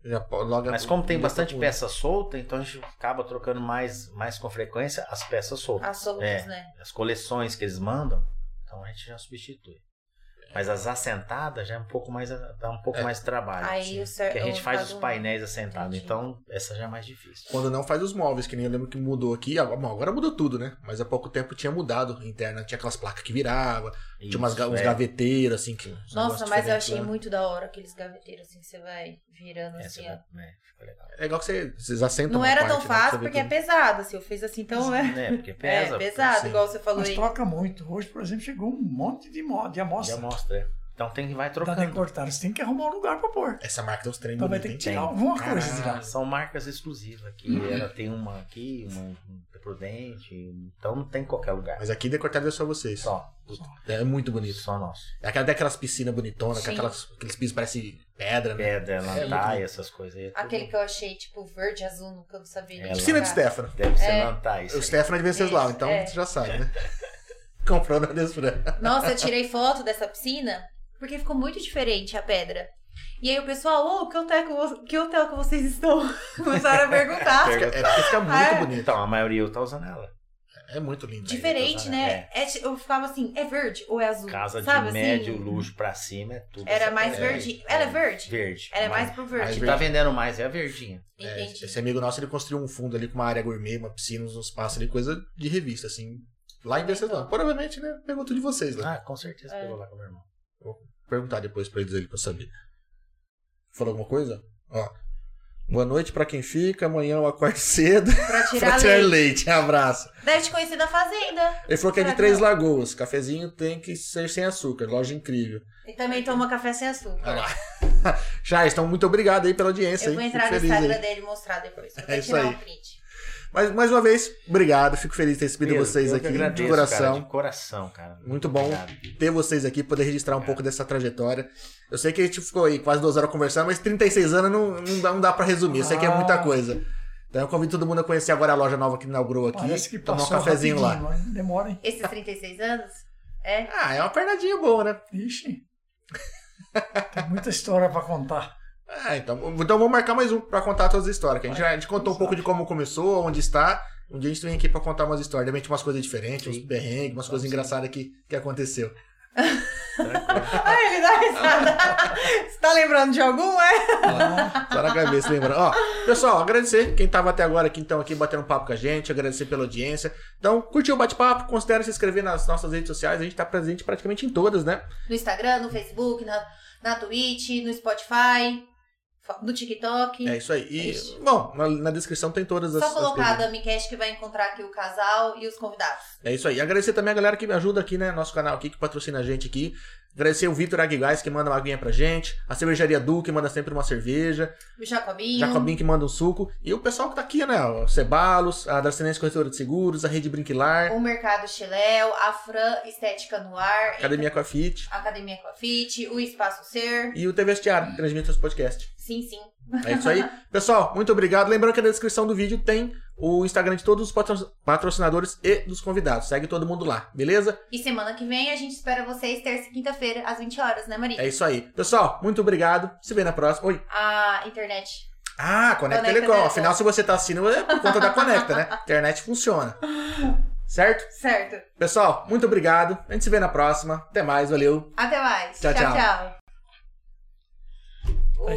Speaker 2: Já po- logo tá
Speaker 3: Mas como tem
Speaker 2: logo
Speaker 3: bastante
Speaker 2: procura.
Speaker 3: peça solta, então a gente acaba trocando mais, mais com frequência as peças soltas.
Speaker 1: As soltas,
Speaker 3: É.
Speaker 1: né?
Speaker 3: As coleções que eles mandam, então a gente já substitui. Mas as assentadas já é um pouco mais dá um pouco
Speaker 2: É.
Speaker 3: mais trabalho. assim,
Speaker 1: Aí o certo.
Speaker 3: Porque a gente faz os
Speaker 1: painéis.
Speaker 3: painéis assentados,
Speaker 1: Entendi.
Speaker 3: então essa já é mais difícil.
Speaker 2: Quando não faz os móveis, que nem eu lembro que mudou aqui. Agora, bom, agora mudou tudo, né? Mas há pouco tempo tinha mudado interna. Tinha aquelas placas que virava, tinha umas, ga-
Speaker 3: Isso,
Speaker 2: uns
Speaker 3: é.
Speaker 2: gaveteiros, assim. Que, uns
Speaker 1: Nossa,
Speaker 2: negócios
Speaker 1: mas eu
Speaker 2: diferentes
Speaker 1: achei
Speaker 2: lá.
Speaker 1: muito da hora aqueles gaveteiros assim que você vai virando
Speaker 3: É,
Speaker 1: assim,
Speaker 3: você-
Speaker 1: ó.
Speaker 3: é, ficou legal.
Speaker 2: É igual que você, vocês assentam
Speaker 1: Não
Speaker 2: uma
Speaker 1: era
Speaker 2: parte,
Speaker 1: tão
Speaker 2: né,
Speaker 1: fácil
Speaker 2: pra você
Speaker 1: porque é
Speaker 2: ver
Speaker 1: pesado, assim. Eu fiz assim, então é.
Speaker 3: É, porque pesa.
Speaker 1: É pesado,
Speaker 2: sim.
Speaker 1: igual você falou
Speaker 4: Mas
Speaker 1: aí.
Speaker 4: troca muito. Hoje, por exemplo, chegou um monte de, mo de
Speaker 3: Já
Speaker 4: amostra.
Speaker 3: mostra. é. Então tem que vai
Speaker 4: da
Speaker 3: trocando.
Speaker 4: decortada. Você tem que arrumar um lugar pra pôr.
Speaker 2: tudo. Essa marca tem uns treinos
Speaker 4: Então vai
Speaker 2: bonitos,
Speaker 4: ter que
Speaker 2: hein?
Speaker 4: tirar alguma coisa de lá.
Speaker 3: Ah, são marcas exclusivas aqui.
Speaker 2: Uhum.
Speaker 3: Ela tem uma aqui, uma em Prudente, então não tem em qualquer lugar.
Speaker 2: Mas aqui decortado é só vocês.
Speaker 3: Só.
Speaker 2: É muito bonito.
Speaker 3: Só nosso.
Speaker 2: É aquela daquelas piscinas bonitonas, com
Speaker 1: Sim.
Speaker 2: aquelas, aqueles pisos que parece pedra, né?
Speaker 3: Pedra, lantai, É, essas coisas aí. é tudo-
Speaker 1: Aquele que eu achei, tipo, verde, azul, nunca eu sabia.
Speaker 3: É,
Speaker 1: identificar.
Speaker 2: Piscina de Stefano.
Speaker 3: Deve ser
Speaker 1: É.
Speaker 3: lantai. isso
Speaker 2: O
Speaker 3: aí.
Speaker 2: Stefano é de Venceslau,
Speaker 1: Isso,
Speaker 2: então
Speaker 1: é.
Speaker 2: você já sabe, né? Comprou na Desfran.
Speaker 1: Nossa, eu tirei foto dessa piscina porque ficou muito diferente a pedra. E aí o pessoal, ô, que, hotel que, vo- que hotel que vocês estão? Começaram a perguntar.
Speaker 3: Pergunta-
Speaker 2: É porque fica muito
Speaker 1: Ah, é?
Speaker 2: bonito.
Speaker 3: Então, a maioria tá usando ela.
Speaker 2: É muito lindo.
Speaker 1: Diferente, né? É ti- eu ficava assim, é verde ou é azul?
Speaker 3: Casa
Speaker 1: Sabe,
Speaker 3: de
Speaker 1: assim?
Speaker 3: médio luxo pra cima é tudo.
Speaker 1: Era
Speaker 3: essa
Speaker 1: mais
Speaker 3: pedra.
Speaker 1: verde. Ela é verde?
Speaker 3: Verde.
Speaker 1: Ela é
Speaker 3: Mas
Speaker 1: mais pro
Speaker 3: a
Speaker 1: verde.
Speaker 3: que tá vendendo mais é a verdinha.
Speaker 2: É,
Speaker 1: Entendi.
Speaker 2: esse amigo nosso, ele construiu um fundo ali com uma área gourmet, uma piscina, uns espaços ali, coisa de revista, assim. Lá em Venceslau. Provavelmente, né? Pergunto de vocês lá.
Speaker 3: Ah, com certeza
Speaker 1: É.
Speaker 3: pegou lá com o meu irmão.
Speaker 2: perguntar depois pra eles ali pra eu saber. Falou alguma coisa? Ó. Boa noite pra quem fica, amanhã eu acordo cedo
Speaker 1: Pra
Speaker 2: pra
Speaker 1: tirar
Speaker 2: tirar
Speaker 1: leite.
Speaker 2: leite. Abraço.
Speaker 1: Deve te conhecer da fazenda.
Speaker 2: Ele falou que é de
Speaker 1: Caraca.
Speaker 2: Três Lagoas. Cafezinho tem que ser sem açúcar. Loja incrível.
Speaker 1: E também toma café sem açúcar.
Speaker 2: Olha lá. Charles, então muito obrigado aí pela audiência.
Speaker 1: eu
Speaker 2: hein?
Speaker 1: vou
Speaker 2: Fico
Speaker 1: entrar no
Speaker 2: feliz
Speaker 1: Instagram
Speaker 2: aí.
Speaker 1: dele e mostrar depois. Vou
Speaker 2: É
Speaker 1: até
Speaker 2: isso
Speaker 1: tirar
Speaker 2: aí.
Speaker 1: um print.
Speaker 2: Mas mais uma vez, obrigado. Fico feliz de ter recebido
Speaker 3: Pedro,
Speaker 2: vocês
Speaker 3: eu
Speaker 2: aqui
Speaker 3: que agradeço,
Speaker 2: de
Speaker 3: Cara,
Speaker 2: coração.
Speaker 3: de coração, cara.
Speaker 2: Muito bom.
Speaker 3: Obrigado.
Speaker 2: Ter vocês aqui, poder registrar um pouco dessa trajetória. Eu sei que a gente ficou aí quase duas horas conversando, mas 36 anos não, não dá, não dá para resumir. Eu sei que é muita
Speaker 4: Ah.
Speaker 2: coisa. Então eu convido todo mundo a conhecer agora a loja nova que inaugurou aqui.
Speaker 4: Parece que
Speaker 2: tomar um
Speaker 4: passou
Speaker 2: cafezinho lá.
Speaker 4: rapidinho, mas Demora, hein?
Speaker 1: Esses 36 anos? É?
Speaker 2: Ah, é uma pernadinha boa, né?
Speaker 4: Ixi. Tem muita história pra contar.
Speaker 2: Ah, então, então vamos marcar mais um pra contar todas as histórias. que a, gente, já- a gente contou um pouco de como começou, onde está. Um dia a gente vem aqui pra contar umas histórias. De repente umas coisas diferentes, uns
Speaker 3: Sim.
Speaker 2: perrengues, umas coisas engraçadas que, que aconteceu.
Speaker 1: Ah, ele dá risada. Você tá lembrando de algum, é?
Speaker 2: Só na cabeça, lembra? Ó, pessoal, agradecer quem tava até agora aqui, então, aqui batendo papo com a gente, agradecer pela audiência. Então, curtiu o bate-papo, considera se inscrever nas nossas redes sociais, a gente tá presente praticamente em todas, né?
Speaker 1: No Instagram, no Facebook, na, na Twitch, no Spotify, fa- no TikTok.
Speaker 2: É isso aí. E,
Speaker 1: Isso.
Speaker 2: bom, na, na descrição tem todas as.
Speaker 1: Só
Speaker 2: as
Speaker 1: colocar a
Speaker 2: coisas.
Speaker 1: Damicast que vai encontrar aqui o casal e os convidados.
Speaker 2: É isso aí. Agradecer também a galera que me ajuda aqui, né? Nosso canal aqui, que patrocina a gente aqui. Agradecer o Vitor Aguigás, que manda uma aguinha pra gente. A cervejaria Du, que manda sempre uma cerveja.
Speaker 1: O Jacobinho.
Speaker 2: Jacobinho, que manda um suco. E o pessoal que tá aqui, né? O Cebalos, a Dracinense Corretora de Seguros, a Rede Brinquilar,
Speaker 1: O Mercado Chiléu, a Fran Estética no Ar,
Speaker 2: Academia Coafit
Speaker 1: a Academia Coafit, o Espaço Ser.
Speaker 2: e o TV Vestiário, que transmite os podcasts.
Speaker 1: Sim, sim.
Speaker 2: É isso aí. Pessoal, muito obrigado. Lembrando que na descrição do vídeo tem o Instagram de todos os patro- patrocinadores e dos convidados. Segue todo mundo lá, beleza?
Speaker 1: E semana que vem a gente espera vocês terça e quinta-feira, às 20 horas, né, Maria?
Speaker 2: É isso aí. Pessoal, muito obrigado. Se vê na próxima. Oi.
Speaker 1: A internet.
Speaker 2: Ah, Conecta
Speaker 1: Conecta
Speaker 2: Telecom.
Speaker 1: Telecom.
Speaker 2: Afinal, se você tá assinando, é por conta da Conecta, né? Internet funciona. Certo?
Speaker 1: Certo.
Speaker 2: Pessoal, muito obrigado. A gente se vê na próxima. Até mais, valeu.
Speaker 1: Até mais.
Speaker 2: Tchau,
Speaker 1: tchau.
Speaker 2: tchau.
Speaker 1: tchau.